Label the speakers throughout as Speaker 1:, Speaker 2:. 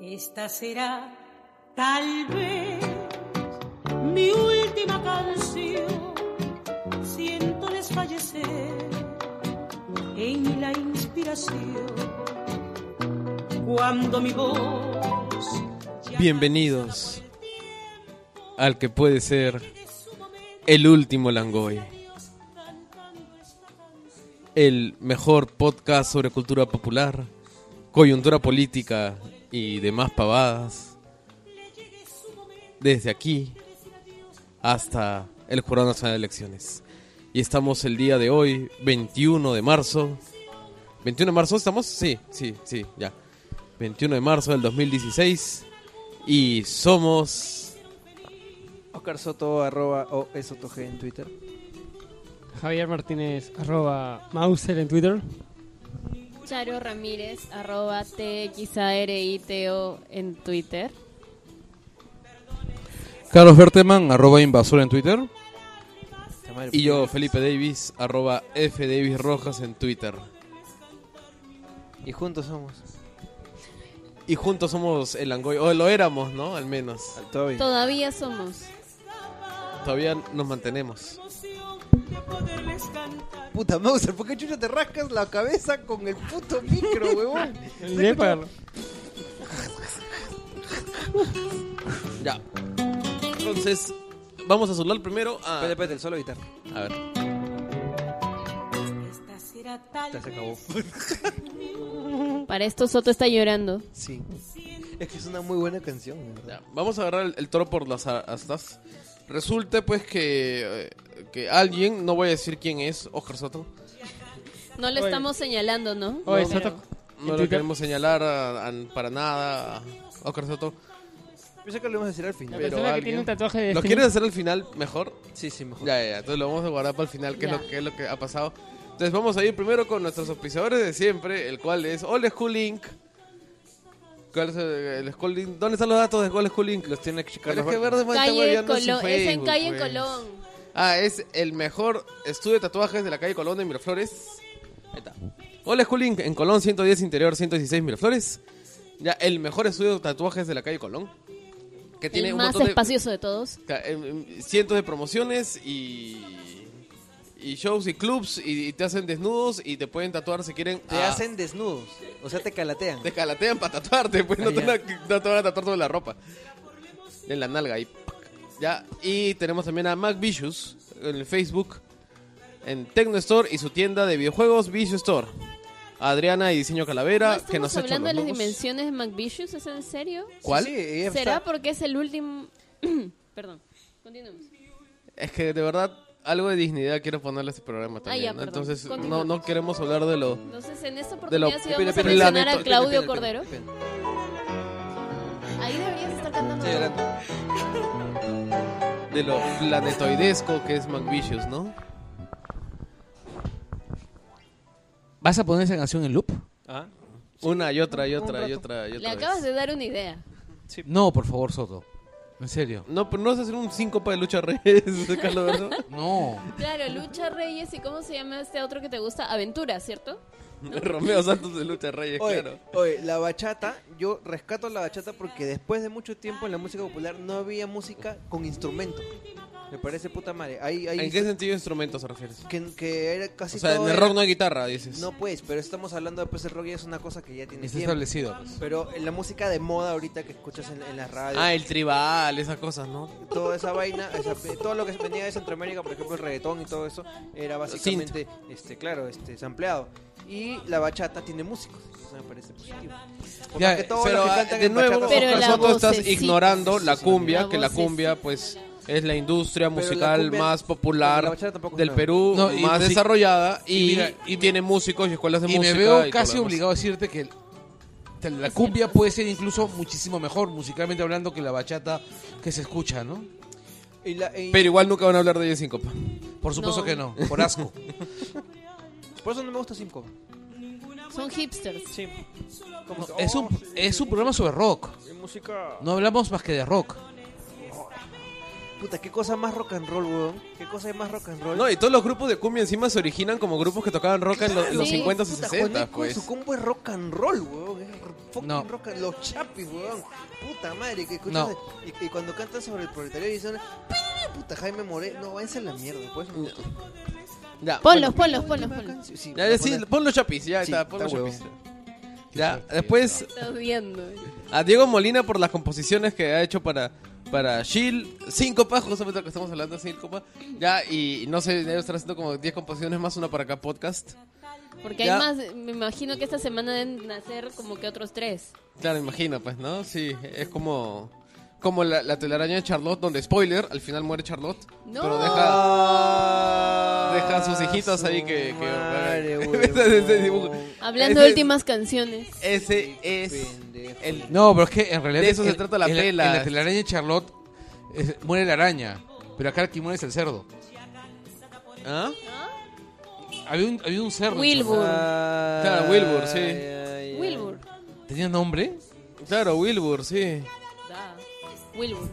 Speaker 1: Esta será tal vez mi última canción. Siento desfallecer en la inspiración cuando mi voz. ya
Speaker 2: Bienvenidos
Speaker 1: cansada por el
Speaker 2: Al que puede ser
Speaker 1: tiempo de su momento,
Speaker 2: el último Langoy,
Speaker 1: Dios cantando esta canción.
Speaker 2: el mejor podcast sobre cultura popular, coyuntura política y demás pavadas,
Speaker 1: Le llegue su momento
Speaker 2: desde aquí
Speaker 1: de decir adiós.
Speaker 2: hasta el Jurado Nacional de Elecciones. Y estamos el día de hoy, 21 de marzo. ¿21 de marzo estamos? Sí, sí, sí, ya. 21 de marzo del 2016. Y somos...
Speaker 3: Oscar Soto, arroba o SotoG en Twitter.
Speaker 4: Javier Martínez, arroba Mauser en Twitter.
Speaker 5: Charo Ramírez, arroba TXARITO en Twitter.
Speaker 6: Carlos Berteman, arroba invasor en Twitter.
Speaker 2: Y yo, Felipe Davis, arroba F. Davis Rojas en Twitter.
Speaker 3: Y juntos somos.
Speaker 2: Y juntos somos el Langoy. O lo éramos, ¿no? Al menos.
Speaker 3: Al Toby.
Speaker 5: Todavía somos.
Speaker 2: Todavía nos mantenemos.
Speaker 1: Emoción de poderles cantar.
Speaker 3: Puta Mauser, ¿por qué chucha te rascas la cabeza con el puto micro, huevón?
Speaker 4: Me olvidé de pagarlo.
Speaker 2: Ya. Entonces, vamos a sonar primero a...
Speaker 3: Espérate, espérate, el solo guitarra.
Speaker 2: A ver.
Speaker 1: Esta será tal
Speaker 3: Ya se acabó.
Speaker 1: vez
Speaker 5: Para esto Soto está llorando.
Speaker 3: Sí. Es que es una muy buena canción, de ¿verdad?
Speaker 2: Ya, vamos a agarrar el, el toro por las a- astas. Resulta pues que, eh, que alguien, no voy a decir quién es, Oscar Soto,
Speaker 5: No le
Speaker 4: Oye.
Speaker 5: estamos señalando, ¿no?
Speaker 4: Oye,
Speaker 5: No,
Speaker 4: Soto. ¿En
Speaker 2: no lo
Speaker 4: Twitter?
Speaker 2: queremos señalar a- a- para nada a Oscar Soto.
Speaker 3: Pensé que lo íbamos a decir al
Speaker 4: La
Speaker 3: final.
Speaker 2: Pero
Speaker 4: persona que
Speaker 2: alguien-
Speaker 4: tiene un tatuaje de este
Speaker 2: ¿Lo
Speaker 4: Sting.
Speaker 2: quieres hacer al final mejor?
Speaker 3: Sí, sí, mejor.
Speaker 2: Ya, ya, ya, entonces lo vamos a guardar para el final, que es,
Speaker 5: Ya.
Speaker 2: lo, que es lo que ha pasado. Entonces vamos a ir primero con nuestros auspiciadores de siempre, el cual es All School Inc. ¿Cuál es el, el School Inc? ¿Dónde están los datos de All School Inc?
Speaker 3: Los tiene que checar.
Speaker 2: Tienes
Speaker 3: los-
Speaker 2: que ver de
Speaker 5: Calle Colón. Es en Calle Colón.
Speaker 2: pues. Ah, es el mejor estudio de tatuajes de la calle Colón de Miraflores. Ahí está. Hola School Inc. en Colón 110 Interior 116 Miraflores. Ya, el mejor estudio de tatuajes de la calle Colón. Que tiene
Speaker 5: El
Speaker 2: un
Speaker 5: más
Speaker 2: montón de-
Speaker 5: espacioso de todos.
Speaker 2: ca- em, em, cientos de promociones y, y shows y clubs y, y te hacen desnudos y te pueden tatuar si quieren.
Speaker 3: Te
Speaker 2: a-
Speaker 3: hacen desnudos. O sea, te calatean.
Speaker 2: Te calatean para tatuarte, pues no
Speaker 3: Ah,
Speaker 2: te,
Speaker 3: ya.
Speaker 2: van a- no te van a tatuar toda la ropa. En la nalga ahí. ¡pac! Ya. Y tenemos también a Mac Vicious en el Facebook, en Tecno Store y su tienda de videojuegos Vicious Store. Adriana y Diseño Calavera,
Speaker 5: ¿No
Speaker 2: que nos
Speaker 5: estamos
Speaker 2: ha hecho
Speaker 5: hablando de
Speaker 2: los
Speaker 5: las
Speaker 2: logos.
Speaker 5: dimensiones de McVicious? ¿Es en serio?
Speaker 2: ¿Cuál?
Speaker 3: Sí, ella
Speaker 5: ¿Será
Speaker 3: está-
Speaker 5: porque es el último...? Perdón. Continuemos.
Speaker 2: Es que de verdad algo de dignidad quiero ponerle a este programa también.
Speaker 5: Ah, ya,
Speaker 2: ¿no?
Speaker 5: perdón.
Speaker 2: Entonces no,
Speaker 5: Continúa.
Speaker 2: no queremos hablar de lo...
Speaker 5: Entonces, en esta
Speaker 2: De lo-
Speaker 5: oportunidad sí vamos a
Speaker 2: espera,
Speaker 5: mencionar
Speaker 2: lamento-
Speaker 5: a Claudio
Speaker 3: Espera, espera,
Speaker 5: Cordero.
Speaker 3: espera, espera.
Speaker 5: Ahí deberías estar cantando.
Speaker 3: Estoy llorando.
Speaker 2: de lo planetoidesco que es McVicious, ¿no?
Speaker 6: ¿Vas a poner esa canción en loop?
Speaker 3: ¿Ah?
Speaker 2: Una y otra y otra y
Speaker 3: rato.
Speaker 2: otra y otra.
Speaker 5: Le
Speaker 2: vez.
Speaker 5: acabas de dar una idea.
Speaker 6: No, por favor, Soto. En serio.
Speaker 2: No, pero no vas a hacer un síncopa de lucha reyes, Carlos, ¿verdad?
Speaker 6: No.
Speaker 5: Claro, Lucha Reyes y cómo se llama este otro que te gusta, Aventura, ¿cierto?
Speaker 2: Romeo Santos de lucha reyes,
Speaker 3: Oye,
Speaker 2: claro.
Speaker 3: oye, la bachata, yo rescato la bachata porque después de mucho tiempo en la música popular no había música con instrumento. Me parece puta madre. Hay, hay
Speaker 2: ¿En qué sentido instrumentos se refieres?
Speaker 3: que, que era casi
Speaker 2: O sea, en
Speaker 3: todo
Speaker 2: el
Speaker 3: era-
Speaker 2: rock no hay guitarra, dices.
Speaker 3: No, pues, pero estamos hablando de pues el rock ya es una cosa que ya tiene
Speaker 6: Está
Speaker 3: tiempo.
Speaker 6: establecido. pues.
Speaker 3: Pero en la música de moda ahorita que escuchas en, en las radios,
Speaker 2: Ah, el tribal, esas cosas, ¿no?
Speaker 3: toda esa vaina, esa- todo lo que venía de Centroamérica, por ejemplo el reggaetón y todo eso, era básicamente, este, claro, este, sampleado. Y la bachata tiene músicos, eso me parece positivo. Por
Speaker 6: Ya,
Speaker 3: más que todos
Speaker 2: Pero
Speaker 3: los que
Speaker 2: ah,
Speaker 3: cantan
Speaker 2: de
Speaker 3: en
Speaker 2: nuevo,
Speaker 3: bachata
Speaker 5: Pero
Speaker 3: son
Speaker 2: Oscar
Speaker 5: la
Speaker 2: Soto, estás
Speaker 5: vocecita.
Speaker 2: ignorando la cumbia,
Speaker 5: La
Speaker 2: que la cumbia,
Speaker 5: vocecita.
Speaker 2: pues, es la industria
Speaker 3: Pero la
Speaker 2: musical
Speaker 3: cumbia-
Speaker 2: más
Speaker 3: la
Speaker 2: popular
Speaker 3: bachata tampoco es
Speaker 2: del
Speaker 3: nueva.
Speaker 2: Perú,
Speaker 6: No, y
Speaker 2: más
Speaker 6: sí.
Speaker 2: desarrollada, y,
Speaker 6: Y mira, y-
Speaker 2: tiene músicos y escuelas de
Speaker 6: Y
Speaker 2: música.
Speaker 6: me
Speaker 2: y
Speaker 6: veo casi
Speaker 2: todo lo demás.
Speaker 6: obligado a decirte que el- la cumbia puede ser incluso muchísimo mejor musicalmente hablando que la bachata que se escucha, ¿no?
Speaker 3: Y la- y-
Speaker 2: Pero igual nunca van a hablar de ella sin copa.
Speaker 6: Por supuesto
Speaker 5: No.
Speaker 6: que no, por asco.
Speaker 3: Por eso no me gusta Simcoe.
Speaker 5: Son hipsters.
Speaker 3: Sí.
Speaker 6: No, es, un, es un programa sobre rock.
Speaker 3: música.
Speaker 6: No hablamos más que de rock.
Speaker 3: puta, qué cosa más rock and roll, weón. Qué cosa más rock and roll.
Speaker 2: No, y todos los grupos de cumbia encima se originan como grupos que tocaban rock en los, en los
Speaker 5: Sí.
Speaker 2: 50 y
Speaker 3: Puta,
Speaker 2: 60,
Speaker 3: Juaneco,
Speaker 2: pues.
Speaker 3: Su combo es rock and roll, weón. Es fucking
Speaker 6: No.
Speaker 3: rock and Los chapis, weón. Puta madre, que escuchas.
Speaker 6: No.
Speaker 3: Y, y cuando cantan sobre el proletariado y dicen, puta Jaime Moreno, no, váyanse a la mierda, pues.
Speaker 2: Ya,
Speaker 5: Ponlos, ponlos, ponlos, ponlos.
Speaker 3: Sí,
Speaker 2: Ya, ya, sí, pon los chapis, ya
Speaker 3: Sí,
Speaker 2: está, pon
Speaker 3: está
Speaker 2: los
Speaker 3: huevón.
Speaker 2: chapis. Ya, después
Speaker 5: Estás viendo.
Speaker 2: a Diego Molina por las composiciones que ha hecho para, para Shield. Síncopa, justamente lo que estamos hablando, síncopa. Ya, y, y no sé, debe estar haciendo como 10 composiciones más, una para cada podcast.
Speaker 5: Porque
Speaker 2: Ya.
Speaker 5: hay más, me imagino que esta semana deben nacer como que otros tres.
Speaker 2: Claro, imagino, pues, ¿no? Sí, es como, como la, la telaraña de Charlotte, donde, spoiler, al final muere Charlotte.
Speaker 5: No.
Speaker 2: Pero deja, deja a sus hijitos ahí que... que- ese, ese dibujo.
Speaker 5: Hablando de
Speaker 2: Ese-
Speaker 5: últimas canciones.
Speaker 2: Ese es el...
Speaker 6: No, pero es que en realidad.
Speaker 2: De eso
Speaker 6: en-
Speaker 2: se trata la
Speaker 6: en
Speaker 2: pela.
Speaker 6: En la telaraña de Charlotte es- muere la araña. Pero acá el que muere es el cerdo.
Speaker 2: ¿Ah?
Speaker 6: Había un, había un cerdo. en
Speaker 5: Wilbur.
Speaker 2: Claro, Wilbur, sí.
Speaker 5: Wilbur.
Speaker 6: Charlotte. ¿Tenía nombre?
Speaker 2: Claro, Wilbur, sí.
Speaker 5: Da. Wilbur.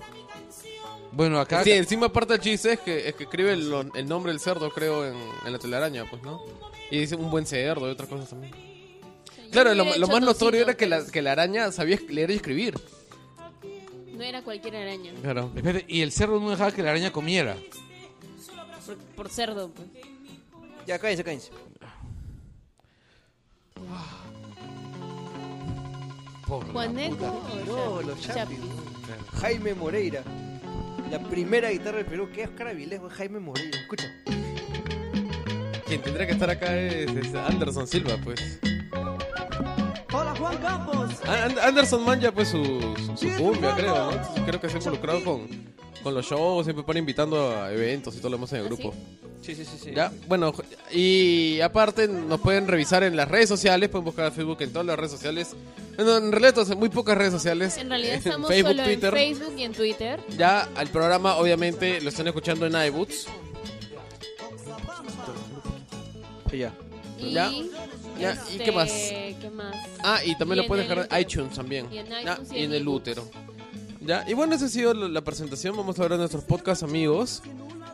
Speaker 6: Bueno, acá.
Speaker 2: Sí, encima aparte el chiste es que, es que escribe el, el nombre del cerdo, creo, en, en la telaraña, pues, ¿no? Y dice un buen cerdo y otras cosas también. Claro,
Speaker 5: Yo
Speaker 2: lo,
Speaker 5: hubiera
Speaker 2: lo
Speaker 5: hecho
Speaker 2: más notorio
Speaker 5: Tocino,
Speaker 2: era que la,
Speaker 5: pero
Speaker 2: que la araña sabía leer y escribir.
Speaker 5: No era cualquier araña.
Speaker 2: Claro.
Speaker 6: Espérate, y el cerdo no dejaba que la araña comiera.
Speaker 5: Por, por cerdo. pues.
Speaker 3: Ya, cállense, cállense.
Speaker 6: Por la
Speaker 5: Juaneco.
Speaker 6: puta.
Speaker 3: No,
Speaker 5: o Chapi.
Speaker 3: los
Speaker 5: Chapi.
Speaker 3: chapis. weón. Jaime Moreira. La primera guitarra del Perú, que es Carabiles, weón. Jaime Moreira. Escucha.
Speaker 2: Quien tendría que estar acá es, es Anderson Silva, pues.
Speaker 1: Hola Juan Campos.
Speaker 2: A- And- Anderson manja pues su, su, su
Speaker 1: Sí, hermano.
Speaker 2: cumbia, creo, ¿no? Entonces, Creo que se ha involucrado con, con los shows, siempre para invitando a eventos y todo lo demás en el
Speaker 5: ¿Ah,
Speaker 2: grupo.
Speaker 3: Sí, sí, sí, sí.
Speaker 2: Ya, bueno, y aparte nos pueden revisar en las redes sociales, pueden buscar a Facebook en todas las redes sociales. Bueno, en realidad entonces, muy pocas redes sociales. Este,
Speaker 5: En realidad estamos
Speaker 2: Facebook,
Speaker 5: solo
Speaker 2: Twitter.
Speaker 5: en Facebook y en Twitter.
Speaker 2: Ya, al programa obviamente lo están escuchando en iBoots.
Speaker 3: Sí, ya.
Speaker 5: Y, este,
Speaker 2: Ya. Ya, ¿y qué más?
Speaker 5: ¿Qué más?
Speaker 2: Ah, y también
Speaker 5: Y
Speaker 2: lo
Speaker 5: en
Speaker 2: pueden
Speaker 5: el
Speaker 2: dejar en
Speaker 5: útero.
Speaker 2: iTunes también.
Speaker 5: Y en
Speaker 2: Ya,
Speaker 5: iTunes y
Speaker 2: y
Speaker 5: en
Speaker 2: en el
Speaker 5: iBooks.
Speaker 2: útero. Ya, y bueno, esa ha sido la, la presentación. Vamos a hablar de nuestros podcast amigos,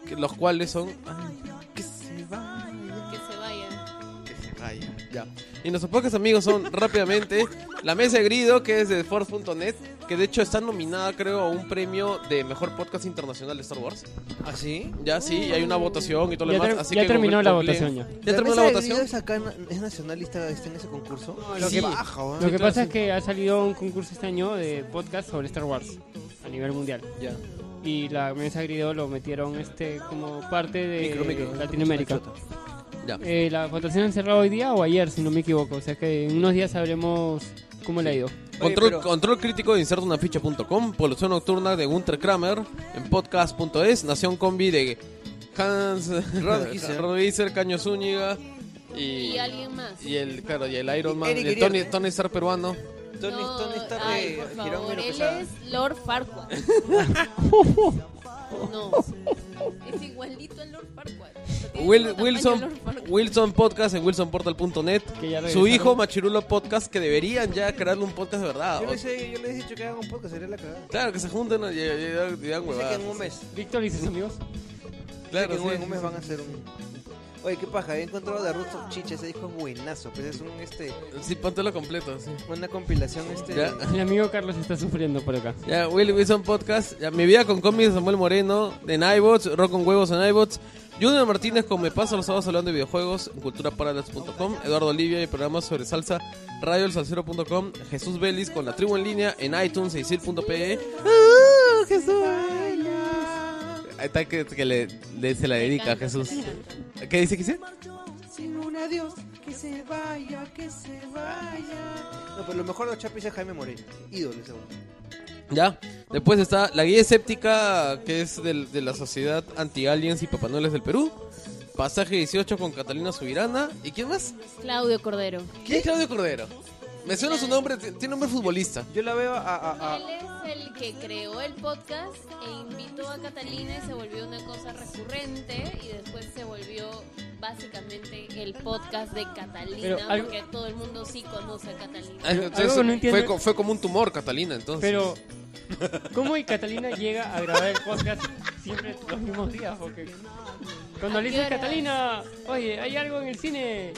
Speaker 2: que- los cuales son... Ay, que se vaya,
Speaker 5: Que se vayan.
Speaker 2: que se vaya. Ya. Y nuestros podcast amigos son rápidamente La Mesa de Grido, que es de Force.net, que de hecho está nominada, creo, a un premio de Mejor Podcast Internacional de Star Wars.
Speaker 3: ¿Ah, sí?
Speaker 2: Ya, sí, y hay una votación y todo lo
Speaker 4: Ya,
Speaker 2: demás.
Speaker 4: ter-
Speaker 2: así
Speaker 4: ya
Speaker 2: que
Speaker 4: terminó la
Speaker 2: googleen.
Speaker 4: votación ya.
Speaker 2: ¿Ya terminó la
Speaker 3: mesa de
Speaker 2: votación?
Speaker 3: grido Es, acá, ¿Es nacionalista está en ese concurso?
Speaker 4: No, lo
Speaker 3: Sí,
Speaker 4: que-
Speaker 3: baja,
Speaker 2: Ah,
Speaker 3: weón.
Speaker 4: Lo que pasa es que ha salido un concurso este año de podcast sobre Star Wars a nivel mundial.
Speaker 3: Ya.
Speaker 4: Y la mesa grido lo metieron este como parte de
Speaker 3: Micro, micro.
Speaker 4: Latinoamérica.
Speaker 2: Ya.
Speaker 4: Eh, la votación han cerrado hoy día o ayer, si no me equivoco. O sea que en unos días sabremos cómo le ha ido.
Speaker 2: Control,
Speaker 3: pero-
Speaker 2: control crítico de insertunaficha.com, Polución Nocturna de Gunter Kramer, en podcast.es, Nación Combi de Hans
Speaker 3: Rod Gieser.
Speaker 2: Rod Gieser, Caño Zúñiga y,
Speaker 5: Y alguien más.
Speaker 2: y el claro y el Iron Man,
Speaker 3: Eric
Speaker 2: y el Tony,
Speaker 3: Iriarte.
Speaker 2: Tony Stark peruano.
Speaker 3: Tony,
Speaker 5: No,
Speaker 3: Tony está
Speaker 5: ay,
Speaker 3: de
Speaker 5: por
Speaker 3: Girón
Speaker 5: favor,
Speaker 3: Mero
Speaker 5: él
Speaker 3: Quesada.
Speaker 5: es Lord Farquaad. no, es igualito al Lord Farquaad. O sea, tiene
Speaker 2: Will-
Speaker 5: el mismo tamaño
Speaker 2: Wilson,
Speaker 5: del Lord Farquaad.
Speaker 2: Wilson Podcast en wilsonportal.net.
Speaker 4: Que ya
Speaker 2: Su
Speaker 4: regresaron.
Speaker 2: hijo Machirulo Podcast, que deberían ya crearle un podcast de verdad.
Speaker 3: Yo
Speaker 2: o-
Speaker 3: les, he, yo les he dicho que hagan un podcast, sería la cagada.
Speaker 2: Claro, que se junten y, y- y- y hagan
Speaker 3: Dice que
Speaker 2: huevadas.
Speaker 3: en un mes.
Speaker 4: Víctor y sus amigos.
Speaker 2: Claro,
Speaker 3: Dice que en
Speaker 2: sí.
Speaker 3: un mes van a hacer un. Oye, qué paja, he encontrado de Russo Chicha, ese disco es buenazo. Pues es un, este,
Speaker 2: Sí, póntelo completo, sí.
Speaker 3: una compilación este,
Speaker 2: Ya.
Speaker 4: El amigo Carlos está sufriendo por acá.
Speaker 2: Ya, Will Wilson Podcast, ya, mi vida con cómics de Samuel Moreno, de Naibots, Rock con Huevos en Naibots, Junior Martínez con Me Pasa los sábados hablando de videojuegos en culturaparadox.com, Eduardo Olivia y programas sobre salsa, radioelsalcero.com, Jesús Vélez con La Tribu en Línea en iTunes y Sil.pe. ¡Ah, Jesús! Ahí está que, que le, le- se la dedica a
Speaker 5: encanta,
Speaker 2: Jesús.
Speaker 5: me encanta.
Speaker 2: ¿Qué dice que dice?
Speaker 3: Sin un adiós, que se vaya, que se vaya. No, pero lo mejor de los chapis es Jaime Moreno, ídolo seguro.
Speaker 2: Ya. Después está la guía escéptica, que es del- de la Sociedad Anti-Aliens y Papá Noel del Perú. Pasaje 18 con Catalina Subirana. ¿Y quién más?
Speaker 5: Claudio Cordero.
Speaker 2: ¿Quién es Claudio Cordero? Me suena su nombre, t- tiene nombre futbolista.
Speaker 3: Yo la veo a. a- a-
Speaker 5: Él es el que creó el podcast e invitó a Catalina y se volvió una cosa recurrente y después se volvió básicamente el podcast de
Speaker 4: Pero
Speaker 5: Catalina
Speaker 4: algo-
Speaker 5: porque todo el mundo sí conoce a Catalina.
Speaker 2: Ah, entonces,
Speaker 4: algo que no entiendo-
Speaker 2: fue, co- fue como un tumor, Catalina, entonces.
Speaker 4: Pero ¿Cómo y Catalina llega a grabar el podcast siempre los mismos días? Porque cuando le
Speaker 5: ¿A qué
Speaker 4: dices
Speaker 5: hora?
Speaker 4: Catalina, oye, hay algo en el cine,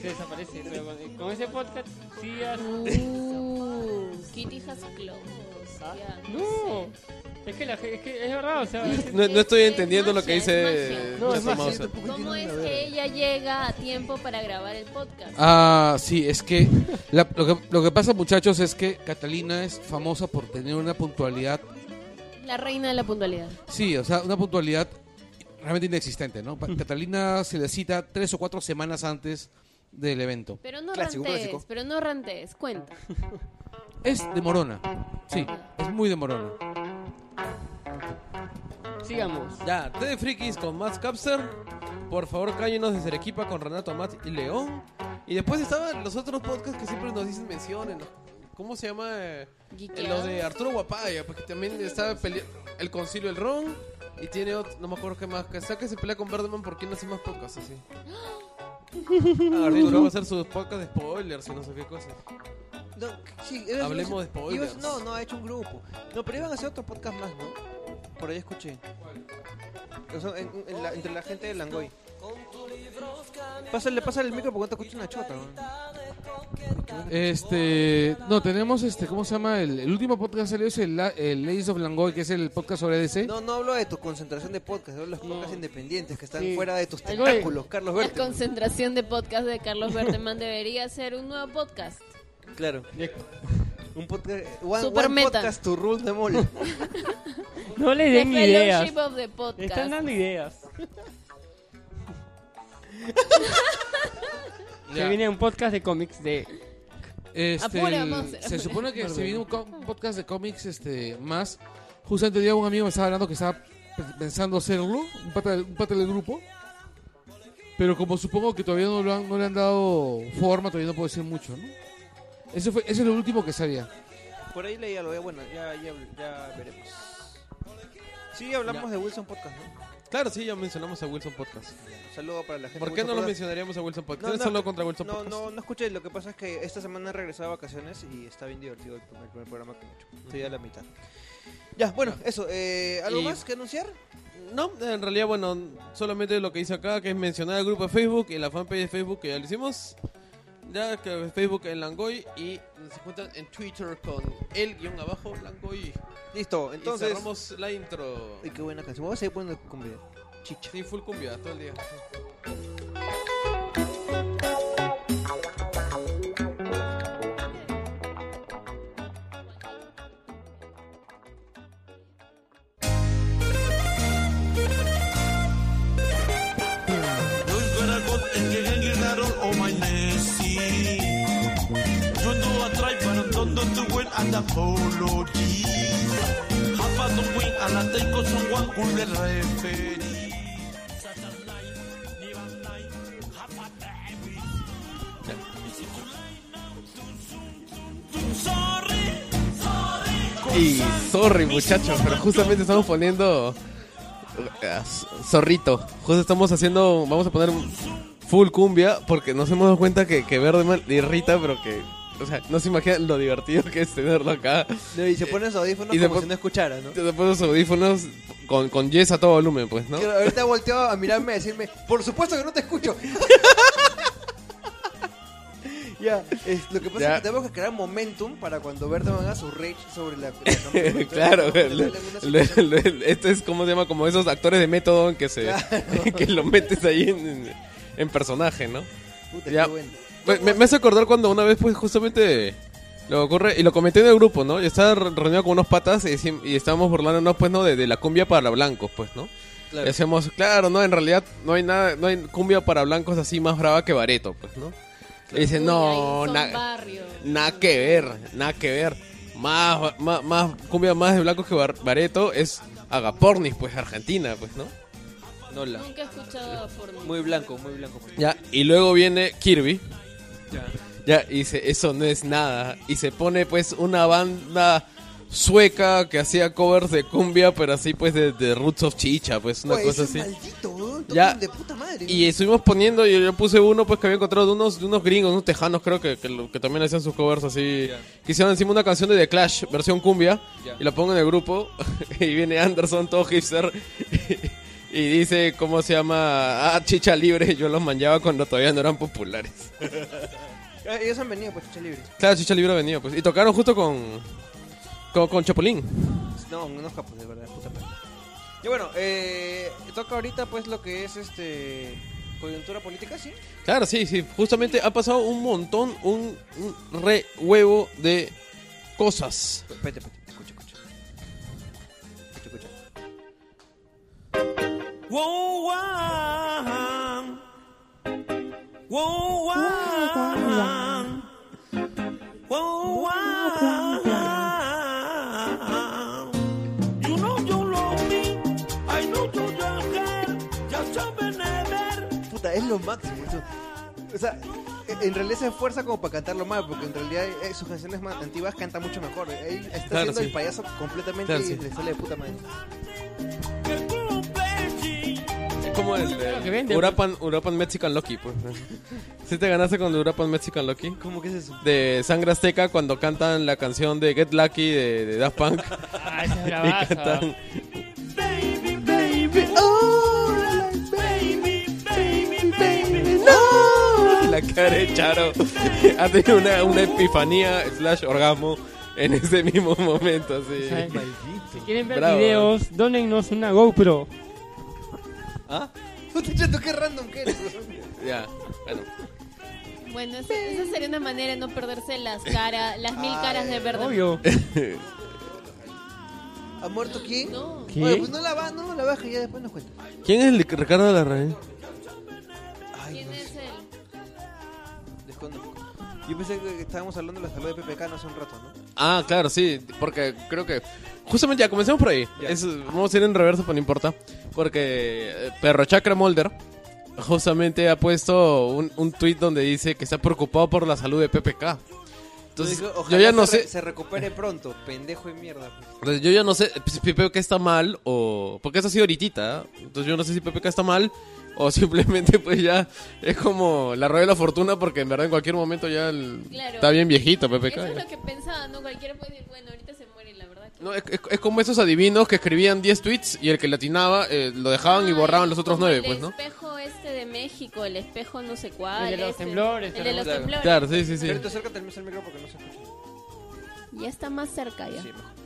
Speaker 4: se desaparece. Pero con- con ese podcast sí hace-
Speaker 5: Uh, Kitty has clothes. ya,
Speaker 4: No, es que, la, ge- es que es verdad, o sea, a veces-
Speaker 2: No, no estoy
Speaker 5: Es
Speaker 2: entendiendo lo que
Speaker 5: magia, es
Speaker 2: dice
Speaker 5: magia.
Speaker 4: No, es
Speaker 2: nuestro
Speaker 4: magia.
Speaker 2: Mauser.
Speaker 5: ¿Cómo es que ella llega a tiempo para grabar el podcast?
Speaker 6: Ah, sí, es que, la- lo que lo que pasa, muchachos, es que Catalina es famosa por tener una puntualidad
Speaker 5: La reina de la puntualidad.
Speaker 6: Sí, o sea, una puntualidad realmente inexistente, ¿no? Pa- Catalina se le cita tres o cuatro semanas antes del evento.
Speaker 5: Pero no
Speaker 3: Clásico,
Speaker 5: rantees,
Speaker 3: clásico.
Speaker 5: pero no rantees, cuenta.
Speaker 6: Es de Morona. Sí, es muy de Morona.
Speaker 4: sigamos.
Speaker 2: Ya, T de Frikis con Max Capster. Por favor, cállenos desde Arequipa con Renato Amat y León. Y después estaban los otros podcasts que siempre nos dicen mencionen. ¿Cómo se llama? Eh,
Speaker 5: Geekeados.
Speaker 2: Los de Arturo Guapaya, porque también estaba pelea- el Concilio del Ron. Y tiene otro, no me acuerdo qué más. Que sea que se pelea con Birdman porque no hace más podcasts así. Ah, Arturo va a hacer sus podcasts de spoilers y no sé qué cosas.
Speaker 3: No, sí, era-
Speaker 2: Hablemos de
Speaker 3: iba-
Speaker 2: spoilers.
Speaker 3: no, no, ha hecho un grupo. No, pero iban a hacer otro podcast más, ¿no? Por ahí escuché. O sea, en- en la- entre la gente de Langoy. Pásale, pásale el micro porque no te escucho una chota. ¿no?
Speaker 6: Este, no, tenemos este, ¿cómo se llama? El, el último podcast salió es el, la- el Ladies of Langoy, que es el podcast sobre DC.
Speaker 3: No, no hablo de tu concentración de podcast, hablo de los podcasts independientes que están
Speaker 4: Sí.
Speaker 3: fuera de tus
Speaker 4: Ay, güey.
Speaker 3: tentáculos, Carlos
Speaker 5: La
Speaker 3: Verte.
Speaker 5: concentración de podcast de Carlos Berteman debería ser un nuevo podcast.
Speaker 3: Claro. Un podcast, one,
Speaker 5: Super
Speaker 3: one
Speaker 5: meta.
Speaker 3: podcast to rule the mall.
Speaker 4: No le
Speaker 5: The
Speaker 4: den ideas.
Speaker 5: Fellowship of the
Speaker 4: Le están
Speaker 5: Podcast.
Speaker 4: dando ideas. Se
Speaker 6: Ya.
Speaker 4: viene un podcast de cómics de
Speaker 6: Este,
Speaker 5: Apura,
Speaker 6: el-
Speaker 5: Mauser,
Speaker 6: se
Speaker 5: apura.
Speaker 6: supone que se viene un, co- un podcast de cómics este, más. Justamente día un amigo me estaba hablando que estaba pe- pensando hacerlo, un pata, del- un pata del grupo. Pero como supongo que todavía no, lo han- no le han dado forma, todavía no puedo decir mucho, ¿no? Eso, fue, eso es lo último que sabía.
Speaker 3: Por ahí leía lo de, bueno, ya, ya, ya veremos. Sí, hablamos de Wilson Podcast, ¿no?
Speaker 2: Claro, sí, ya mencionamos a Wilson Podcast.
Speaker 3: Saludo para la gente.
Speaker 2: ¿Por
Speaker 3: de
Speaker 2: qué no
Speaker 3: Wilson
Speaker 2: lo
Speaker 3: Podcast.
Speaker 2: mencionaríamos a Wilson Podcast?
Speaker 3: No,
Speaker 2: Es
Speaker 3: no.
Speaker 2: solo contra Wilson
Speaker 3: No,
Speaker 2: Podcast.
Speaker 3: no, no escuché, lo que pasa es que esta semana he regresado a vacaciones y está bien divertido el primer, el primer programa que he hecho. Estoy a la mitad. Ya, bueno, eso. eh, ¿Algo
Speaker 2: Y-
Speaker 3: más que anunciar?
Speaker 2: No, en realidad, bueno, solamente lo que hice acá, que es mencionar el grupo de Facebook y la fanpage de Facebook que ya lo hicimos. Ya que es Facebook en Langoy y se encuentran en Twitter con el guión abajo Langoy. Entonces,
Speaker 3: Listo, entonces...
Speaker 2: cerramos la intro.
Speaker 3: Ay, qué buena canción. Vamos a seguir poniendo cumbia. Chicha.
Speaker 2: Sí, full cumbia todo el día.
Speaker 7: Those better go and get hanging out on all my Nancy. Don't do a try, but I don't do the win and apology. Half a the win and I take us on one good referee.
Speaker 2: Y sorry, muchachos, pero justamente estamos poniendo. eh, Zorrito. Justo estamos haciendo. Vamos a poner full cumbia porque nos hemos dado cuenta que, que Verde Man le irrita, pero que. O sea, no se imaginan lo divertido que es tenerlo acá.
Speaker 3: Y se ponen sus audífonos
Speaker 2: y
Speaker 3: como
Speaker 2: después-
Speaker 3: si no escuchara, ¿no?
Speaker 2: Te te pones los audífonos con, con yes a todo volumen, pues, ¿no?
Speaker 3: Que ahorita volteó a mirarme y decirme, por supuesto que no te escucho. ya, es, lo que pasa
Speaker 2: Ya.
Speaker 3: es que tenemos que crear momentum para cuando Berta haga su rage sobre la... la canción.
Speaker 2: claro,
Speaker 3: Entonces,
Speaker 2: lo-
Speaker 3: tenemos que darle alguna
Speaker 2: lo- lo- esto este es como se llama, como esos actores de método en que se que lo metes ahí en, en personaje, ¿no?
Speaker 3: Puta,
Speaker 2: Ya.
Speaker 3: qué bueno.
Speaker 2: Me, me- me hace acordar cuando una vez, pues, justamente lo ocurre, y lo comenté en el grupo, ¿no? Yo estaba re- reunido con unos patas y, decim- y estábamos burlándonos, pues, ¿no? De, de la cumbia para blancos, pues, ¿no?
Speaker 3: Claro.
Speaker 2: Y hacíamos, claro, no, en realidad no hay nada, no hay cumbia para blancos así más brava que Bareto, pues, ¿no? Y dicen, no,
Speaker 5: Uy, ahí son
Speaker 2: nada.
Speaker 5: barrio.
Speaker 2: Nada que ver, nada que ver. Más, más, más cumbia más de blancos que Bar- Bareto es Agapornis, pues Argentina, pues, ¿no? No la.
Speaker 5: Nunca he escuchado por mí.
Speaker 3: Muy blanco, muy blanco.
Speaker 2: Ya, y luego viene Kirby.
Speaker 3: Ya.
Speaker 2: Ya, y dice, eso no es nada. Y se pone pues una banda sueca que hacía covers de cumbia, pero así pues de, de Roots of Chicha, pues una
Speaker 3: Oye,
Speaker 2: cosa
Speaker 3: ese
Speaker 2: así.
Speaker 3: Maldito, weón, token
Speaker 2: Ya.
Speaker 3: de puta madre.
Speaker 2: Y estuvimos poniendo, yo, yo puse uno pues que había encontrado de unos, de unos gringos, unos tejanos creo que, que, lo- que también hacían sus covers así. Que hicieron encima una canción de The Clash, versión cumbia, y la pongo en el grupo. y viene Anderson, todo hipster. y dice, ¿cómo se llama? Ah, chicha libre. Yo los manchaba cuando todavía no eran populares.
Speaker 3: Ah, Ellos han venido, pues, chucha libre.
Speaker 2: Claro, chicha libre venía pues. Y tocaron justo con, con, con Chapulín.
Speaker 3: No, unos capos, de verdad, puta madre. Y bueno, eh, toca ahorita, pues, lo que es este. Coyuntura política, sí.
Speaker 2: Claro, sí, sí. Justamente ha pasado un montón, un, un re huevo de cosas.
Speaker 3: Espérate, espérate, escucha, escucha. Escucha, escucha.
Speaker 7: Wow, wow. Wow, wow. Wow, wow. You know you love me. I know you love her. Just a benever.
Speaker 3: Puta, es lo máximo. eso. O sea, e- en realidad se esfuerza como para cantarlo mal, porque en realidad eh, sus canciones más antiguas canta mucho mejor. eh. Ahí está
Speaker 2: Claro,
Speaker 3: haciendo
Speaker 2: sí.
Speaker 3: el payaso completamente
Speaker 2: Claro,
Speaker 3: y
Speaker 2: sí.
Speaker 3: le sale de puta madre.
Speaker 2: Es como el,
Speaker 4: Claro que
Speaker 2: el
Speaker 4: vende, pues.
Speaker 2: Urapan, Urapan Mexican Lucky, pues. ¿Sí te ganaste con el Urapan Mexican Lucky?
Speaker 3: ¿Cómo que es eso?
Speaker 2: De Sangre Azteca cuando cantan la canción de Get Lucky de, de Daft Punk.
Speaker 4: Ah, esa es
Speaker 2: Y
Speaker 4: bravaza.
Speaker 2: cantan...
Speaker 7: Baby, baby, oh, like baby, baby, baby,
Speaker 2: "No", La cara de Charo ha tenido una, una epifanía slash orgasmo en ese mismo momento, así.
Speaker 4: ¿Sabes? Si quieren ver
Speaker 2: Bravo. eh.
Speaker 4: videos, dónennos una GoPro.
Speaker 2: ¿Ah?
Speaker 3: Puta, chato, qué random que eres.
Speaker 2: Ya, bueno.
Speaker 5: Bueno, esa, esa sería una manera de no perderse las caras, las mil caras de verdad.
Speaker 4: Obvio.
Speaker 3: ¿Ha muerto quién?
Speaker 5: No.
Speaker 4: ¿Qué?
Speaker 3: Oye, pues no la baja, no la baja, ya después nos cuenta.
Speaker 2: ¿Quién es el de Ricardo Larraín?
Speaker 3: Ay,
Speaker 5: ¿Quién
Speaker 3: no
Speaker 5: es
Speaker 3: sé,
Speaker 5: él?
Speaker 3: desconozco. Yo pensé que estábamos hablando de la salud de PPK no hace un rato, ¿no?
Speaker 2: Ah, claro, sí, porque creo que... Justamente ya, comencemos por ahí.
Speaker 3: Ya.
Speaker 2: Es- vamos a ir en reverso, pero no importa. Porque eh, Perro Chakra Molder justamente ha puesto un, un tweet donde dice que está preocupado por la salud de PPK. Entonces,
Speaker 3: Dijo,
Speaker 2: yo
Speaker 3: ojalá
Speaker 2: ya no
Speaker 3: se, re-
Speaker 2: sé...
Speaker 3: se recupere pronto, pendejo de mierda. pues.
Speaker 2: Entonces, yo ya no sé si PPK está mal o... Porque eso ha sido ahorita. ¿eh? Entonces yo no sé si PPK está mal o simplemente pues ya es como la rueda de la fortuna porque en verdad en cualquier momento ya el-
Speaker 5: Claro.
Speaker 2: está bien viejito PPK.
Speaker 5: Eso es
Speaker 2: ya.
Speaker 5: lo que pensaba, ¿no? Cualquiera puede decir, bueno, ahorita se muere, la verdad. que-
Speaker 2: No, es, es- es como esos adivinos que escribían 10 tweets y el que le atinaba eh, lo dejaban y borraban los otros
Speaker 5: Como
Speaker 2: 9, pues, ¿no?
Speaker 5: El espejo este de México, el espejo no sé cuál.
Speaker 4: El de los
Speaker 5: este.
Speaker 4: temblores,
Speaker 5: El de los
Speaker 3: claro.
Speaker 5: temblores.
Speaker 2: Claro, sí, sí, sí.
Speaker 3: Pero te acércate al mes el micro porque no se escucha.
Speaker 5: Ya está más cerca ya.
Speaker 3: Sí, mejor.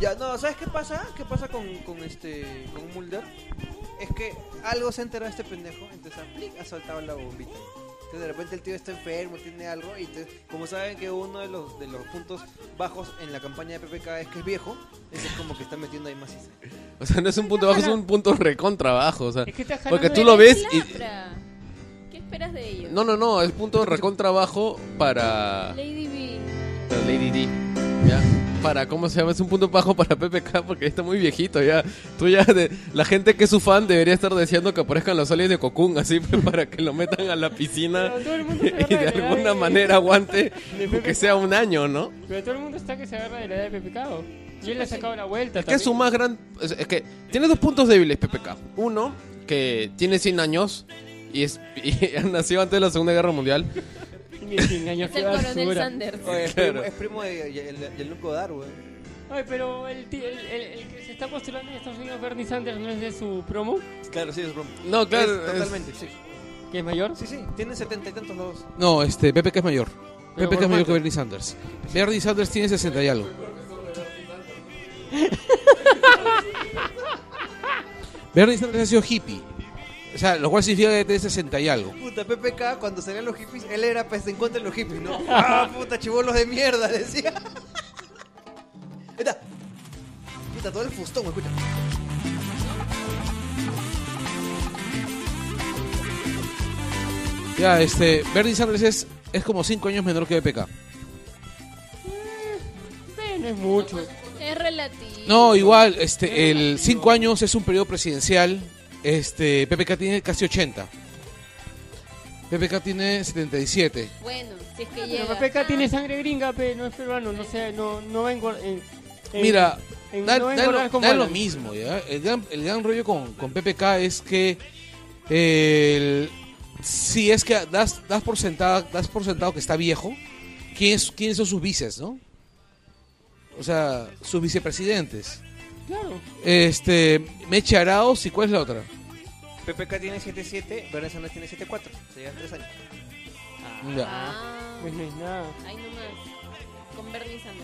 Speaker 3: Ya, no, ¿sabes qué pasa? ¿Qué pasa con, con este con Mulder? Es que algo se enteró de este pendejo, entonces aplic ha soltado la bombita. Entonces de repente el tío está enfermo, tiene algo, y entonces, como saben que uno de los, de los puntos bajos en la campaña de PPK es que es viejo, entonces como que está metiendo ahí más
Speaker 2: O sea, no es un punto bajo, es un punto recontra bajo, o sea.
Speaker 4: Es que estás jalando
Speaker 2: Porque
Speaker 4: de
Speaker 2: tú
Speaker 4: la-
Speaker 2: lo ves y...
Speaker 5: Lapra. ¿Qué esperas de ellos?
Speaker 2: No, no, no, es punto recontra bajo para...
Speaker 5: Lady B.
Speaker 2: para Lady D. ¿Ya? Para, ¿cómo se llama? Es un punto bajo para PPK porque está muy viejito ya. Tú ya, de- la gente que es su fan debería estar deseando que aparezcan los aliens de Cocoon así pues, para que lo metan a la piscina
Speaker 4: Pero todo el mundo se agarra
Speaker 2: y de
Speaker 4: la edad
Speaker 2: alguna manera aguante
Speaker 4: de
Speaker 2: que
Speaker 4: PPK.
Speaker 2: sea un año, ¿no?
Speaker 4: Pero todo el mundo está que se agarra de la edad de Pepecado. Y él le ha sacado la vuelta.
Speaker 2: que es su
Speaker 4: también.
Speaker 2: más gran. Es, es que tiene dos puntos débiles, PPK. Uno, que tiene 100 años y, es, y nació antes de la Segunda Guerra Mundial.
Speaker 4: Ni 100 años,
Speaker 5: Es
Speaker 4: qué
Speaker 5: el coronel
Speaker 4: basura.
Speaker 5: Sanders.
Speaker 3: Oye, es,
Speaker 2: Claro.
Speaker 3: primo, es primo de y- el, y el Lunco Dar, güey.
Speaker 4: Ay, pero el, tío- el, el- el que se está postulando en Estados Unidos, Bernie Sanders, ¿no es de su promo?
Speaker 3: Claro, sí, es broma.
Speaker 2: No, claro.
Speaker 3: Es
Speaker 2: es-
Speaker 3: totalmente, sí.
Speaker 4: ¿Que es mayor?
Speaker 3: Sí, sí, tiene setenta y tantos los dos.
Speaker 6: No, este, PPK es mayor.
Speaker 4: Pero
Speaker 6: PPK es
Speaker 4: por
Speaker 6: mayor
Speaker 4: cuánto.
Speaker 6: que Bernie Sanders. Bernie Sanders tiene 60 y algo. Bernie Sanders ha sido hippie. O sea, lo cual significa que tiene 60 y algo.
Speaker 3: Puta, PPK, cuando salían los hippies, él era pues en contra de los hippies, ¿no? ¡Ah, puta, chivolos de mierda! Decía. Ahí está. Puta, todo el fustón, escucha.
Speaker 6: Ya, este, Bernie Sanders es, es como 5 años menor que PPK.
Speaker 4: Sí, Eh, no es mucho.
Speaker 5: pues, Es relativo.
Speaker 6: No, igual, este, el 5 años es un periodo presidencial. Este, PPK tiene casi 80. PPK tiene 77.
Speaker 5: Bueno, si es que
Speaker 4: Pero
Speaker 5: llega. Ah.
Speaker 4: Pepeca tiene sangre gringa, pero no es peruano, no sé, no, no va a engordar. en- en-
Speaker 6: Mira,
Speaker 4: en-
Speaker 6: da,
Speaker 4: no va a
Speaker 6: da lo,
Speaker 4: engordar como
Speaker 6: da lo
Speaker 4: Alan.
Speaker 6: mismo, ¿ya? El gran, el gran rollo con, con PPK es que
Speaker 8: el- si es que das, das, por sentado, das por sentado que está viejo, ¿quién es- ¿quiénes son sus vices, no? O sea, sus vicepresidentes.
Speaker 4: Claro.
Speaker 8: Este, Meche Araos y ¿cuál es la otra?
Speaker 3: PPK tiene 7-7, Bernesanes tiene 7-4. Se llevan 3 años.
Speaker 8: Ya.
Speaker 5: Ah,
Speaker 4: Pues no es nada.
Speaker 5: ahí nomás. Con Bernie Sanders.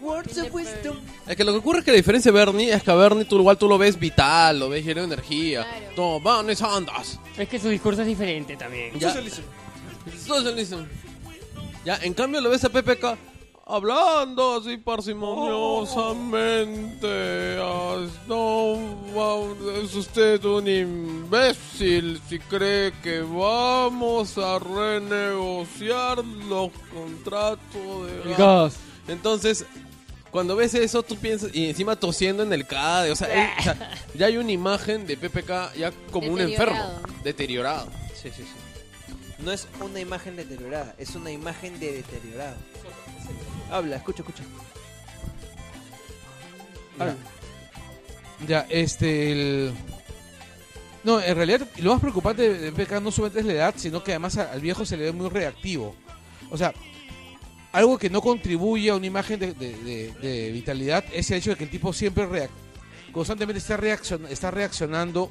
Speaker 3: Words
Speaker 5: of wisdom.
Speaker 2: Es que lo que ocurre es que la diferencia de Bernie es que a Bernie tú igual tú lo ves vital, lo ves lleno de energía.
Speaker 5: Claro.
Speaker 2: No, Bernie Sanders.
Speaker 4: Es que su discurso es diferente también.
Speaker 2: Ya. Socialism. Ya, en cambio lo ves a PPK hablando así parsimoniosamente. Ah, No, va- es usted un imbécil si cree que vamos a renegociar los contratos de
Speaker 4: El
Speaker 2: gas.
Speaker 4: gas.
Speaker 2: Entonces, cuando ves eso, tú piensas, y encima tosiendo en el CADE, o sea, él- o sea, ya hay una imagen de PPK ya como un enfermo,
Speaker 5: Deteriorado.
Speaker 2: deteriorado.
Speaker 3: Sí, sí, sí. No es una imagen deteriorada, es una imagen de deteriorado. Habla, escucha, escucha.
Speaker 8: Ya. Ya, este. el- No, en realidad lo más preocupante de PK no solamente es la edad, sino que además a- al viejo se le ve muy reactivo. O sea, algo que no contribuye a una imagen de, de- de- de vitalidad es el hecho de que el tipo siempre reac- constantemente está, reaccion- está reaccionando.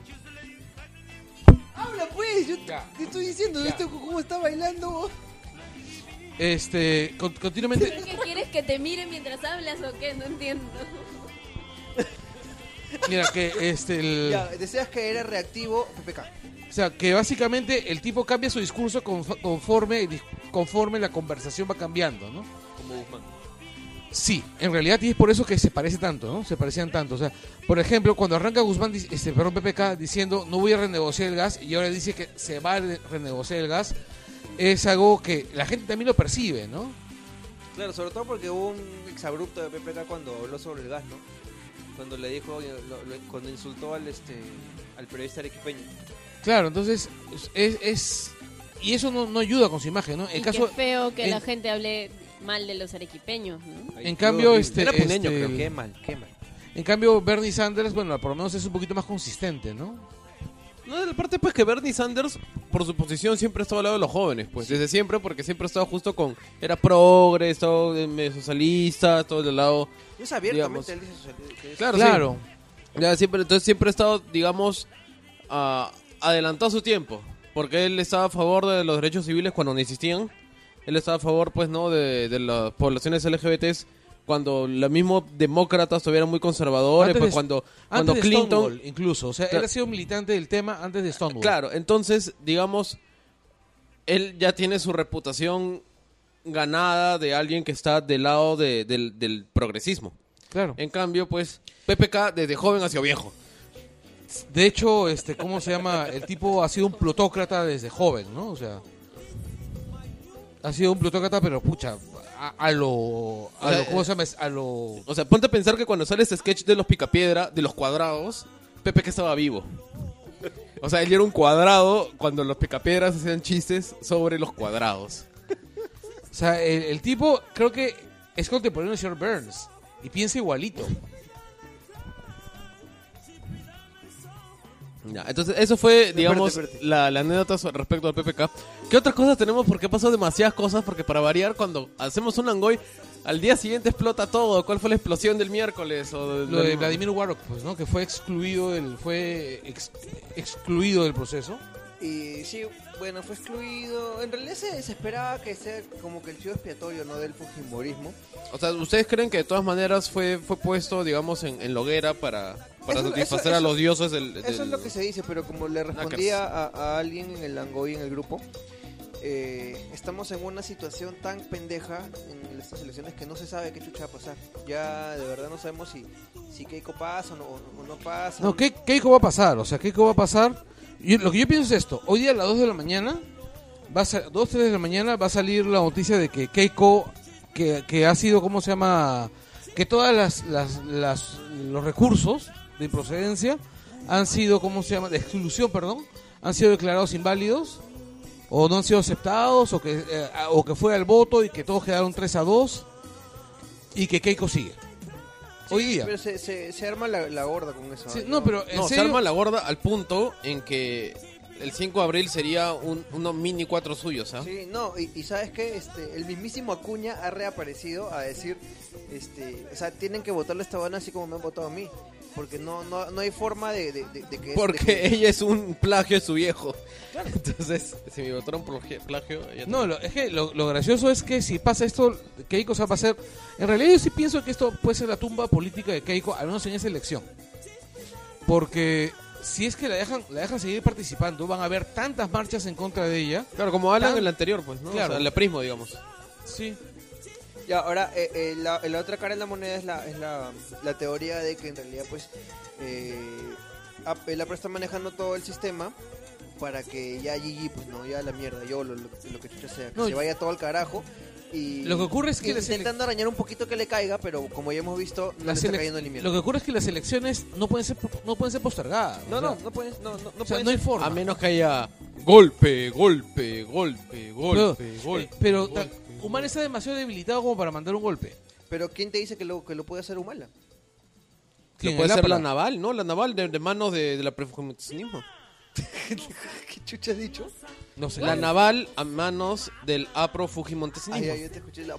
Speaker 3: Habla pues, yo te estoy diciendo,
Speaker 8: Ya.
Speaker 3: ¿viste cómo está bailando?
Speaker 8: Este, con- continuamente.
Speaker 5: ¿Pero qué quieres que te miren mientras hablas o qué? No entiendo.
Speaker 8: Mira, que este. el-
Speaker 3: Ya, deseas que era reactivo PPK.
Speaker 8: O sea, que básicamente el tipo cambia su discurso conf- conforme, dis- conforme la conversación va cambiando, ¿no?
Speaker 2: Como Guzmán.
Speaker 8: Sí, en realidad y es por eso que se parece tanto, ¿no? Se parecían tanto. O sea, por ejemplo, cuando arranca Guzmán, dice- este, perdón, PPK, diciendo no voy a renegociar el gas y ahora dice que se va a re- renegociar el gas, es algo que la gente también lo percibe, ¿no?
Speaker 3: Claro, sobre todo porque hubo un exabrupto de PPK cuando habló sobre el gas, ¿no? Cuando le dijo, lo- lo- cuando insultó al este al periodista arequipeño.
Speaker 8: Claro, entonces es... es- y eso no, no ayuda con su imagen, ¿no? En
Speaker 5: Y
Speaker 8: caso...
Speaker 5: qué feo que
Speaker 8: en-
Speaker 5: la gente hable mal de los arequipeños, ¿no?
Speaker 3: Ahí
Speaker 8: En
Speaker 3: quedó
Speaker 8: cambio,
Speaker 3: horrible.
Speaker 8: este,
Speaker 2: Era puneño,
Speaker 8: este,
Speaker 2: creo.
Speaker 3: Qué mal, qué mal.
Speaker 8: en cambio, Bernie Sanders, bueno, por lo menos es un poquito más consistente, ¿no?
Speaker 2: No, de la parte pues que Bernie Sanders, por su posición, siempre ha estado al lado de los jóvenes, pues, desde siempre, porque siempre ha estado justo con, era progre, estaba eh, medio socialista, todo del lado,
Speaker 3: Es abiertamente,
Speaker 2: digamos-
Speaker 3: él dice su- que es-
Speaker 2: claro, sí.
Speaker 8: claro.
Speaker 2: Ya, siempre, entonces siempre ha estado, digamos, ah, adelantado a su tiempo, porque él estaba a favor de los derechos civiles cuando no existían, él estaba a favor, pues, no, de, de las poblaciones LGBTs cuando los mismos demócratas todavía eran muy conservadores,
Speaker 8: Antes
Speaker 2: pues
Speaker 8: de-
Speaker 2: cuando,
Speaker 8: Antes
Speaker 2: cuando
Speaker 8: de
Speaker 2: Clinton...
Speaker 8: Stonewall, incluso. O sea, él
Speaker 2: Claro.
Speaker 8: ha sido militante del tema antes de Stonewall.
Speaker 2: Claro, entonces, digamos, él ya tiene su reputación ganada de alguien que está del lado de- del, del progresismo.
Speaker 8: Claro.
Speaker 2: En cambio, pues, PPK desde joven hacia viejo.
Speaker 8: De hecho, este, ¿cómo se llama? El tipo ha sido un plutócrata desde joven, ¿no? O sea, ha sido un plutócrata, pero pucha, a, a lo, a
Speaker 2: sea,
Speaker 8: lo, ¿cómo se llama? A lo,
Speaker 2: O sea, ponte a pensar que cuando sale ese sketch de los picapiedra, de los cuadrados, PPK estaba vivo. O sea, él era un cuadrado cuando los picapiedras hacían chistes sobre los cuadrados.
Speaker 8: o sea, el, el tipo creo que es contemporáneo del señor Burns y piensa igualito.
Speaker 2: Ya, entonces, eso fue, digamos,
Speaker 3: espérate.
Speaker 2: La, la anécdota so- respecto al PPK. ¿Qué otras cosas tenemos? Porque ha pasado demasiadas cosas. Porque para variar, cuando hacemos un Angoy, al día siguiente explota todo. ¿Cuál fue la explosión del miércoles? O del-
Speaker 8: Lo de
Speaker 2: del-
Speaker 8: Vladimir Warlock, pues, ¿no? Que fue excluido del, fue ex- excluido del proceso.
Speaker 3: Y sí, bueno, fue excluido. En realidad se desesperaba que sea como que el chivo expiatorio, ¿no? Del Fujimorismo.
Speaker 2: O sea, ¿ustedes creen que de todas maneras fue, fue puesto, digamos, en, en la hoguera para, para
Speaker 3: Eso-
Speaker 2: satisfacer
Speaker 3: eso-
Speaker 2: a los dioses del.
Speaker 3: Eso
Speaker 2: del-
Speaker 3: es lo que se dice, pero como le respondía a, a alguien en el Langoy, en el grupo, eh, estamos en una situación tan pendeja en estas elecciones que no se sabe qué chucha va a pasar. Ya de verdad no sabemos si, si Keiko pasa o no, o no pasa.
Speaker 8: No, ¿qué, Keiko va a pasar? O sea, Keiko va a pasar. Yo- lo que yo pienso es esto: hoy día a las 2 de la mañana, va a sa- 2, 3 de la mañana, va a salir la noticia de que Keiko, que, que ha sido, ¿cómo se llama? Que todas las, las- las- los recursos de procedencia han sido, ¿cómo se llama? De exclusión, perdón, han sido declarados inválidos o no han sido aceptados o que, eh, o que fue al voto y que todos quedaron 3 a 2 y que Keiko sigue.
Speaker 6: hoy día.
Speaker 3: Pero se, se, se arma la, la gorda con eso.
Speaker 6: Sí,
Speaker 3: ¿eh?
Speaker 6: no, pero en
Speaker 2: No, se
Speaker 6: serio,
Speaker 2: arma la gorda al punto en que el 5 de abril sería un, unos mini cuatro suyos, ¿ah?
Speaker 3: Sí, no, y, y sabes que este, el mismísimo Acuña ha reaparecido a decir, este, o sea, tienen que votarle a esta banda así como me han votado a mí, porque no, no, no hay forma de, de- de- de que...
Speaker 2: Porque
Speaker 3: de que-
Speaker 2: ella es un plagio de su viejo. Entonces, si me votaron por plagio, ella
Speaker 6: No, lo- es que lo, lo gracioso es que si pasa esto, Keiko se va a pasar. En realidad, yo sí pienso que esto puede ser la tumba política de Keiko, al menos en esa elección. Porque si es que la dejan, la dejan seguir participando, van a haber tantas marchas en contra de ella.
Speaker 2: Claro, como Alan
Speaker 6: Tan-
Speaker 2: en la anterior, pues, ¿no?
Speaker 6: Claro.
Speaker 2: O sea, la Prismo, digamos.
Speaker 6: Sí.
Speaker 3: Ya, ahora, eh, eh, la, la otra cara de la moneda es la, es la, la teoría de que en realidad, pues, eh, Apple está manejando todo el sistema para que ya Gigi, pues, no, ya la mierda, yo lo, lo- lo que chucha sea, que
Speaker 6: No,
Speaker 3: se
Speaker 6: y-
Speaker 3: vaya todo al carajo. Y
Speaker 6: Lo que ocurre es que
Speaker 3: y
Speaker 6: las ele-
Speaker 3: intentando arañar un poquito que le caiga, pero como ya hemos visto, no le
Speaker 6: Las
Speaker 3: está
Speaker 6: ele-
Speaker 3: cayendo ni mierda.
Speaker 6: Lo que ocurre es que las elecciones no pueden ser, no pueden ser postergadas.
Speaker 3: No,
Speaker 6: o sea,
Speaker 3: no, no puedes, no, no, no
Speaker 6: o sea,
Speaker 3: puedes-
Speaker 6: no hay forma.
Speaker 2: A menos que haya golpe, golpe, golpe,
Speaker 6: pero
Speaker 2: golpe, golpe.
Speaker 6: Eh, pero
Speaker 2: golpe,
Speaker 6: ta-
Speaker 2: golpe.
Speaker 6: Humala está demasiado debilitado como para mandar un golpe.
Speaker 3: Pero ¿quién te dice que lo, que lo puede hacer Humala?
Speaker 2: Que
Speaker 6: ¿Quién?
Speaker 2: puede
Speaker 6: ¿El
Speaker 2: ser la
Speaker 6: Ápala?
Speaker 2: naval, ¿no? La naval de, de manos de, de la profesionismo.
Speaker 3: ¿Qué chucha has dicho?
Speaker 6: No sé.
Speaker 2: La naval a manos del apro Fujimontesinimo.
Speaker 6: pues.
Speaker 3: Ay, ay, yo te escuché la...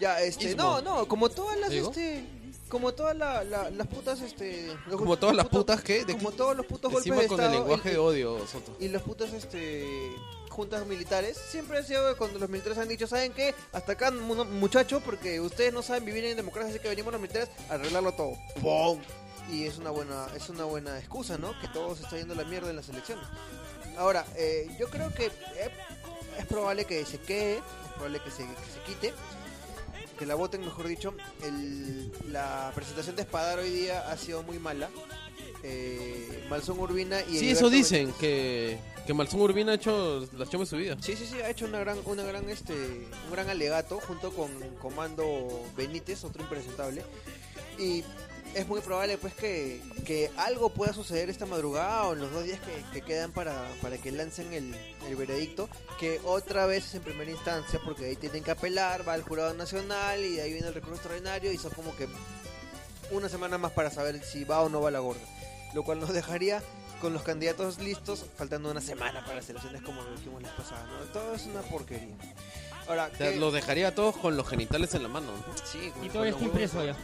Speaker 3: Ya, este,
Speaker 2: Ismo.
Speaker 3: no, no, como todas las,
Speaker 2: ¿Digo?
Speaker 3: este, como todas la- la- las putas, este... los
Speaker 2: Como todas las putas, ¿qué? ¿De
Speaker 3: Como
Speaker 2: qué?
Speaker 3: todos los putos golpes
Speaker 2: Encima
Speaker 3: de
Speaker 2: con el
Speaker 3: estado
Speaker 2: lenguaje
Speaker 3: y-
Speaker 2: de odio, Soto.
Speaker 3: y los putos, este, juntas militares, siempre ha sido que cuando los militares han dicho, ¿saben qué? Hasta acá, mu- muchachos, porque ustedes no saben vivir en democracia, así que venimos los militares a arreglarlo todo. ¡Pum! Y es una buena, es una buena excusa, ¿no? Que todo se está yendo a la mierda en las elecciones. Ahora, eh, yo creo que eh, es probable que se quede, es probable que se, que se quite, que la voten, mejor dicho. El- la presentación de Espadar hoy día ha sido muy mala. Eh, Malzón Urbina y...
Speaker 2: Sí, eso
Speaker 3: Heriberto
Speaker 2: dicen, que, que Malzón Urbina ha hecho la chamba de su vida.
Speaker 3: Sí, sí, sí, ha hecho una gran, una gran, este, un gran alegato junto con Comando Benítez, otro impresentable. Y es muy probable pues que, que algo pueda suceder esta madrugada o en los dos días que, que quedan para, para que lancen el, el veredicto, que otra vez es en primera instancia, porque ahí tienen que apelar, va al jurado nacional y de ahí viene el recurso extraordinario y son como que una semana más para saber si va o no va la gorda. Lo cual nos dejaría con los candidatos listos, faltando una semana para las elecciones como lo dijimos la pasada, ¿no? Todo es una porquería. Ahora,
Speaker 2: O sea,
Speaker 3: ¿qué?
Speaker 2: los dejaría a todos con los genitales en la mano. ¿no?
Speaker 3: Sí, con-
Speaker 4: Y
Speaker 3: con
Speaker 4: todavía
Speaker 3: los
Speaker 4: está
Speaker 3: huevos,
Speaker 4: impreso
Speaker 3: ¿no?
Speaker 4: ya.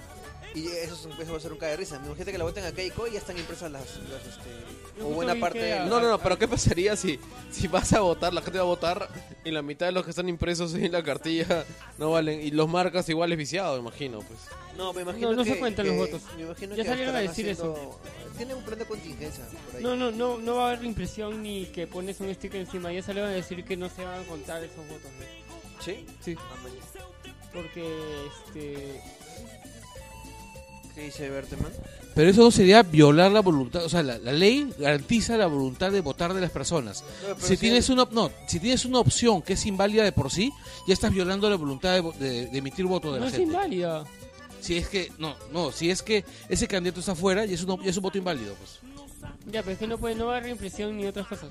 Speaker 3: Y eso, es un- eso va a ser un cae de risa. Mi gente que la voten a Keiko y ya están impresas las, las, este,
Speaker 4: Yo
Speaker 3: o
Speaker 4: justo
Speaker 3: buena
Speaker 4: vi
Speaker 3: parte
Speaker 4: que
Speaker 3: de
Speaker 4: a-
Speaker 2: No, no, no, pero ¿qué pasaría si, si vas a votar, la gente va a votar y la mitad de los que están impresos en la cartilla no valen? Y los marcas igual es viciado, imagino, pues.
Speaker 3: No, me imagino
Speaker 4: No, no
Speaker 3: que-
Speaker 4: se cuentan los
Speaker 3: que-
Speaker 4: votos.
Speaker 3: me imagino
Speaker 4: Ya
Speaker 3: que
Speaker 4: salieron a
Speaker 3: estarán
Speaker 4: decir eso.
Speaker 3: haciendo- Tienen un plan de contingencia por ahí.
Speaker 4: No, no, no, no va a haber impresión ni que pones un sticker encima. Ya salió a decir que no se van a contar esos votos, ¿no?
Speaker 3: ¿Sí?
Speaker 4: Sí.
Speaker 3: Ah, mañana.
Speaker 4: Porque, este...
Speaker 3: ¿Qué dice Berteman?
Speaker 6: Pero eso no sería violar la voluntad, o sea, la, la ley garantiza la voluntad de votar de las personas.
Speaker 3: No, pero
Speaker 6: Si
Speaker 3: sí,
Speaker 6: tienes una op- no, si tienes una opción que es inválida de por sí, ya estás violando la voluntad de, vo- de- de emitir voto de
Speaker 4: No
Speaker 6: la
Speaker 4: es
Speaker 6: gente.
Speaker 4: inválida.
Speaker 6: Si es que no, no, si es que ese candidato está fuera y es un, y es un voto inválido, pues.
Speaker 4: Ya, pero es que no pueden, no va a haber impresión ni otras cosas.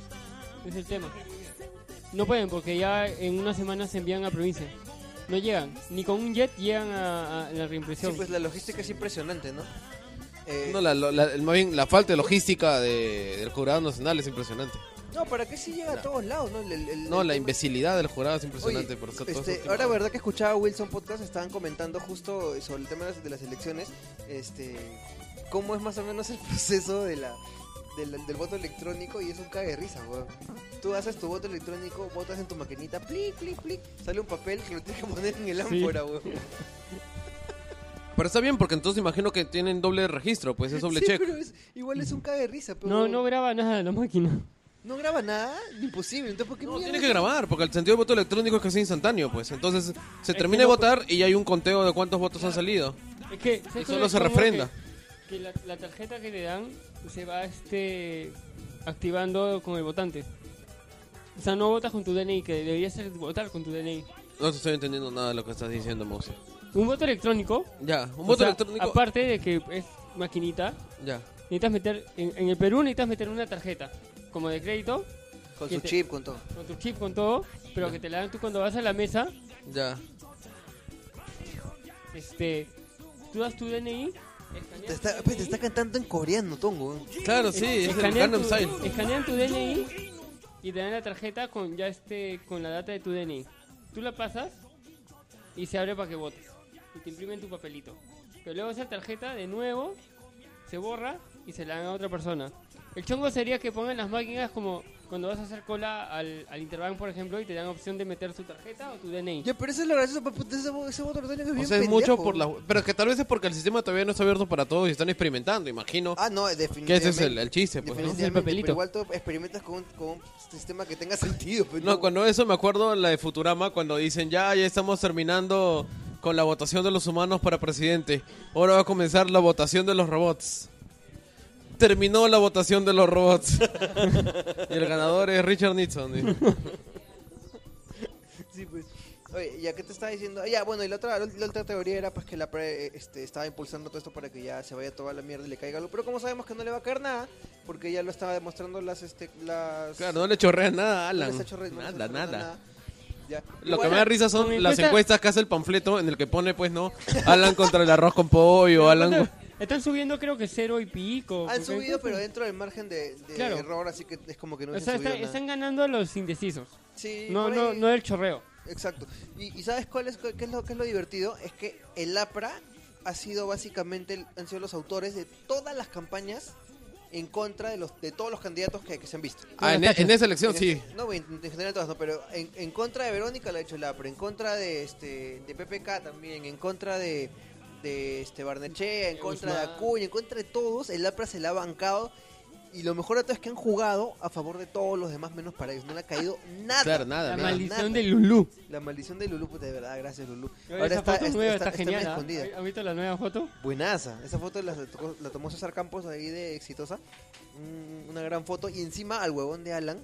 Speaker 4: Es el tema. No pueden porque ya en una semana se envían a provincia. No llegan, ni con un jet llegan a, a la
Speaker 3: Sí,
Speaker 4: reimpresión.
Speaker 3: pues la logística es impresionante, ¿no? Eh,
Speaker 2: No, la, la- la- más bien, la falta de logística de- del jurado nacional es impresionante.
Speaker 3: No, ¿para qué si llega a todos lados? No, El- el- el-
Speaker 2: No,
Speaker 3: el
Speaker 2: la
Speaker 3: tema-
Speaker 2: imbecilidad del jurado es
Speaker 3: Oye,
Speaker 2: impresionante. por eso todo
Speaker 3: este,
Speaker 2: eso-
Speaker 3: ahora verdad que escuchaba Wilson Podcast, estaban comentando justo sobre el tema de las, de las elecciones, este, cómo es más o menos el proceso de la, de la- del voto electrónico y es un cague de risa, weón. Tú haces tu voto electrónico, votas en tu maquinita, plic, plic, plic, sale un papel que lo tienes que poner en el ámpora, weón.
Speaker 2: Pero está bien, porque entonces imagino que tienen doble registro, pues es doble
Speaker 3: Sí,
Speaker 2: check.
Speaker 3: pero es- igual es un cague de risa, pero
Speaker 4: No, no graba nada la máquina.
Speaker 3: no graba nada, imposible, entonces ¿por qué
Speaker 2: No,
Speaker 3: mierda?
Speaker 2: tiene que grabar, porque el sentido del voto electrónico es que es instantáneo, pues. Entonces se
Speaker 4: que
Speaker 2: termina de
Speaker 4: no,
Speaker 2: votar y ya hay un conteo de cuántos votos han salido.
Speaker 4: Es que ¿sabes
Speaker 2: Y
Speaker 4: cuál
Speaker 2: solo
Speaker 4: es
Speaker 2: se
Speaker 4: el tema?
Speaker 2: refrenda.
Speaker 4: Que, que la, la tarjeta que le dan se va este activando con el votante. O sea, no votas con tu DNI, que debería ser votar con tu DNI.
Speaker 2: No te estoy entendiendo nada de lo que estás diciendo, Mouse.
Speaker 4: Un voto electrónico.
Speaker 2: Ya, un
Speaker 4: o
Speaker 2: voto
Speaker 4: sea,
Speaker 2: electrónico.
Speaker 4: Aparte de que es maquinita,
Speaker 2: Ya.
Speaker 4: Necesitas meter, en, en el Perú necesitas meter una tarjeta, como de crédito,
Speaker 3: Con
Speaker 4: que
Speaker 3: su
Speaker 4: te-
Speaker 3: chip, con todo.
Speaker 4: con tu chip, con todo, pero que te la dan tú cuando vas a la mesa
Speaker 2: Ya.
Speaker 4: este, tú das tu DNI, escaneas
Speaker 3: Te está,
Speaker 4: tu
Speaker 3: pues, te
Speaker 4: DNI,
Speaker 3: está cantando en coreano, Tongo. ¿eh?
Speaker 2: Claro, sí, es el
Speaker 4: escanean
Speaker 2: Gangnam
Speaker 4: tu,
Speaker 2: Style.
Speaker 4: escanean tu DNI y te dan la tarjeta con ya este con la data de tu DNI. Tú la pasas y se abre para que votes. Y te imprimen tu papelito. Pero luego esa tarjeta de nuevo se borra y se la dan a otra persona. El chongo sería que pongan las máquinas como cuando vas a hacer cola al, al Interbank, por ejemplo, y te dan opción de meter tu tarjeta o tu DNI.
Speaker 3: Ya, pero eso es lo gracioso, pues, puta, ese, vo- ese voto orgánico es
Speaker 2: O
Speaker 3: bien
Speaker 2: sea, es
Speaker 3: pendejo.
Speaker 2: mucho por la... Pero es que tal vez es porque el sistema todavía no está abierto para todos y están experimentando, imagino.
Speaker 3: Ah, no,
Speaker 2: que ese
Speaker 3: definitivamente.
Speaker 2: es el, el chiste, pues, ¿no?
Speaker 3: Definitivamente,
Speaker 4: El papelito.
Speaker 3: pero igual tú experimentas con un, con un sistema que tenga sentido. Pues,
Speaker 2: No, cuando eso me acuerdo la de Futurama, cuando dicen ya, ya estamos terminando con la votación de los humanos para presidente. Ahora va a comenzar la votación de los robots. Terminó la votación de los robots. y el ganador es Richard Nixon. y-
Speaker 3: Sí, pues. Oye, ya que te estaba diciendo, Ah, ya, bueno, y la otra, la otra teoría era pues que la pre, este, estaba impulsando todo esto para que ya se vaya toda la mierda y le caiga algo, pero como sabemos que no le va a caer nada, porque ya lo estaba demostrando las, este, las...
Speaker 2: Claro, no le chorrean nada a
Speaker 3: no
Speaker 2: Alan.
Speaker 3: les ha hecho re- no les ha
Speaker 2: nada,
Speaker 3: hecho re-
Speaker 2: nada.
Speaker 3: Ya.
Speaker 2: Lo que
Speaker 4: Igual,
Speaker 2: me da risa
Speaker 4: con
Speaker 2: son
Speaker 4: mi
Speaker 2: las
Speaker 4: encuesta-
Speaker 2: encuestas que hace el panfleto en el que pone, pues, ¿no? Alan contra el arroz con pollo, Alan...
Speaker 4: Están subiendo creo que cero y pico.
Speaker 3: Han
Speaker 4: porque-
Speaker 3: subido, pero dentro del margen de, de
Speaker 4: Claro.
Speaker 3: error, así que es como que no
Speaker 4: O
Speaker 3: se
Speaker 4: sea,
Speaker 3: subido
Speaker 4: están,
Speaker 3: nada.
Speaker 4: están ganando a los indecisos.
Speaker 3: Sí,
Speaker 4: No,
Speaker 3: por
Speaker 4: no,
Speaker 3: ahí-
Speaker 4: no el chorreo.
Speaker 3: Exacto. Y, y ¿sabes cuál es, qué es lo, qué es lo divertido? Es que el APRA ha sido básicamente, han sido los autores de todas las campañas en contra de los de todos los candidatos que, que se han visto.
Speaker 2: Ah, en, en esa elección, sí.
Speaker 3: No, en, en general todas no, pero en, en contra de Verónica la ha hecho el APRA, en contra de este de PPK también, en contra de, de este Barnechea, en contra de
Speaker 4: Guzmán.
Speaker 3: Acuña, en contra de todos, el APRA se la ha bancado. Y lo mejor de todo es que han jugado a favor de todos los demás menos para ellos. No le ha caído nada.
Speaker 2: Claro, nada,
Speaker 4: La
Speaker 2: nada.
Speaker 4: maldición
Speaker 3: nada.
Speaker 4: de Lulú.
Speaker 3: La maldición de Lulú, puta, de verdad, gracias Lulú.
Speaker 4: esa foto nueva está,
Speaker 3: medio
Speaker 4: genial. ¿ah?
Speaker 3: escondida.
Speaker 4: ¿Han visto la nueva foto?
Speaker 3: Buenaza. Esa foto la, tocó- la tomó César Campos ahí de exitosa. Mm, Una gran foto. Y encima al huevón de Alan.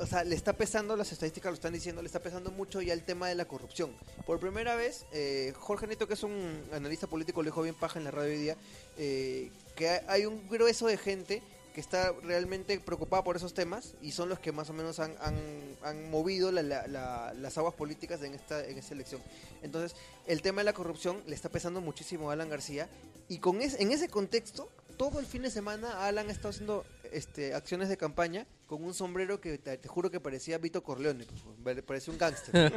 Speaker 3: O sea, le está pesando, las estadísticas lo están diciendo, le está pesando mucho ya el tema de la corrupción. Por primera vez, eh, Jorge Neto, que es un analista político, lo dijo bien paja en la radio hoy día, eh, que ha- hay un grueso de gente que está realmente preocupada por esos temas y son los que más o menos han, han- han movido la- la- la- las aguas políticas en esta, en esta elección. Entonces, el tema de la corrupción le está pesando muchísimo a Alan García y con es- en ese contexto, todo el fin de semana Alan ha estado haciendo este, acciones de campaña con un sombrero que te, te juro que parecía Vito Corleone, pues, pare- parecía un gángster.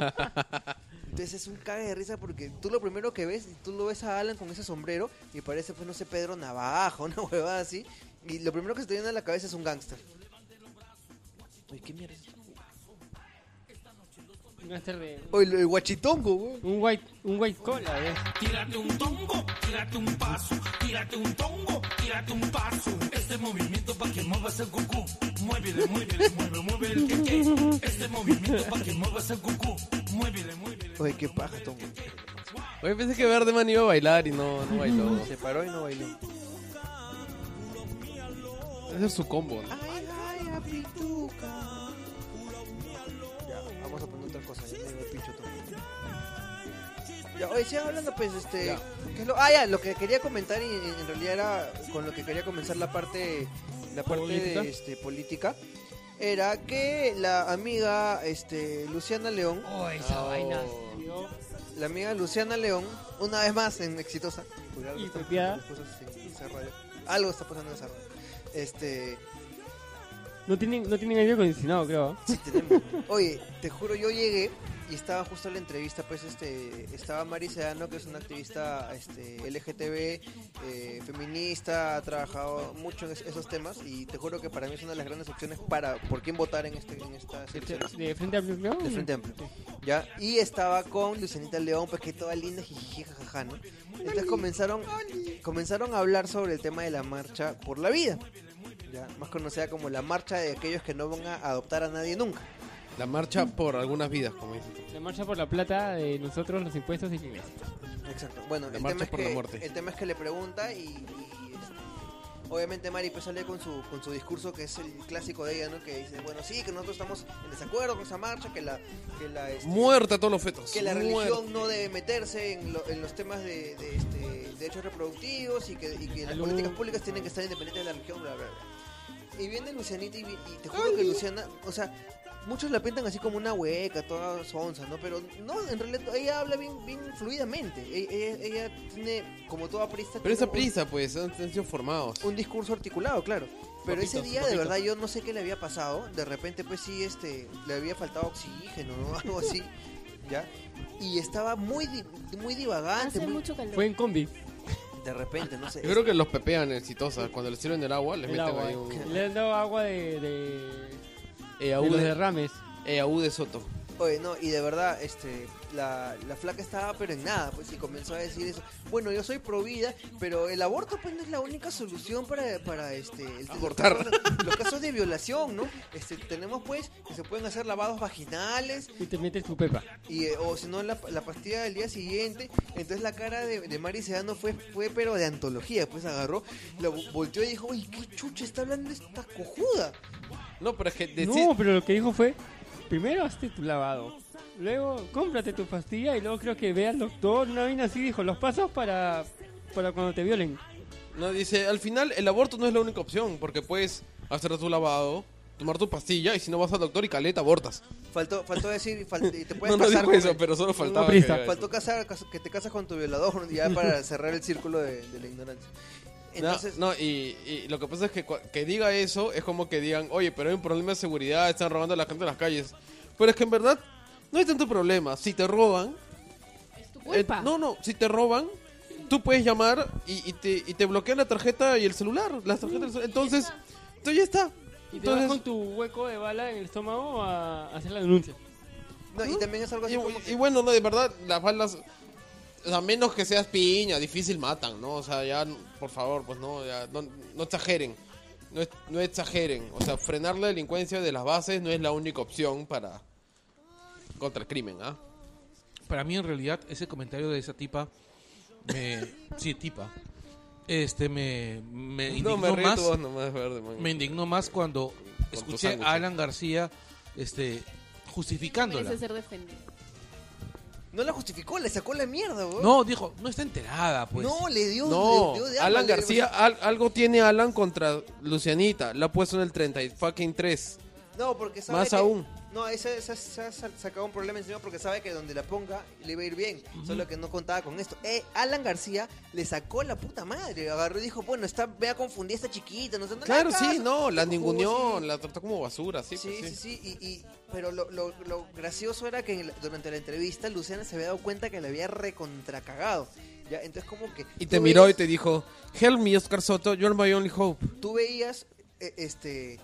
Speaker 3: Entonces es un cague de risa porque tú lo primero que ves, tú lo ves a Alan con ese sombrero y parece, pues, no sé, Pedro Navajo, una huevada así. Y lo primero que se te viene a la cabeza es un gángster. Uy, qué mierda. es esto?
Speaker 4: Un gánster de-
Speaker 3: Uy, lo- el guachitongo, güey.
Speaker 4: Un white, un white cola, ¿eh?
Speaker 7: Tírate un tongo, tírate un paso, tírate un tongo, tírate un paso. Este movimiento pa' que muevas el cucú. Muévele, muévele, mueve, mueve el que Este movimiento pa' que muevas el cucú. Muévele, muévele.
Speaker 3: Oye, qué paja, tongo.
Speaker 2: Oye, pensé que Verde Man iba a bailar y no, no bailó.
Speaker 3: Se paró y no bailó.
Speaker 2: Ese es su combo, ¿no?
Speaker 3: Ay, ay, a pituca. Ya, vamos a poner otra cosa. Ya me dio el pincho todo. Ya, oye, sigan hablando, pues, este.
Speaker 2: Ya.
Speaker 3: ¿qué es lo- ah, ya, lo que quería comentar y en, en realidad era con lo que quería comenzar la parte, la parte
Speaker 4: Política.
Speaker 3: de, este, política. Era que la amiga este, Luciana León,
Speaker 4: Oh, esa vaina. salió.
Speaker 3: la amiga Luciana León, una vez más en Exitosa. Uy, algo
Speaker 4: Y
Speaker 3: está
Speaker 4: pepeada.
Speaker 3: pasando en las cosas en esa radio. Algo está pasando en esa radio. Este.
Speaker 4: No tienen, no tienen aire acondicionado, creo. ¿ah?
Speaker 3: Sí, tenemos. Oye, te juro, yo llegué y estaba justo en la entrevista, pues este, estaba Mari Sedano, que es una activista este, LGTB, eh, feminista, ha trabajado mucho en es- esos temas y te juro que para mí es una de las grandes opciones para por quién votar en, este, en estas elecciones.
Speaker 4: De frente al creo.
Speaker 3: De Frente Amplio. ¿Ya? Y estaba con Lucianita León, pues que toda linda, jijiji, jajaja, ¿no? Entonces comenzaron, comenzaron a hablar sobre el tema de la marcha por la vida. ¿ya? Más conocida como la marcha de aquellos que no van a adoptar a nadie nunca.
Speaker 2: La marcha por algunas vidas, como dices.
Speaker 4: La marcha por la plata de nosotros, los impuestos y la iglesia.
Speaker 3: Exacto. Bueno,
Speaker 2: La
Speaker 3: el
Speaker 2: marcha
Speaker 3: tema, es
Speaker 2: por
Speaker 3: que,
Speaker 2: la muerte.
Speaker 3: el tema es que le pregunta y, y, este, obviamente Mari pues sale con su, con su discurso que es el clásico de ella, ¿no? Que dice, bueno, sí, que nosotros estamos en desacuerdo con esa marcha, que la... Que la este,
Speaker 2: Muerta a todos los fetos.
Speaker 3: que la
Speaker 2: Muerta.
Speaker 3: religión no debe meterse en, lo- en los temas de, de, este, derechos reproductivos y que, y que las
Speaker 4: Salud.
Speaker 3: políticas públicas tienen que estar independientes de la religión, bla, bla, bla. Y viene Lucianita y, vi- y te juro que Luciana, o sea, muchos la pintan así como una hueca, toda sonsa, ¿no? Pero no, en realidad ella habla bien, bien fluidamente. E- Ella, ella tiene, como toda prisa,
Speaker 2: Pero esa prisa, pues, han, han sido formados.
Speaker 3: un discurso articulado, claro. Pero
Speaker 2: Papito,
Speaker 3: ese día,
Speaker 2: papito.
Speaker 3: de verdad, yo no sé qué le había pasado. De repente, pues sí, este, le había faltado oxígeno, ¿no? Algo así, ¿ya? Y estaba muy, di- muy divagante,
Speaker 5: Hace
Speaker 3: muy-
Speaker 5: mucho calor.
Speaker 4: Fue en combi.
Speaker 3: de repente, no sé.
Speaker 2: Yo creo que los pepean exitosas. Cuando les sirven el agua, les
Speaker 4: El
Speaker 2: meten
Speaker 4: agua. eh.
Speaker 2: ahí un
Speaker 4: Le han dado agua de, de, de
Speaker 2: EAU
Speaker 4: los
Speaker 2: de,
Speaker 4: derrames.
Speaker 2: EAU de Soto.
Speaker 3: Oye, no, y de verdad, este, la, la flaca estaba pero en nada, pues, y comenzó a decir eso. Bueno, yo soy pro vida, pero el aborto, pues, no es la única solución para, para este, el-
Speaker 2: Abortar.
Speaker 3: Los casos, los casos de violación, ¿no? Este, tenemos, pues, que se pueden hacer lavados vaginales,
Speaker 4: Y te metes tu pepa.
Speaker 3: y, eh, o si no, la, la pastilla del día siguiente. Entonces la cara de, de Mari Sedano fue, fue, pero de antología, pues agarró, la vo- volteó y dijo, uy, qué chucha está hablando esta cojuda.
Speaker 2: No, pero es que decir.
Speaker 4: No, pero lo que dijo fue, primero hazte tu lavado, luego cómprate tu pastilla y luego creo que ve al doctor, una vaina así, dijo, los pasos para, para cuando te violen.
Speaker 2: No, dice, al final el aborto no es la única opción, porque puedes hacer tu lavado, tomar tu pastilla y si no vas al doctor y caleta, abortas.
Speaker 3: Faltó, faltó decir, fal- y te puedes
Speaker 2: no, no
Speaker 3: casar
Speaker 2: dijo
Speaker 3: con
Speaker 2: eso,
Speaker 3: el-
Speaker 2: pero solo faltaba.
Speaker 4: prisa.
Speaker 2: que haga eso.
Speaker 3: Faltó casar, cas- que te casas con tu violador, ya para cerrar el círculo de, de la ignorancia. Entonces,
Speaker 2: no, no, y, y lo que pasa es que cua- que diga eso es como que digan, oye, pero hay un problema de seguridad, están robando a la gente en las calles. Pero es que en verdad no hay tanto problema. Si te roban,
Speaker 5: Es tu
Speaker 2: eh,
Speaker 5: culpa.
Speaker 2: no, no, si te roban, tú puedes llamar y, y te, y te bloquean la tarjeta y el celular. Las tarjetas, del celu- entonces, entonces ya está.
Speaker 4: Y te vas
Speaker 2: Entonces,
Speaker 4: con tu hueco de bala en el estómago a hacer la denuncia.
Speaker 3: no, y también es algo así como
Speaker 2: Y,
Speaker 3: que,
Speaker 2: y bueno, no, de verdad, las balas, a menos que seas piña, difícil matan, ¿no? O sea, ya, por favor, pues no, ya, no, no exageren. No, es- no exageren. O sea, frenar la delincuencia de las bases no es la única opción para. contra el crimen, ¿ah?
Speaker 6: Para mí, en realidad, ese comentario de esa tipa. Me, sí, tipa. Este me, me indignó
Speaker 2: No, me río
Speaker 6: más.
Speaker 2: tu voz nomás, verde, man.
Speaker 6: Me indignó más cuando
Speaker 2: tu
Speaker 6: escuché
Speaker 2: sándwich.
Speaker 6: a Alan García este, justificándola.
Speaker 5: Merece ser defendido.
Speaker 3: no la justificó, le sacó la mierda, weón.
Speaker 6: No, dijo, no está enterada, pues.
Speaker 3: no, le dio,
Speaker 2: No,
Speaker 3: le dio de alma,
Speaker 2: Alan
Speaker 3: le-
Speaker 2: García, al- algo tiene Alan contra Lucianita. La ha puesto en el 30 y fucking 3.
Speaker 3: No, porque sabe
Speaker 2: Más
Speaker 3: que-
Speaker 2: aún.
Speaker 3: No, esa, esa, esa- esa- sacaba un problema encima porque sabe que donde la ponga le iba a ir bien. Solo que no contaba con esto. Eh, Alan García le sacó la puta madre. Agarró y dijo, bueno, está, me a confundir esta chiquita. No, sé, no le
Speaker 2: Claro,
Speaker 3: hagas
Speaker 2: sí,
Speaker 3: caso.
Speaker 2: no, la
Speaker 3: Sí,
Speaker 2: ninguneó,
Speaker 3: sí.
Speaker 2: la trató como basura, sí.
Speaker 3: Sí,
Speaker 2: pues,
Speaker 3: sí, sí. Y, y- pero lo, lo- lo gracioso era que en la- durante la entrevista Luciana se había dado cuenta que le había recontracagado. Ya, entonces como que...
Speaker 2: Y
Speaker 3: tú
Speaker 2: te miró y
Speaker 3: veías-
Speaker 2: te dijo, Help me, Oscar Soto, you're my only hope.
Speaker 3: Tú veías, eh, este...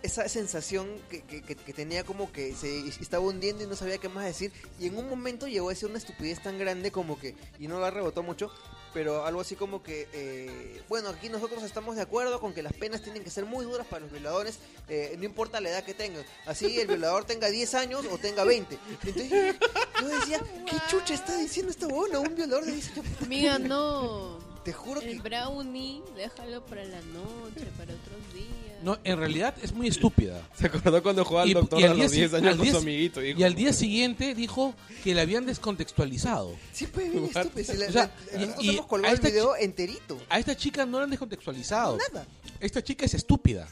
Speaker 3: Esa sensación que, que- que- que tenía como que se estaba hundiendo y no sabía qué más decir. Y en un momento llegó a decir una estupidez tan grande como que... Y no la rebotó mucho, pero algo así como que... eh, bueno, aquí nosotros estamos de acuerdo con que las penas tienen que ser muy duras para los violadores. eh, no importa la edad que tengan. Así el violador tenga 10 años o tenga 20. Entonces yo- yo decía, ¿qué chucha está diciendo esta huevona? Un violador de 10 años.
Speaker 5: Amiga, no.
Speaker 3: Te juro que...
Speaker 5: El brownie, déjalo para la noche, para otros días.
Speaker 6: No, en realidad es muy estúpida.
Speaker 2: Se acordó cuando jugaba al
Speaker 6: Y-
Speaker 2: doctor
Speaker 6: y al
Speaker 2: a los
Speaker 6: día
Speaker 2: 10
Speaker 6: si-
Speaker 2: años
Speaker 6: al
Speaker 2: con su
Speaker 6: día si-
Speaker 2: amiguito. dijo.
Speaker 6: Y al día siguiente dijo que la habían descontextualizado.
Speaker 3: Sí, pues bien estúpido. Si la-
Speaker 6: O sea,
Speaker 3: la-
Speaker 6: y-
Speaker 3: nosotros
Speaker 6: y
Speaker 3: hemos
Speaker 6: a
Speaker 3: colgado el
Speaker 6: esta
Speaker 3: video enterito.
Speaker 6: A esta chica no la han descontextualizado.
Speaker 3: Nada.
Speaker 6: Esta chica es estúpida.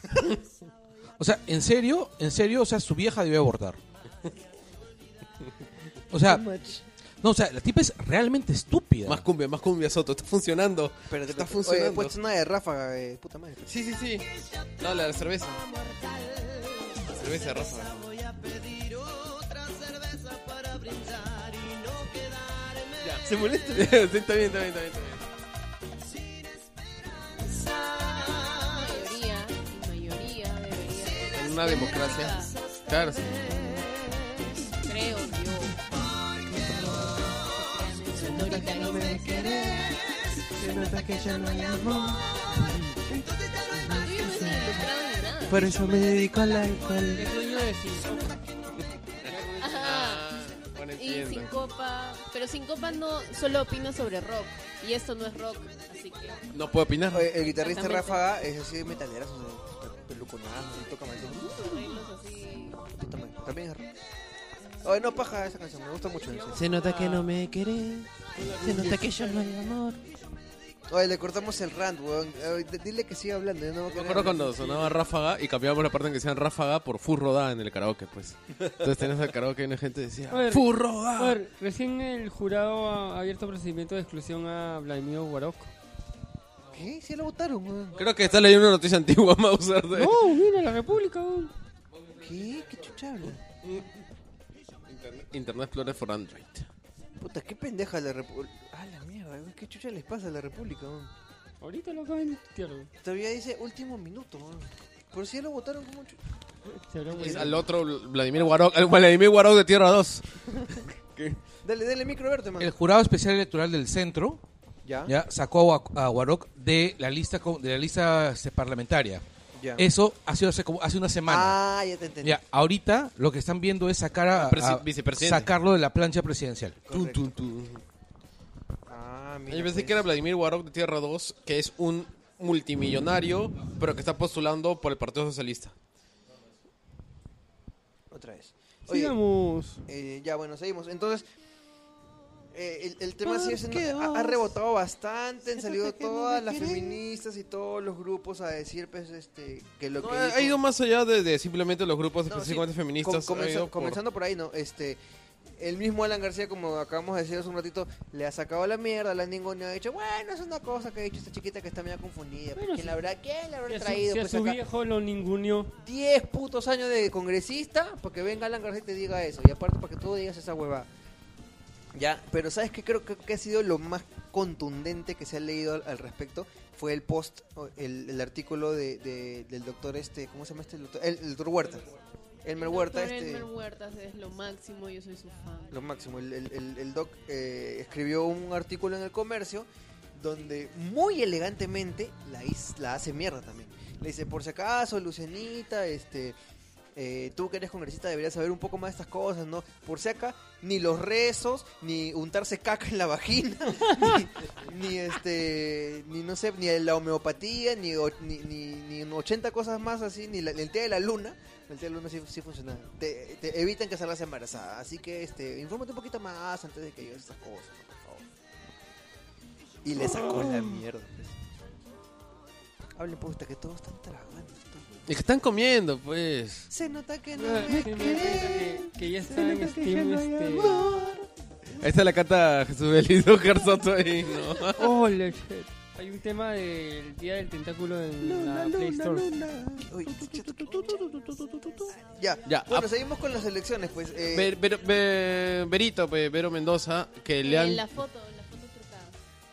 Speaker 6: O sea, en serio, en serio, o sea, su vieja debe abortar. O sea, no, o sea, la tipa es realmente estúpida.
Speaker 2: Más cumbia, más cumbia, Soto, está funcionando.
Speaker 3: Pero
Speaker 2: está funcionando.
Speaker 3: Oye, he puesto una de ráfaga, eh, puta madre.
Speaker 2: pues, Sí, sí, sí. No, la cerveza. La cerveza, Rafa. Ya, se molesta. sí, está bien, está bien, está bien. está bien.
Speaker 5: mayoría y mayoría debería.
Speaker 2: En una democracia. Claro, sí.
Speaker 5: Creo yo. Autoritarismo. Tú y yo no estoy involucrado en nada.
Speaker 1: Por eso me dedico al alcohol.
Speaker 4: Es dueño de sí.
Speaker 5: Ajá.
Speaker 2: Ah, bueno,
Speaker 5: Y
Speaker 2: entiendo.
Speaker 5: sin copa, pero sin copa no solo opino sobre rock y esto no es rock, así que
Speaker 2: No puedo opinar.
Speaker 3: Oye, el guitarrista
Speaker 5: Exactamente.
Speaker 3: ráfaga es así de metalera, o sea, está peluconado, y toca mal.
Speaker 5: arreglos así.
Speaker 3: Puta madre. También es ra- Oye, no paja esa canción, me gusta mucho. en serio.
Speaker 1: Se nota que no me querés. Se nota que yo no hay amor.
Speaker 3: Oye, le cortamos el rant, weón. Eh, d- Dile que siga hablando. Yo no voy a
Speaker 2: Me
Speaker 3: querer
Speaker 2: acuerdo
Speaker 3: hablar
Speaker 2: cuando
Speaker 3: contigo.
Speaker 2: sonaba Ráfaga y cambiábamos la parte en que decían Ráfaga por Furroda en el karaoke, pues. Entonces tenías el karaoke y una gente decía
Speaker 4: A ver.
Speaker 2: Furroda.
Speaker 4: A ver, recién el jurado ha abierto procedimiento de exclusión a Vladimir Warok.
Speaker 3: ¿Qué? Sí lo votaron, weón.
Speaker 2: Creo que está leyendo una noticia antigua, Mauser. de-
Speaker 4: No, mira, la República. weón.
Speaker 3: ¿Qué? ¿Qué chucha habla?
Speaker 2: Internet, Internet Explorer for Android.
Speaker 3: Puta, qué pendeja la República. Ah, la mierda, weón. ¿Qué chucha les pasa a la República, weón?
Speaker 4: Ahorita lo acaban de tuitear, weón.
Speaker 3: Todavía dice último minuto, weón. Por si ya lo votaron como chu-
Speaker 4: Se habrá
Speaker 2: Es
Speaker 4: muerto.
Speaker 2: al otro Vladimir Warok, el Vladimir Warok de Tierra 2.
Speaker 3: Dale, dale micro verte, man.
Speaker 8: El jurado especial electoral del centro
Speaker 2: Ah.
Speaker 3: Ya, ya.
Speaker 8: ya sacó a, Wa- a Warok de la lista co- de la lista este, parlamentaria. Eso ha sido hace como hace una semana.
Speaker 3: Ah, ya te entendí.
Speaker 8: ya, ahorita lo que están viendo es sacar a,
Speaker 2: Al presi-
Speaker 8: a-
Speaker 2: vicepresidente.
Speaker 8: sacarlo de la plancha presidencial.
Speaker 3: Correcto. Ah, mira.
Speaker 2: Yo pensé
Speaker 3: pues.
Speaker 2: que era Vladimir Warok de Tierra 2, que es un multimillonario, pero que está postulando por el Partido Socialista.
Speaker 3: Otra vez. Oye,
Speaker 4: Sigamos.
Speaker 3: eh, ya bueno, seguimos. Entonces, eh, el, el tema sigue siendo-
Speaker 1: qué
Speaker 3: ha, ha
Speaker 1: vas?
Speaker 3: rebotado bastante. Han
Speaker 1: Eso
Speaker 3: salido
Speaker 1: de que no
Speaker 3: todas
Speaker 1: me
Speaker 3: las
Speaker 1: querés.
Speaker 3: feministas y todos los grupos a decir, pues, este, que lo
Speaker 2: No,
Speaker 3: que.
Speaker 2: ha, ha
Speaker 3: dijo-
Speaker 2: ido más allá de, de simplemente los grupos
Speaker 3: No, sí,
Speaker 2: específicamente feministas.
Speaker 3: com-
Speaker 2: ha
Speaker 3: comenza-
Speaker 2: ido por-
Speaker 3: Comenzando por ahí, ¿no? Este. El mismo Alan García, como acabamos de decir hace un ratito, le ha sacado la mierda, la ningún ha dicho, bueno, es una cosa que ha dicho esta chiquita que está medio confundida. pues,
Speaker 4: Bueno,
Speaker 3: ¿quién,
Speaker 4: sí.
Speaker 3: la habrá, ¿Quién la
Speaker 4: Si
Speaker 3: habrá
Speaker 4: a su,
Speaker 3: traído?
Speaker 4: si a
Speaker 3: pues,
Speaker 4: su
Speaker 3: acá?
Speaker 4: viejo lo ninguneó.
Speaker 3: 10 putos años de congresista para que venga Alan García y te diga eso. Y aparte para que tú digas esa huevada. Ya, pero ¿sabes qué? Creo que, que ha sido lo más contundente que se ha leído al, al respecto. Fue el post, o el, el artículo de, de- del doctor este, ¿cómo se llama este? doctor? El, el doctor Huerta. Elmer Huerta,
Speaker 5: Doctor
Speaker 3: este,
Speaker 5: Elmer Huertas es lo máximo, yo soy su fan.
Speaker 3: lo máximo. El, el- el- el doc eh, escribió un artículo en el comercio donde muy elegantemente la, is- la hace mierda también. Le dice, por si acaso, Lucianita, este, eh, tú que eres congresista deberías saber un poco más de estas cosas, ¿no? Por si acá, ni los rezos, ni untarse caca en la vagina, ni, ni, este, ni no sé, ni la homeopatía, ni, o- ni, ni, ni en 80 cosas más así, ni la- el té de la luna. El té de la luna sí, sí funciona. Te, te evitan que salgas embarazada. Así que, este, infórmate un poquito más antes de que digas estas cosas, ¿no? por favor. Y le sacó la mierda. pues. Hablen puta, que todos están trabajando.
Speaker 2: Es que están comiendo, pues.
Speaker 3: Se nota que no
Speaker 4: Eh,
Speaker 3: me querés.
Speaker 4: que, que ya está en Steam. Este...
Speaker 2: Ahí está la cata Jesús Belido Carzoto ahí, ¿no?
Speaker 4: Holy shit. Hay un tema del Día del Tentáculo en la Play Store.
Speaker 3: Uy, Ya,
Speaker 2: Ya,
Speaker 3: Bueno,
Speaker 2: ah.
Speaker 3: seguimos con las elecciones, pues. eh,
Speaker 2: Ver- ver- ver- Verito, pe- Vero Mendoza, que le
Speaker 5: En
Speaker 2: han...
Speaker 5: Eh, la foto, en la foto trucada.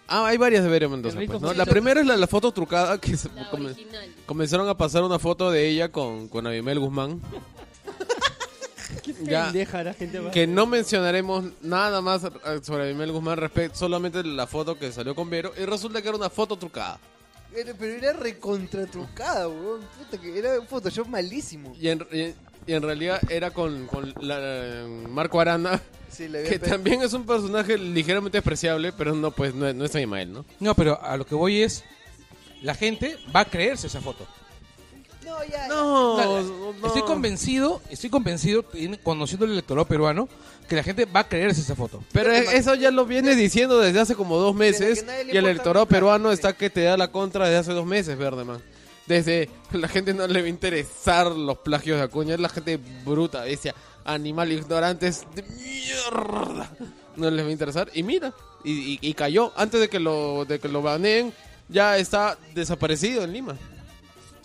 Speaker 2: Ah, hay varias de Vero Mendoza,
Speaker 4: El rico
Speaker 2: pues, ¿no?
Speaker 4: José.
Speaker 2: La primera es la, la foto trucada que se-
Speaker 5: La
Speaker 2: come-
Speaker 5: original.
Speaker 2: comenzaron a pasar una foto de ella con, con Abimel Guzmán. Ya,
Speaker 4: Pendeja la gente
Speaker 5: ¿eh?
Speaker 4: va.
Speaker 2: que no mencionaremos nada más eh, sobre Abimel Guzmán, respecto solamente la foto que salió con Vero, y resulta que era una foto trucada.
Speaker 3: era- eh, pero era recontratrucada, weón. Puta, que era un Photoshop malísimo.
Speaker 2: Y en, y- y en realidad era con, con la- eh, Marco Arana,
Speaker 3: Sí, le había
Speaker 2: que
Speaker 3: pe-
Speaker 2: también es un personaje ligeramente despreciable, pero no, pues, no, es- no es Abimael, ¿no?
Speaker 8: No, pero a lo que voy es la gente va a creerse esa foto.
Speaker 3: No, ya.
Speaker 8: La-
Speaker 2: No,
Speaker 8: Estoy convencido, estoy convencido, tiene- conociendo el electorado peruano, que la gente va a creerse esa foto.
Speaker 2: Pero e,
Speaker 3: Creo que
Speaker 2: eso ya lo viene diciendo desde hace como dos
Speaker 3: Desde
Speaker 2: meses
Speaker 3: que nadie le
Speaker 2: y el
Speaker 3: importa,
Speaker 2: electorado
Speaker 3: claro,
Speaker 2: peruano
Speaker 3: sí.
Speaker 2: está que te da la contra desde hace dos meses, verde man. Desde la gente no le va a interesar los plagios de Acuña, es la gente bruta, decía, animal ignorantes de mierda. No les va a interesar y mira, y, y- y cayó antes de que lo de que lo baneen, ya está desaparecido en Lima.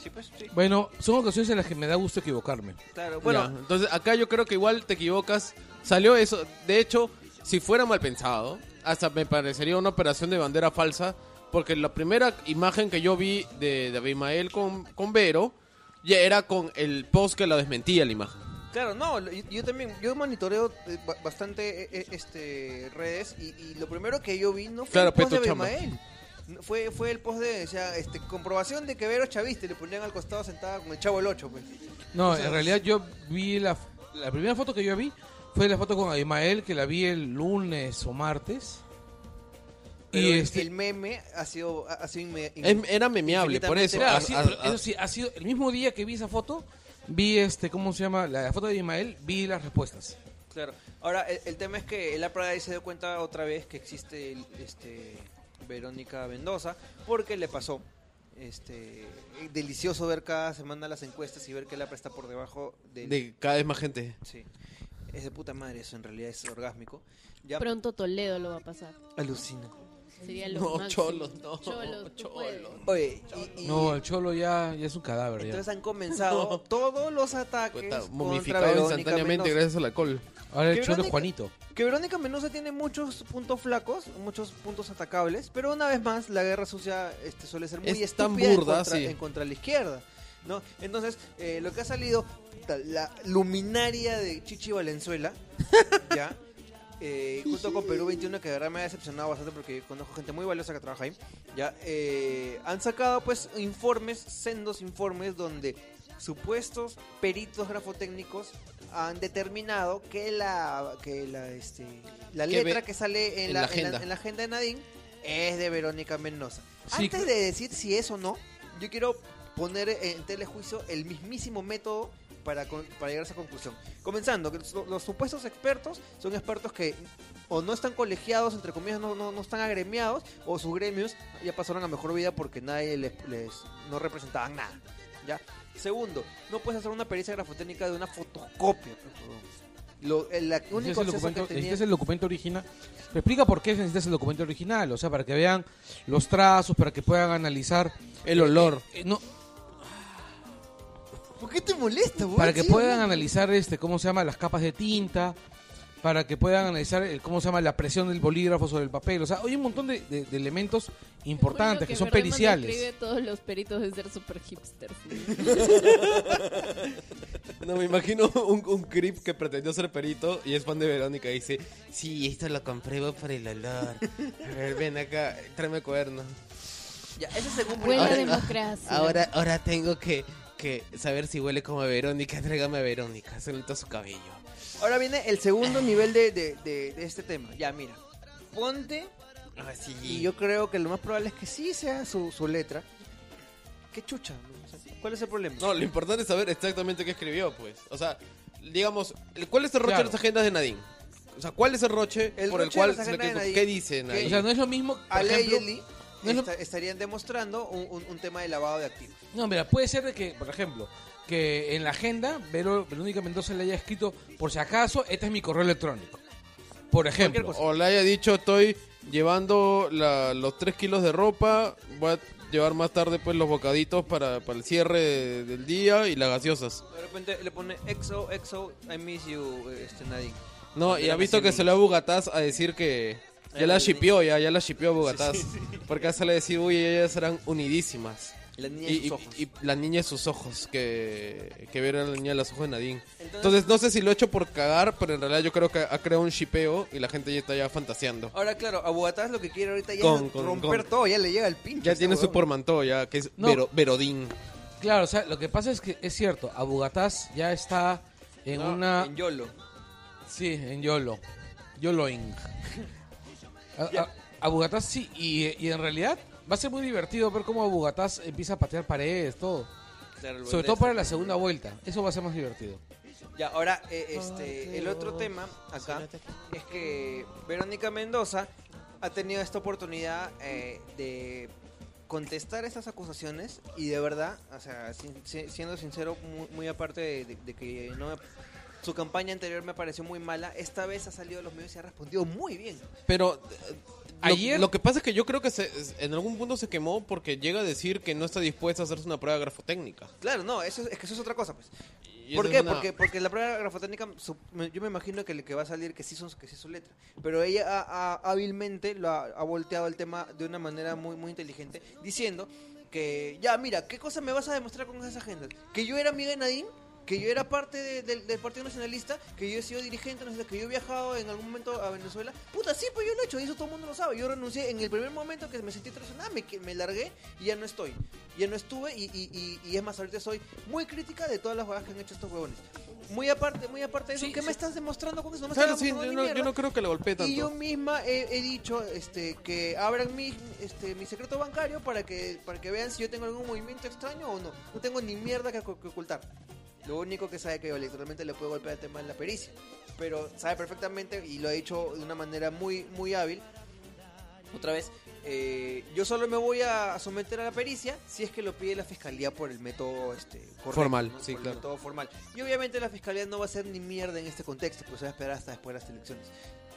Speaker 3: Sí, pues, sí,
Speaker 8: Bueno, son ocasiones en las que me da gusto equivocarme.
Speaker 3: claro.
Speaker 2: Bueno,
Speaker 3: Bueno,
Speaker 2: entonces acá yo creo que igual te equivocas. Salió eso. De hecho, si fuera mal pensado, hasta me parecería una operación de bandera falsa. Porque la primera imagen que yo vi de, de Abimael con, con Vero ya era con el post que la desmentía la imagen.
Speaker 3: claro, no. lo- Yo, yo también, yo monitoreo eh, ba- bastante eh, eh, este redes y, y lo primero que yo vi no fue
Speaker 2: Claro,
Speaker 3: el post de
Speaker 2: Peto Chamba.
Speaker 3: Abimael. No, Fue, fue el post de, o sea, este, comprobación de que Vero es chavista y le ponían al costado sentada con el chavo el 8, pues.
Speaker 8: No, en realidad yo vi la, la primera foto que yo vi fue la foto con Abimael, que la vi el lunes o martes.
Speaker 3: Pero
Speaker 8: y
Speaker 3: el,
Speaker 8: este,
Speaker 3: el meme ha sido, ha ha sido inme-
Speaker 2: Em- Era memeable, por eso. ah,
Speaker 8: claro,
Speaker 2: A-
Speaker 8: ha sido-
Speaker 2: a-
Speaker 8: pero
Speaker 2: a-
Speaker 8: eso Ah, sí, ha sido el mismo día que vi esa foto, vi este, ¿cómo se llama? La, foto de Abimael, vi las respuestas.
Speaker 3: Claro. Ahora, el, el tema es que el APRA se dio cuenta otra vez que existe el- este Verónica Mendoza, porque le pasó. Este, eh, delicioso ver cada semana las encuestas y ver que Lapra está por debajo del...
Speaker 2: ah, De cada vez más gente.
Speaker 3: Sí. Es de puta madre eso, en realidad es orgásmico. Ya
Speaker 5: Pronto Toledo lo va a pasar.
Speaker 3: alucina.
Speaker 5: Sería lo
Speaker 2: No,
Speaker 5: máximo.
Speaker 2: cholos, no,
Speaker 5: Cholos, tú puedes.
Speaker 3: Oye, y- y-
Speaker 8: No, el cholo ya, ya es un cadáver. ya.
Speaker 3: entonces han comenzado todos los ataques
Speaker 2: Pues, Está
Speaker 3: contra
Speaker 2: momificado
Speaker 3: Verónica
Speaker 2: instantáneamente
Speaker 3: Mendoza.
Speaker 2: gracias al alcohol.
Speaker 8: Ahora el
Speaker 3: ¿Qué
Speaker 8: cholo es
Speaker 3: Verónica?
Speaker 8: Juanito.
Speaker 3: Que Verónica Mendoza tiene muchos puntos flacos, muchos puntos atacables, pero una vez más la guerra sucia este, suele ser muy
Speaker 2: Es tan
Speaker 3: estúpida en
Speaker 2: burda,
Speaker 3: contra-
Speaker 2: sí.
Speaker 3: en contra la izquierda. ¿no? Entonces, eh, lo que ha salido, puta, la luminaria de Chichi Valenzuela, ya, eh, junto con Perú 21, que de verdad me ha decepcionado bastante porque conozco gente muy valiosa que trabaja ahí, ya, eh, han sacado pues informes, sendos informes, donde supuestos peritos grafotécnicos han determinado que la que la este la
Speaker 2: Que
Speaker 3: letra
Speaker 2: ve-
Speaker 3: que sale en,
Speaker 2: en
Speaker 3: la,
Speaker 2: la
Speaker 3: en la-
Speaker 2: agenda.
Speaker 3: en la agenda de Nadine es de Verónica Mendoza.
Speaker 8: Sí,
Speaker 3: Antes de decir si es o no, yo quiero poner en telejuicio el mismísimo método para, con- para llegar a esa conclusión. Comenzando, que los, los supuestos expertos son expertos que o no están colegiados, entre comillas, no, no, no están agremiados, o sus gremios ya pasaron a mejor vida porque nadie les, les no representaban nada. ¿ya? Segundo, no puedes hacer una pericia grafotécnica de una fotocopia. pues, huevón. Lo, el, la- único
Speaker 8: Necesitas el,
Speaker 3: acceso que
Speaker 8: documento,
Speaker 3: tenía...
Speaker 8: necesitas el documento original. Pero explica por qué necesitas el documento original. O sea, para que vean los trazos, para que puedan analizar.
Speaker 2: El olor.
Speaker 8: eh, no,
Speaker 3: ¿Por qué te molesta, huevón?
Speaker 8: para que
Speaker 3: Sí,
Speaker 8: puedan
Speaker 3: huevón.
Speaker 8: analizar este cómo se llama las capas de tinta para que puedan analizar el, cómo se llama la presión del bolígrafo sobre el papel o sea hay un montón de, de- de elementos importantes que, son
Speaker 5: Fernando
Speaker 8: periciales
Speaker 5: escribe todos los peritos de ser super hipsters.
Speaker 2: No, me imagino un, un creep que pretendió ser perito y es fan de Verónica y dice, sí, esto lo compruebo por el olor. A ver, ven acá, tráeme cuerno.
Speaker 3: Ya, ese es según
Speaker 5: Buena
Speaker 2: Ahora-
Speaker 5: democracia.
Speaker 2: Ahora, ahora tengo que, que saber si huele como a Verónica, tráigame a Verónica, suelta su cabello.
Speaker 3: Ahora viene el segundo nivel de, de- de- de este tema. Ya, mira. Ponte,
Speaker 2: Ah, sí.
Speaker 3: y yo creo que lo más probable es que sí sea su, su letra. ¿Qué chucha? O sea, ¿Cuál es el problema?
Speaker 2: No, lo importante es saber exactamente qué escribió, pues. O sea, digamos, el- ¿cuál es el roche
Speaker 8: Claro.
Speaker 2: de las agendas de Nadine? O sea, ¿cuál es el roche
Speaker 3: El
Speaker 2: por
Speaker 3: roche
Speaker 2: el
Speaker 3: de
Speaker 2: cual...
Speaker 3: las
Speaker 2: se le
Speaker 3: agendas de
Speaker 2: quedó-
Speaker 3: Nadine.
Speaker 2: ¿Qué dice Nadine?
Speaker 8: o sea no es lo mismo por ejemplo-
Speaker 3: Allegedly
Speaker 8: no es lo-
Speaker 3: esta- estarían demostrando un, un- un tema de lavado de activos.
Speaker 8: no mira puede ser de que por ejemplo que en la agenda Vero- Verónica Mendoza le haya escrito por si acaso este es mi correo electrónico por ejemplo
Speaker 2: O le haya dicho, estoy llevando la- los 3 kilos de ropa, voy a llevar más tarde pues los bocaditos para, para el cierre de- del día y las gaseosas.
Speaker 3: De repente le pone EXO, EXO, I miss you, eh, este Nadine.
Speaker 2: No, y ha visto que se lo a Bugatás a decir que ya la shipeó, ya, ya la shipeó a Bugatás. Porque hasta le decía, uy, ellas serán unidísimas.
Speaker 3: La niña de
Speaker 2: Y,
Speaker 3: sus ojos.
Speaker 2: y- y la niña de sus ojos, que, que vieron a la niña de los ojos de Nadine.
Speaker 3: Entonces-
Speaker 2: Entonces, no sé si lo he hecho por cagar, pero en realidad yo creo que ha creado un shipeo y la gente ya está ya fantaseando.
Speaker 3: Ahora, claro, a Bogotá es lo que quiere ahorita ya
Speaker 2: Con-
Speaker 3: es
Speaker 2: con-
Speaker 3: romper
Speaker 2: con-
Speaker 3: todo, ya le llega el pinche.
Speaker 2: Ya
Speaker 3: este
Speaker 2: tiene su
Speaker 3: huevón.
Speaker 2: pormantó, ya, que es
Speaker 8: No.
Speaker 2: Vero- Verodín.
Speaker 8: claro o sea lo que pasa es que es cierto Abugatás ya está en
Speaker 2: No,
Speaker 8: una
Speaker 3: En YOLO.
Speaker 8: Sí, en YOLO. YOLOing. A, a- a Bugatás sí, y, y en realidad va a ser muy divertido ver cómo Bugatás empieza a patear paredes, todo.
Speaker 3: Claro, el
Speaker 8: Sobre
Speaker 3: buen
Speaker 8: todo
Speaker 3: este.
Speaker 8: para la segunda vuelta. Eso va a ser más divertido.
Speaker 3: Ya, ahora, eh, este, el otro tema acá es que Verónica Mendoza ha tenido esta oportunidad eh, de contestar estas acusaciones y de verdad, o sea, sin- si- siendo sincero, muy, muy aparte de, de- de que no su campaña anterior me pareció muy mala, esta vez ha salido a los medios y ha respondido muy bien.
Speaker 2: Pero eh, lo,
Speaker 8: Ayer-
Speaker 2: lo que pasa es que yo creo que se- es- en algún punto se quemó porque llega a decir que no está dispuesta a hacerse una prueba grafotécnica.
Speaker 3: Claro, no, eso, es- es que eso es otra cosa, pues.
Speaker 2: Y
Speaker 3: ¿Por
Speaker 2: eso
Speaker 3: qué?
Speaker 2: es una-
Speaker 3: Porque, porque la prueba grafotécnica, su- me- yo me imagino que, le- que va a salir que sí, son, que sí es su letra. Pero ella ha- ha- hábilmente lo ha, ha volteado el tema de una manera muy, muy inteligente, diciendo que, ya, mira, ¿qué cosa me vas a demostrar con esas agendas? Que yo era amiga de Nadine, que yo era parte de- del- del Partido Nacionalista, que yo he sido dirigente, no sé, que yo he viajado en algún momento a Venezuela. Puta, sí, pues yo lo he hecho, y eso todo el mundo lo sabe. Yo renuncié en el primer momento que me sentí traicionada, me, que- me largué y ya no estoy. Ya no estuve y, y- y- y es más, ahorita soy muy crítica de todas las huevas que han hecho estos huevones. Muy aparte, muy aparte de eso, ¿qué me estás demostrando con eso? No me
Speaker 2: Claro,
Speaker 3: estás
Speaker 2: sí,
Speaker 3: demostrando
Speaker 2: yo
Speaker 3: ni
Speaker 2: no, yo
Speaker 3: mierda.
Speaker 2: no creo que le golpee tanto.
Speaker 3: Y yo misma he, he dicho este, que abran mi, este, mi secreto bancario para que, para que vean si yo tengo algún movimiento extraño o no. No tengo ni mierda que, ocu- que ocultar. Lo único que sabe que electoralmente le puede golpear el tema en la pericia. Pero sabe perfectamente, y lo ha hecho de una manera muy, muy hábil, otra vez, eh, yo solo me voy a someter a la pericia si es que lo pide la fiscalía por el método este, correcto,
Speaker 2: Formal,
Speaker 3: ¿no?
Speaker 2: sí,
Speaker 3: Por el
Speaker 2: claro.
Speaker 3: método formal. Y obviamente la fiscalía no va a hacer ni mierda en este contexto, pues se va a esperar hasta después de las elecciones.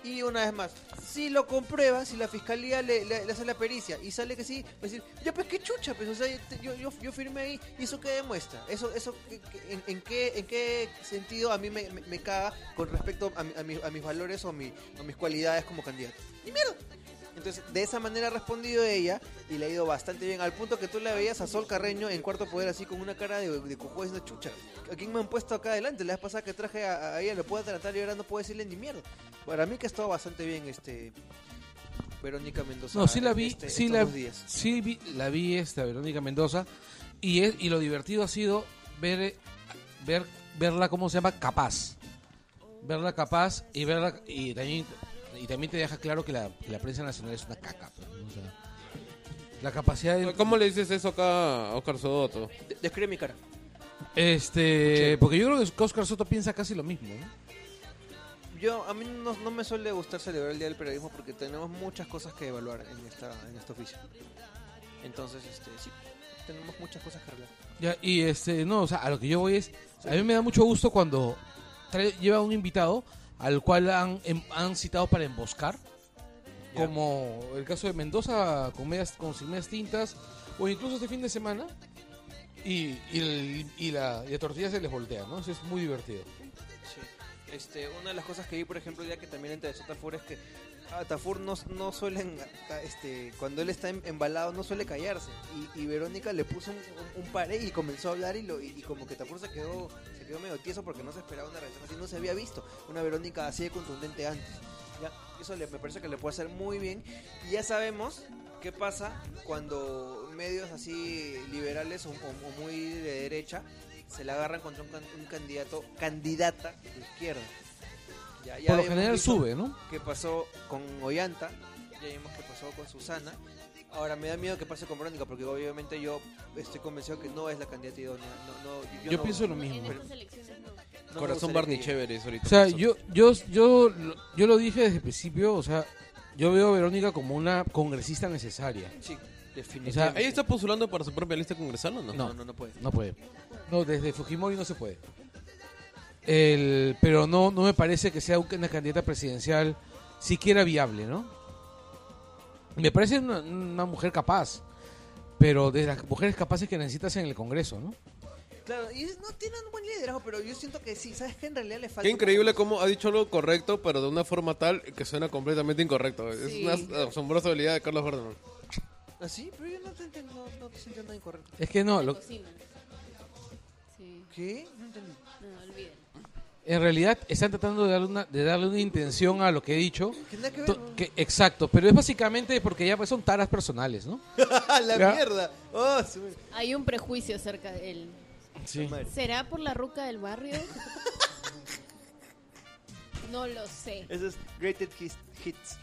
Speaker 3: Y una vez más, si lo comprueba, si la fiscalía le, le- le hace la pericia y sale que sí, va a decir, ya pues qué chucha, pues, o sea, yo, yo, yo firmé ahí, ¿y eso qué demuestra? ¿Eso, eso qué- qué- en, en qué, en qué sentido a mí me, me- me caga con respecto a, mi- a mi- a mis valores o a, mi- a mis cualidades como candidato? ¡Ni mierda! Entonces, de esa manera ha respondido ella y le ha ido bastante bien, al punto que tú la veías a Sol Carreño en cuarto poder así con una cara de, de cojudo diciendo, chucha. ¿A quién me han puesto acá adelante? La vez pasada que traje a, a ella lo puedo tratar y ahora no puedo decirle ni mierda. Para mí que ha estado bastante bien este Verónica Mendoza.
Speaker 8: No, sí la vi,
Speaker 3: este-
Speaker 8: sí
Speaker 3: estos
Speaker 8: la,
Speaker 3: dos días.
Speaker 8: sí vi- la vi esta Verónica Mendoza y es- y lo divertido ha sido ver eh, ver verla cómo se llama capaz. Verla capaz y verla y también y también te deja claro que la, que la prensa nacional es una caca, pues, ¿no? O sea, la capacidad de
Speaker 2: ¿Cómo le dices eso acá a Oscar Soto?
Speaker 3: De- describe mi cara.
Speaker 8: este porque yo creo que Oscar Soto piensa casi lo mismo, ¿no?
Speaker 3: Yo, a mí no, no me suele gustar celebrar el Día del Periodismo porque tenemos muchas cosas que evaluar en esta, en esta oficio. Entonces, este, sí, tenemos muchas cosas que arreglar.
Speaker 8: Ya, y este, no, o sea, a lo que yo voy es. A mí me da mucho gusto cuando trae- lleva un invitado al cual han, em- han citado para emboscar. Como el caso de Mendoza con, medias, con sin medias tintas, o incluso este fin de semana. Y, y, el- y la, y la tortilla se les voltea, ¿no? Eso es muy divertido.
Speaker 3: Sí. Este, una de las cosas que vi, por ejemplo, ya que también le interesó a Tafur es que a Tafur no, no suele, en- ta- este, cuando él está em- embalado, no suele callarse. Y, y Verónica le puso un, un, un paré y comenzó a hablar y, lo, y, y como que Tafur se quedó, se quedó medio tieso porque no se esperaba una reacción así, no se había visto una Verónica así de contundente antes. Ya, Eso le- me parece que le puede hacer muy bien. Y ya sabemos qué pasa cuando medios así liberales o, o- o muy de derecha se la agarran contra un, can- un candidato, candidata de izquierda. Ya- ya
Speaker 8: Por lo
Speaker 3: hemos
Speaker 8: general
Speaker 3: visto
Speaker 8: sube, ¿no?
Speaker 3: qué pasó con Ollanta, ya vimos qué pasó con Susana. Ahora me da miedo que pase con Verónica porque obviamente yo estoy convencido que no es la candidata idónea. No, no,
Speaker 8: Yo
Speaker 3: no-
Speaker 8: pienso lo
Speaker 3: no me
Speaker 5: En
Speaker 8: mismo.
Speaker 5: estas elecciones no.
Speaker 2: Corazón
Speaker 3: gustaría
Speaker 2: Barney
Speaker 3: que-
Speaker 2: Chévere es ahorita.
Speaker 8: O sea,
Speaker 2: Corazón.
Speaker 8: yo, yo, yo, lo- yo lo dije desde el principio, o sea, yo veo a Verónica como una congresista necesaria.
Speaker 3: Sí,
Speaker 8: sea,
Speaker 3: definitivamente.
Speaker 2: ¿Ella está postulando para su propia lista congresal o no?
Speaker 3: No, no, no puede.
Speaker 8: No puede. No, desde Fujimori no se puede. El, pero no, no me parece que sea una candidata presidencial siquiera viable, ¿no? Me parece una, una mujer capaz, pero de las mujeres capaces que necesitas en el Congreso, ¿no?
Speaker 3: Claro, y no tiene un buen liderazgo, pero yo siento que sí, ¿sabes qué? En realidad le falta.
Speaker 2: Qué increíble cómo ha dicho algo correcto, pero de una forma tal que suena completamente incorrecto.
Speaker 5: Sí.
Speaker 2: Es una asombrosa habilidad de Carlos Gordon.
Speaker 3: Así, ¿Ah, pero yo no te entiendo, no, no te siento nada incorrecto.
Speaker 8: Es que no, lo-
Speaker 5: Cocina. Sí,
Speaker 3: ¿Qué? No entendí.
Speaker 5: no, olvídalo.
Speaker 8: en realidad están tratando de darle, una, de darle una intención a lo que he dicho.
Speaker 3: ¿Qué nada que ver?
Speaker 8: To- que- exacto, pero es básicamente porque ya pues, son taras personales, ¿no?
Speaker 3: ¡Ah, la
Speaker 8: Ya.
Speaker 3: mierda! ¡Oh, su...
Speaker 5: Hay un prejuicio acerca de él.
Speaker 8: Sí.
Speaker 3: madre.
Speaker 5: ¿Será por la ruca del barrio? no lo sé.
Speaker 3: Eso es Greatest Hits. hits.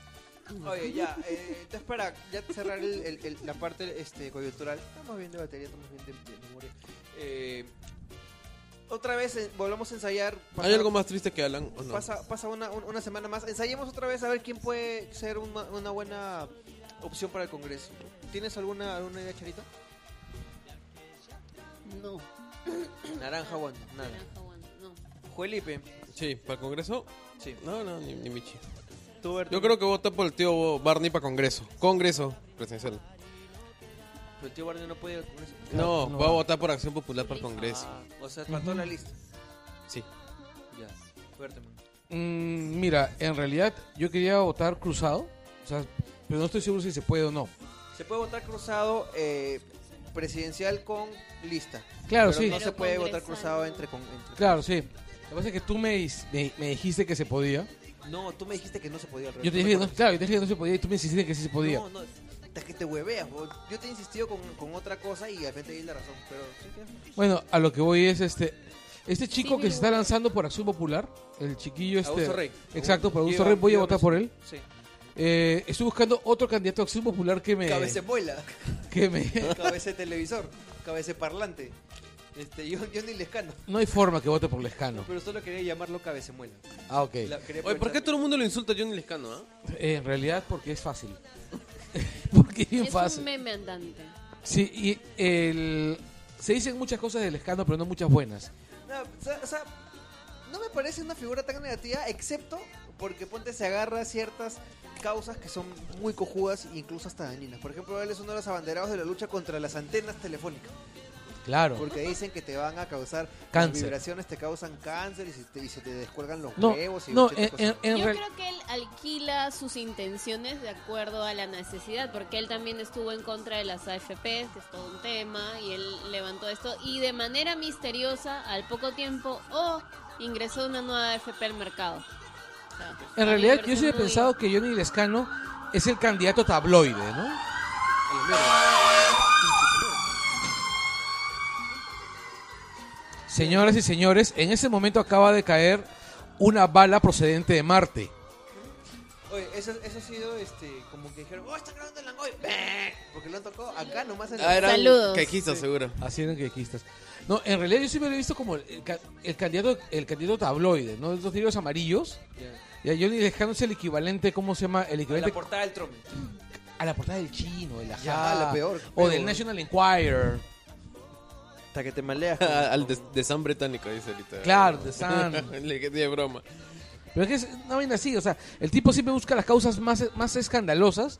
Speaker 3: Oye, ya, eh, entonces para ya cerrar el- el- el- la parte este, coyuntural, estamos bien de batería, estamos bien de, de memoria. Eh, otra vez eh, volvamos a ensayar.
Speaker 2: ¿Hay algo más triste que Alan o no?
Speaker 3: Pasa, pasa una, un- una semana más. Ensayemos otra vez a ver quién puede ser una, una buena opción para el Congreso. ¿Tienes alguna, alguna idea, Charito?
Speaker 5: No.
Speaker 3: Naranja Wanda, nada.
Speaker 5: Naranja Wanda, no.
Speaker 3: Juelipe,
Speaker 2: Sí, ¿para el Congreso?
Speaker 3: sí.
Speaker 2: No, no, ni, ni Michi.
Speaker 3: Tú, Berto.
Speaker 2: Yo creo que vota por el tío Barney para Congreso. Congreso presidencial.
Speaker 3: Pero el tío Barney no puede ir al Congreso.
Speaker 2: No,
Speaker 8: no.
Speaker 2: va a votar por Acción Popular para el Congreso.
Speaker 3: Ah, o sea, para toda la lista.
Speaker 2: Sí.
Speaker 3: Ya, fuerte, man.
Speaker 8: Mm, mira, en realidad yo quería votar cruzado, o sea, pero no estoy seguro si se puede o no.
Speaker 3: Se puede votar cruzado eh, presidencial con lista.
Speaker 8: Claro,
Speaker 3: pero
Speaker 8: sí.
Speaker 3: No se
Speaker 5: Pero
Speaker 3: puede votar
Speaker 5: congresal,
Speaker 3: cruzado
Speaker 5: no.
Speaker 3: entre, con, entre-
Speaker 8: Claro, sí. Lo que pasa es que tú me, dis- me, me dijiste que se podía.
Speaker 3: No, tú me dijiste que no se podía. al revés,
Speaker 8: Yo te dije,
Speaker 3: me
Speaker 8: no, claro, yo te dije que no se podía y tú me insististe que sí se podía.
Speaker 3: No, no, hasta que te hueveas. bo. Yo te he insistido con, con otra cosa y al frente di la razón. Pero sí que-
Speaker 8: Bueno, a lo que voy es este este chico
Speaker 5: Sí,
Speaker 8: que
Speaker 5: pero-
Speaker 8: se está lanzando por Acción Popular, el chiquillo este.
Speaker 3: Augusto Rey.
Speaker 8: Exacto, por Augusto
Speaker 3: Iba-
Speaker 8: Rey, voy a
Speaker 3: iba
Speaker 8: votar
Speaker 3: presi-
Speaker 8: por él.
Speaker 3: Sí.
Speaker 8: Eh, estoy buscando otro candidato a Acción Popular que me.
Speaker 3: Cabece muela,
Speaker 8: Que me
Speaker 3: cabece televisor, cabece parlante. Este, yo, yo ni lescano.
Speaker 8: no hay forma que vote por Lescano.
Speaker 3: Pero solo quería llamarlo cabece muela.
Speaker 8: Ah, ok.
Speaker 3: La- quería
Speaker 2: Oye, ¿por qué
Speaker 3: aprovechar-
Speaker 2: todo el mundo lo insulta a Johnny Lescano, ah?
Speaker 8: Eh, en realidad, porque es fácil. porque que es bien
Speaker 5: es
Speaker 8: fácil.
Speaker 5: un meme andante.
Speaker 8: Sí, y el... se dicen muchas cosas del escándalo, pero no muchas buenas.
Speaker 3: No, o sea, o sea, no me parece una figura tan negativa, excepto porque Ponte se agarra a ciertas causas que son muy cojudas e incluso hasta dañinas. Por ejemplo, él es uno de los abanderados de la lucha contra las antenas telefónicas.
Speaker 8: Claro.
Speaker 3: Porque dicen que te van a causar
Speaker 8: Cáncer.
Speaker 3: Las vibraciones te causan cáncer y se te, y se te descuelgan los
Speaker 8: No,
Speaker 3: huevos. Y
Speaker 8: no, eh,
Speaker 3: ochenta
Speaker 8: en,
Speaker 3: cosas
Speaker 8: en,
Speaker 3: más.
Speaker 8: en
Speaker 5: Yo
Speaker 8: real-
Speaker 5: creo que él alquila sus intenciones de acuerdo a la necesidad, porque él también estuvo en contra de las AFPs, que es todo un tema, y él levantó esto. Y de manera misteriosa, al poco tiempo, oh, ingresó una nueva AFP al mercado. O sea, a
Speaker 8: en
Speaker 5: mí me
Speaker 8: realidad
Speaker 5: parece
Speaker 8: yo sí he
Speaker 5: muy-
Speaker 8: pensado que Johnny Lescano es el candidato tabloide, ¿no? Señoras y señores, en ese momento acaba de caer una bala procedente de Marte.
Speaker 3: Oye, eso, eso ha sido este, como que dijeron, oh, está grabando el Langoy. Porque lo han tocado acá nomás en la-
Speaker 2: Ah, eran
Speaker 5: Saludos.
Speaker 2: quejitos, seguro.
Speaker 8: Así eran quequistas. No, en realidad yo siempre lo he visto como el, el ca- el candidato el candidato tabloide, ¿no? Esos libros amarillos. Y a Johnny Lescano es el equivalente, ¿cómo se llama? El
Speaker 3: en la
Speaker 8: equivalente
Speaker 3: portada del Trump.
Speaker 8: a la portada del chino, de la
Speaker 3: Ya,
Speaker 8: Java,
Speaker 3: la peor,
Speaker 8: O
Speaker 3: peor.
Speaker 8: del National Enquirer.
Speaker 3: Hasta que te maleas.
Speaker 2: Al de, de San Británico, dice ahorita.
Speaker 8: Claro, de San.
Speaker 2: Le que tiene broma.
Speaker 8: Pero es que es una vaina así, o sea, el tipo siempre busca las causas más, más escandalosas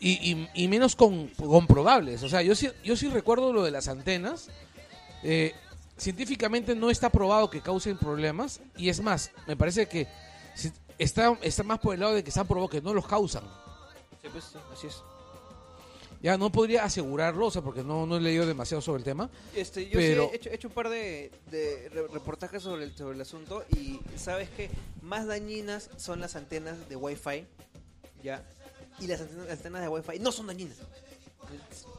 Speaker 8: y, y- y menos con- comprobables. O sea, yo sí, yo sí recuerdo lo de las antenas. Eh, científicamente no está probado que causen problemas y es más, me parece que si- está, está más por el lado de que están probados que no los causan.
Speaker 3: Sí, pues sí, así es.
Speaker 8: Ya no podría asegurarlo, o sea, porque no, no he leído demasiado sobre el tema.
Speaker 3: Este, yo
Speaker 8: Pero-
Speaker 3: sí he hecho, he hecho un par de, de re- reportajes sobre el, sobre el asunto y sabes que más dañinas son las antenas de Wi-Fi, ¿ya? Y las antenas, las antenas de Wi-Fi no son dañinas.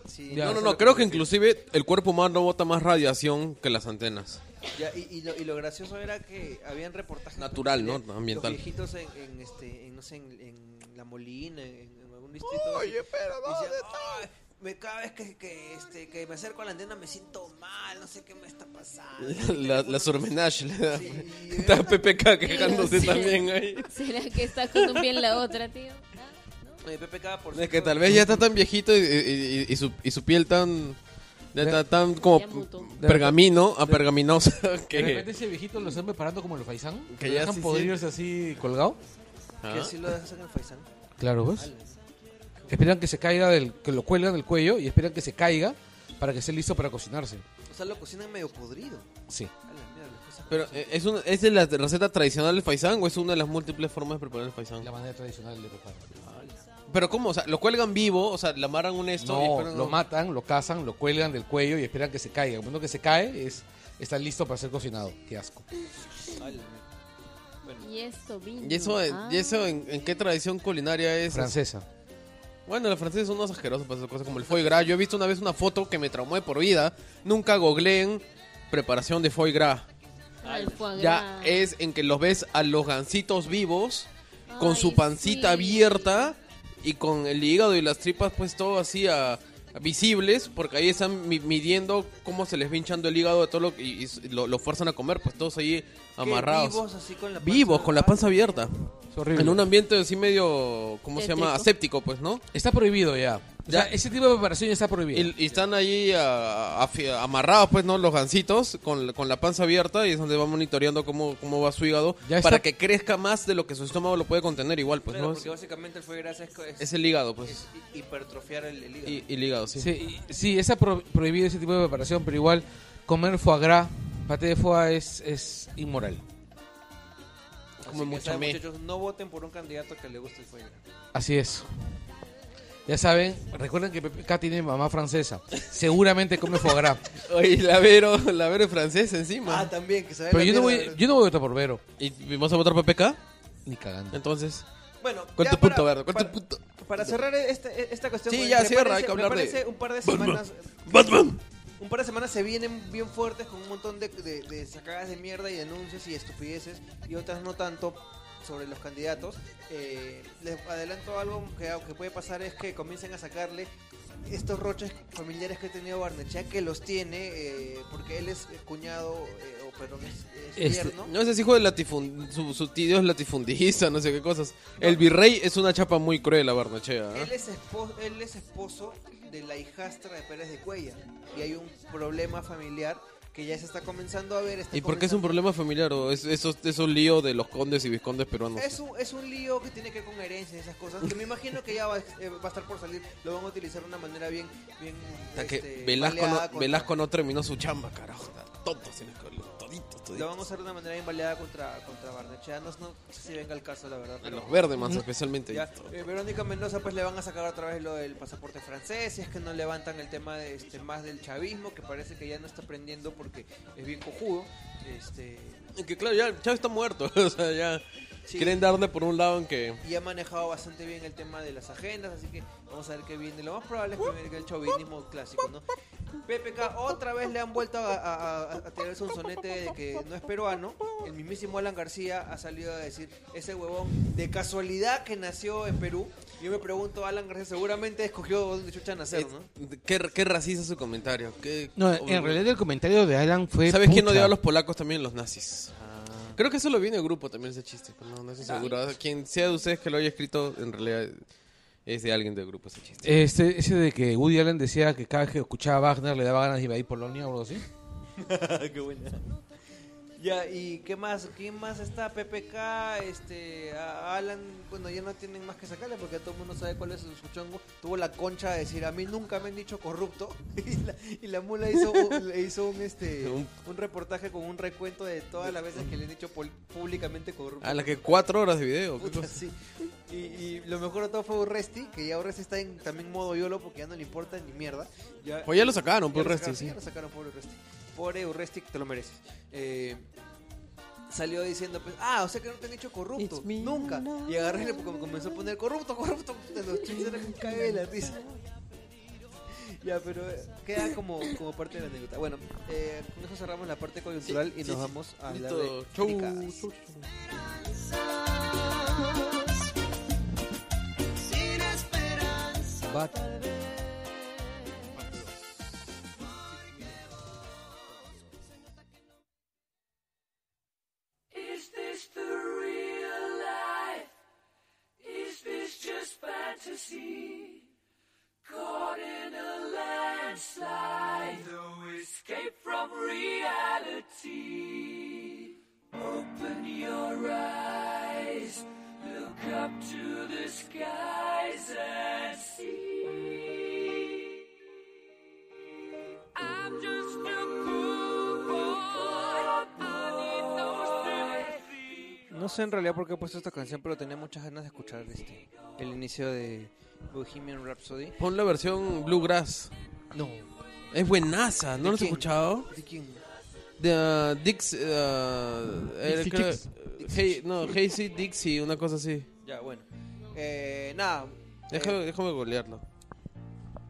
Speaker 3: Sí,
Speaker 8: Ya.
Speaker 2: No, no,
Speaker 3: eso
Speaker 2: no,
Speaker 3: lo
Speaker 2: creo que
Speaker 3: pensé.
Speaker 2: inclusive el cuerpo humano bota más radiación que las antenas.
Speaker 3: Ya, y, y lo, y lo gracioso era que habían reportajes...
Speaker 2: Natural,
Speaker 3: pues,
Speaker 2: ¿no?
Speaker 3: de
Speaker 2: Ambiental.
Speaker 3: Los viejitos en, en este, en, no sé, en, en La Molina, en, en algún distrito... Oye, pero me, cada vez que, que, este, que me acerco a la antena me siento mal, no sé qué me está pasando.
Speaker 2: La, la surmenage le da.
Speaker 3: Sí, y era-
Speaker 2: Está PPK quejándose
Speaker 5: Sí.
Speaker 2: también ahí.
Speaker 5: ¿Será que está con un bien la otra, tío? Ah, ¿no?
Speaker 3: Oye, PPK, por
Speaker 2: Es que
Speaker 3: cierto,
Speaker 2: tal vez ya está tan viejito y, y- y- y su, y su piel tan. Ya está tan como
Speaker 5: Ya mutó.
Speaker 2: pergamino, a pergaminosa
Speaker 8: De repente
Speaker 2: que.
Speaker 8: ese viejito lo están preparando como los faisán.
Speaker 2: Que
Speaker 8: lo
Speaker 2: ya
Speaker 8: dejan
Speaker 2: sí
Speaker 8: podrirse así colgado.
Speaker 2: Ah,
Speaker 3: Que sí lo dejas en el Faisán.
Speaker 8: Claro, ¿ves? Esperan que se caiga del, que lo cuelgan del cuello y esperan que se caiga para que esté listo para cocinarse.
Speaker 3: O sea, lo cocinan medio podrido.
Speaker 8: Sí.
Speaker 3: A la mierda, las cosas
Speaker 2: Pero,
Speaker 3: como son.
Speaker 2: eh, ¿es, una, ¿es de la receta tradicional del faisán o es una de las múltiples formas de preparar el faisán?
Speaker 8: La manera tradicional de preparar.
Speaker 2: Pero, ¿cómo? O sea, ¿lo cuelgan vivo? O sea, ¿le amarran un esto? y
Speaker 8: No,
Speaker 2: esperan-
Speaker 8: lo matan, lo cazan, lo cuelgan del cuello y esperan que se caiga. El momento que se cae es está listo para ser cocinado. Qué asco.
Speaker 3: A la mierda.
Speaker 5: Y esto, vino.
Speaker 2: ¿Y eso,
Speaker 5: Ah.
Speaker 2: y eso en, en qué tradición culinaria es?
Speaker 8: Francesa.
Speaker 2: Bueno, los franceses son unos asquerosos para esas cosas como el foie gras. Yo he visto una vez una foto que me traumó de por vida. Nunca googleen preparación de foie gras.
Speaker 5: Ah, el foie
Speaker 2: Ya
Speaker 5: gras.
Speaker 2: es en que los ves a los gansitos vivos con
Speaker 5: Ay,
Speaker 2: su pancita
Speaker 5: sí.
Speaker 2: abierta y con el hígado y las tripas pues todo así a, a visibles porque ahí están mi- midiendo cómo se les va hinchando el hígado de todo lo que y, y lo, lo fuerzan a comer pues todos ahí amarrados.
Speaker 3: Vivos, así con la panza,
Speaker 2: Vivos, con la panza abierta.
Speaker 8: Es horrible.
Speaker 2: En un ambiente así medio, ¿cómo se llama?
Speaker 5: Tétrico.
Speaker 2: Aséptico, pues, ¿no?
Speaker 8: Está prohibido ya. O
Speaker 2: Ya.
Speaker 8: sea, ese tipo de preparación ya está prohibido.
Speaker 2: Y, y están ahí a- afi- amarrados, pues, ¿no? Los gansitos con, la- con la panza abierta y es donde va monitoreando cómo, cómo va su hígado
Speaker 8: Ya
Speaker 2: para
Speaker 8: está.
Speaker 2: que crezca más de lo que su estómago lo puede contener igual, pues,
Speaker 3: Claro,
Speaker 2: ¿no?
Speaker 3: porque
Speaker 2: Es,
Speaker 3: básicamente el foie gras es, co- es-
Speaker 2: es el hígado,
Speaker 3: es
Speaker 2: pues.
Speaker 3: hi- hipertrofiar el, el hígado.
Speaker 2: Y, y el hígado, sí.
Speaker 8: Sí, y- sí, está pro- prohibido ese tipo de preparación, pero igual comer foie gras, paté de foie es, es inmoral.
Speaker 3: Así
Speaker 2: Como
Speaker 3: que,
Speaker 2: mucho
Speaker 3: ¿saben,
Speaker 2: me.
Speaker 3: muchachos, no voten por un candidato que le guste el foie gras.
Speaker 8: Así es. Ya saben, recuerden que PPK tiene mamá francesa. Seguramente come foie gras.
Speaker 2: Oye, la Vero, la Vero es francesa encima.
Speaker 3: Ah, también, que sabe
Speaker 8: Pero
Speaker 3: la
Speaker 8: yo no,
Speaker 3: mierda,
Speaker 8: voy,
Speaker 3: ¿verdad?
Speaker 8: yo no voy a votar por Vero.
Speaker 2: ¿Y vamos a votar por PPK?
Speaker 8: Ni cagando.
Speaker 2: Entonces,
Speaker 3: Bueno,
Speaker 2: ¿cuál
Speaker 3: ya
Speaker 2: tu
Speaker 3: para-
Speaker 2: punto, Vero? ¿Cuál
Speaker 3: para,
Speaker 2: tu punto?
Speaker 3: para cerrar este- esta cuestión...
Speaker 2: Sí,
Speaker 3: pues,
Speaker 2: ya,
Speaker 3: prepárense-
Speaker 2: cierra, hay que hablar de-
Speaker 3: prepárense un par de semanas...
Speaker 2: ¡Batman!
Speaker 3: Un par de semanas se vienen bien fuertes con un montón de, de- de sacadas de mierda y denuncias y estupideces y otras no tanto sobre los candidatos. Eh, les adelanto algo que, que puede pasar es que comiencen a sacarle estos roches familiares que ha tenido Barnechea, que los tiene eh, porque él es cuñado, eh, o perdón, es, es
Speaker 2: Este,
Speaker 3: yerno.
Speaker 2: no, ese es hijo de latifundista. Su, su tío es latifundista, no sé qué cosas. El virrey es una chapa muy cruel, la Barnechea. ¿eh?
Speaker 3: Él es, esposo, él es esposo de la hijastra de Pérez de Cuellar. Y hay un problema familiar que ya se está comenzando a ver. está
Speaker 2: ¿Y por qué es un
Speaker 3: comenzando-
Speaker 2: problema familiar? ¿O es, eso, eso lío de los condes y vizcondes peruanos?
Speaker 3: Es un, es un lío que tiene que ver con herencias y esas cosas. Que me imagino que ya va, eh, va a estar por salir. Lo van a utilizar de una manera bien. bien
Speaker 2: Hasta que
Speaker 3: este,
Speaker 2: Velasco, no,
Speaker 3: baleada contra-
Speaker 2: Velasco no terminó su chamba, carajo. Está Tonto, se le coló, todito,
Speaker 3: Lo
Speaker 2: todito.
Speaker 3: van a usar de una manera bien baleada contra, contra Barnechea. No, no sé si venga el caso, la verdad.
Speaker 2: A
Speaker 3: pero-
Speaker 2: los verdes, más especialmente.
Speaker 3: Ya, eh, Verónica Mendoza pues le van a sacar otra vez lo del pasaporte francés, si es que no levantan el tema de, este, más del chavismo, que parece que ya no está aprendiendo porque es bien cojudo. Este,
Speaker 2: Y Que claro, ya Chávez está muerto. o sea, ya.
Speaker 3: Sí.
Speaker 2: Quieren darle por un lado en que.
Speaker 3: y ha manejado bastante bien el tema de las agendas, así que vamos a ver qué viene. Lo más probable es que venga el chauvinismo clásico, ¿no? PPK otra vez le han vuelto a, a, a- a tirarse un sonete de que no es peruano. El mismísimo Alan García ha salido a decir, ese huevón de casualidad que nació en Perú. Yo me pregunto, Alan García seguramente escogió dónde chucha nacer, ¿no?
Speaker 2: eh, ¿Qué, qué racista es su comentario? ¿Qué-
Speaker 8: No, en realidad el comentario de Alan fue.
Speaker 2: ¿Sabes quién
Speaker 8: puta.
Speaker 2: odiaba a los polacos también? Los nazis.
Speaker 3: Ah.
Speaker 2: Creo que eso lo vi en el grupo también ese chiste, pero no, no estoy seguro. Quien sea de ustedes que lo haya escrito, en realidad es de alguien del grupo ese chiste.
Speaker 8: Este, ese de que Woody Allen decía que cada vez que escuchaba a Wagner le daba ganas de invadir Polonia o algo así.
Speaker 3: Qué buena. Ya, ¿y qué más? ¿Quién más está? PPK, este, a- Alan, bueno, ya no tienen más que sacarle porque ya todo el mundo sabe cuál es su chongo. Tuvo la concha de decir, a mí nunca me han dicho corrupto. Y la, y la mula hizo, un- le hizo un, este,
Speaker 2: Un-
Speaker 3: un reportaje con un recuento de todas las veces que le han dicho pol- públicamente corrupto.
Speaker 2: A las Ah, que cuatro horas de video. ¿qué
Speaker 3: Puta,
Speaker 2: cosa?
Speaker 3: sí. y, y lo mejor de todo fue Urresti, que ya Urresti está en también modo YOLO porque ya no le importa ni mierda. Ya,
Speaker 2: Pues ya lo sacaron, por
Speaker 3: ya lo
Speaker 2: resto.
Speaker 3: sacaron, sí, ya lo sacaron, pobre Urresti. Pobre Urresti, te lo mereces. Eh, salió diciendo, pues, ah, o sea que no te han hecho corrupto. Nunca. Y agarréle porque me comenzó a poner corrupto, corrupto. puta, los chistes eran un cague de la risa. Ya, pero eh, queda como, como parte de la anécdota. Bueno, eh, con eso cerramos la parte coyuntural y nos vamos a hablar de fricadas.
Speaker 8: But-
Speaker 3: No sé en realidad por qué he puesto esta canción, pero tenía muchas ganas de escuchar este, el inicio de Bohemian Rhapsody.
Speaker 2: Pon la versión Bluegrass.
Speaker 3: No.
Speaker 2: Es buenaza, ¿no
Speaker 3: ¿De
Speaker 2: lo has
Speaker 3: quién?
Speaker 2: escuchado?
Speaker 3: ¿De quién?
Speaker 2: De ah, Dix. ah, eh,
Speaker 8: Dixie
Speaker 2: creo-
Speaker 8: Chicks.
Speaker 2: Hey, no, Hazy Dixie, una cosa así.
Speaker 3: Ya, bueno. Eh, nada.
Speaker 2: Déjame, déjame golearlo.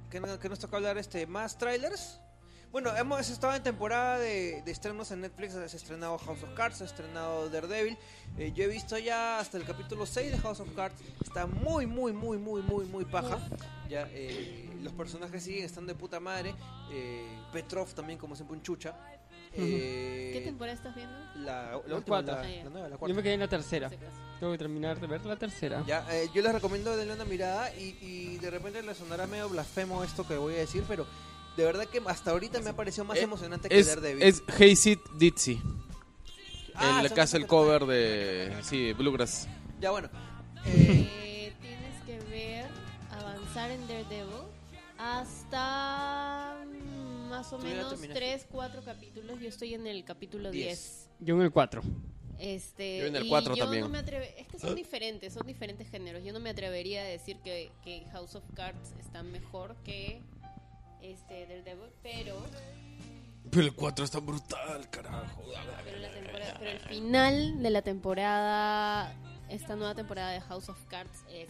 Speaker 3: que, no- que nos toca hablar este más trailers. Bueno, hemos estado en temporada de, de estrenos en Netflix, se ha estrenado House of Cards, se ha estrenado Daredevil. Eh, yo he visto ya hasta el capítulo 6 de House of Cards, está muy, muy, muy, muy, muy, muy paja. Ya, eh, los personajes siguen estando de puta madre. Eh, Petrov también, como siempre, un chucha. Eh,
Speaker 5: ¿Qué temporada estás viendo?
Speaker 3: La, la
Speaker 4: La
Speaker 3: última,
Speaker 4: cuarta.
Speaker 3: la,
Speaker 5: Ah, ya.
Speaker 3: la nueva, la
Speaker 4: Yo
Speaker 3: cuarta.
Speaker 4: me quedé en la tercera.
Speaker 5: Por si acaso.
Speaker 4: Tengo que terminar de ver la tercera.
Speaker 3: Ya, eh, yo les recomiendo darle una mirada y, y de repente le sonará medio blasfemo esto que voy a decir, pero de verdad que hasta ahorita me ha parecido más
Speaker 2: Eh,
Speaker 3: emocionante que
Speaker 2: Es,
Speaker 3: Daredevil.
Speaker 2: es Hazy Dixie.
Speaker 3: Ah,
Speaker 2: el
Speaker 3: son
Speaker 2: que hace el
Speaker 3: los-
Speaker 2: cover de. Sí, Bluegrass.
Speaker 3: Ya, bueno. Eh,
Speaker 5: Eh, tienes que ver avanzar en Daredevil hasta mm, más o
Speaker 3: Tú ya
Speaker 5: menos
Speaker 3: terminaste.
Speaker 5: 3, 4 capítulos. Yo estoy en el capítulo
Speaker 3: Diez.
Speaker 5: 10.
Speaker 4: Yo en el 4.
Speaker 5: Este,
Speaker 2: Yo en el
Speaker 5: y
Speaker 2: cuatro
Speaker 5: yo
Speaker 2: también. ¿Ah?
Speaker 5: no me atreve- es que son diferentes, son diferentes géneros. Yo no me atrevería a decir que, que House of Cards está mejor que este Daredevil, pero,
Speaker 2: Pero el 4 es tan brutal, carajo.
Speaker 5: pero, la temporada, pero el final de la temporada, esta nueva temporada de House of Cards es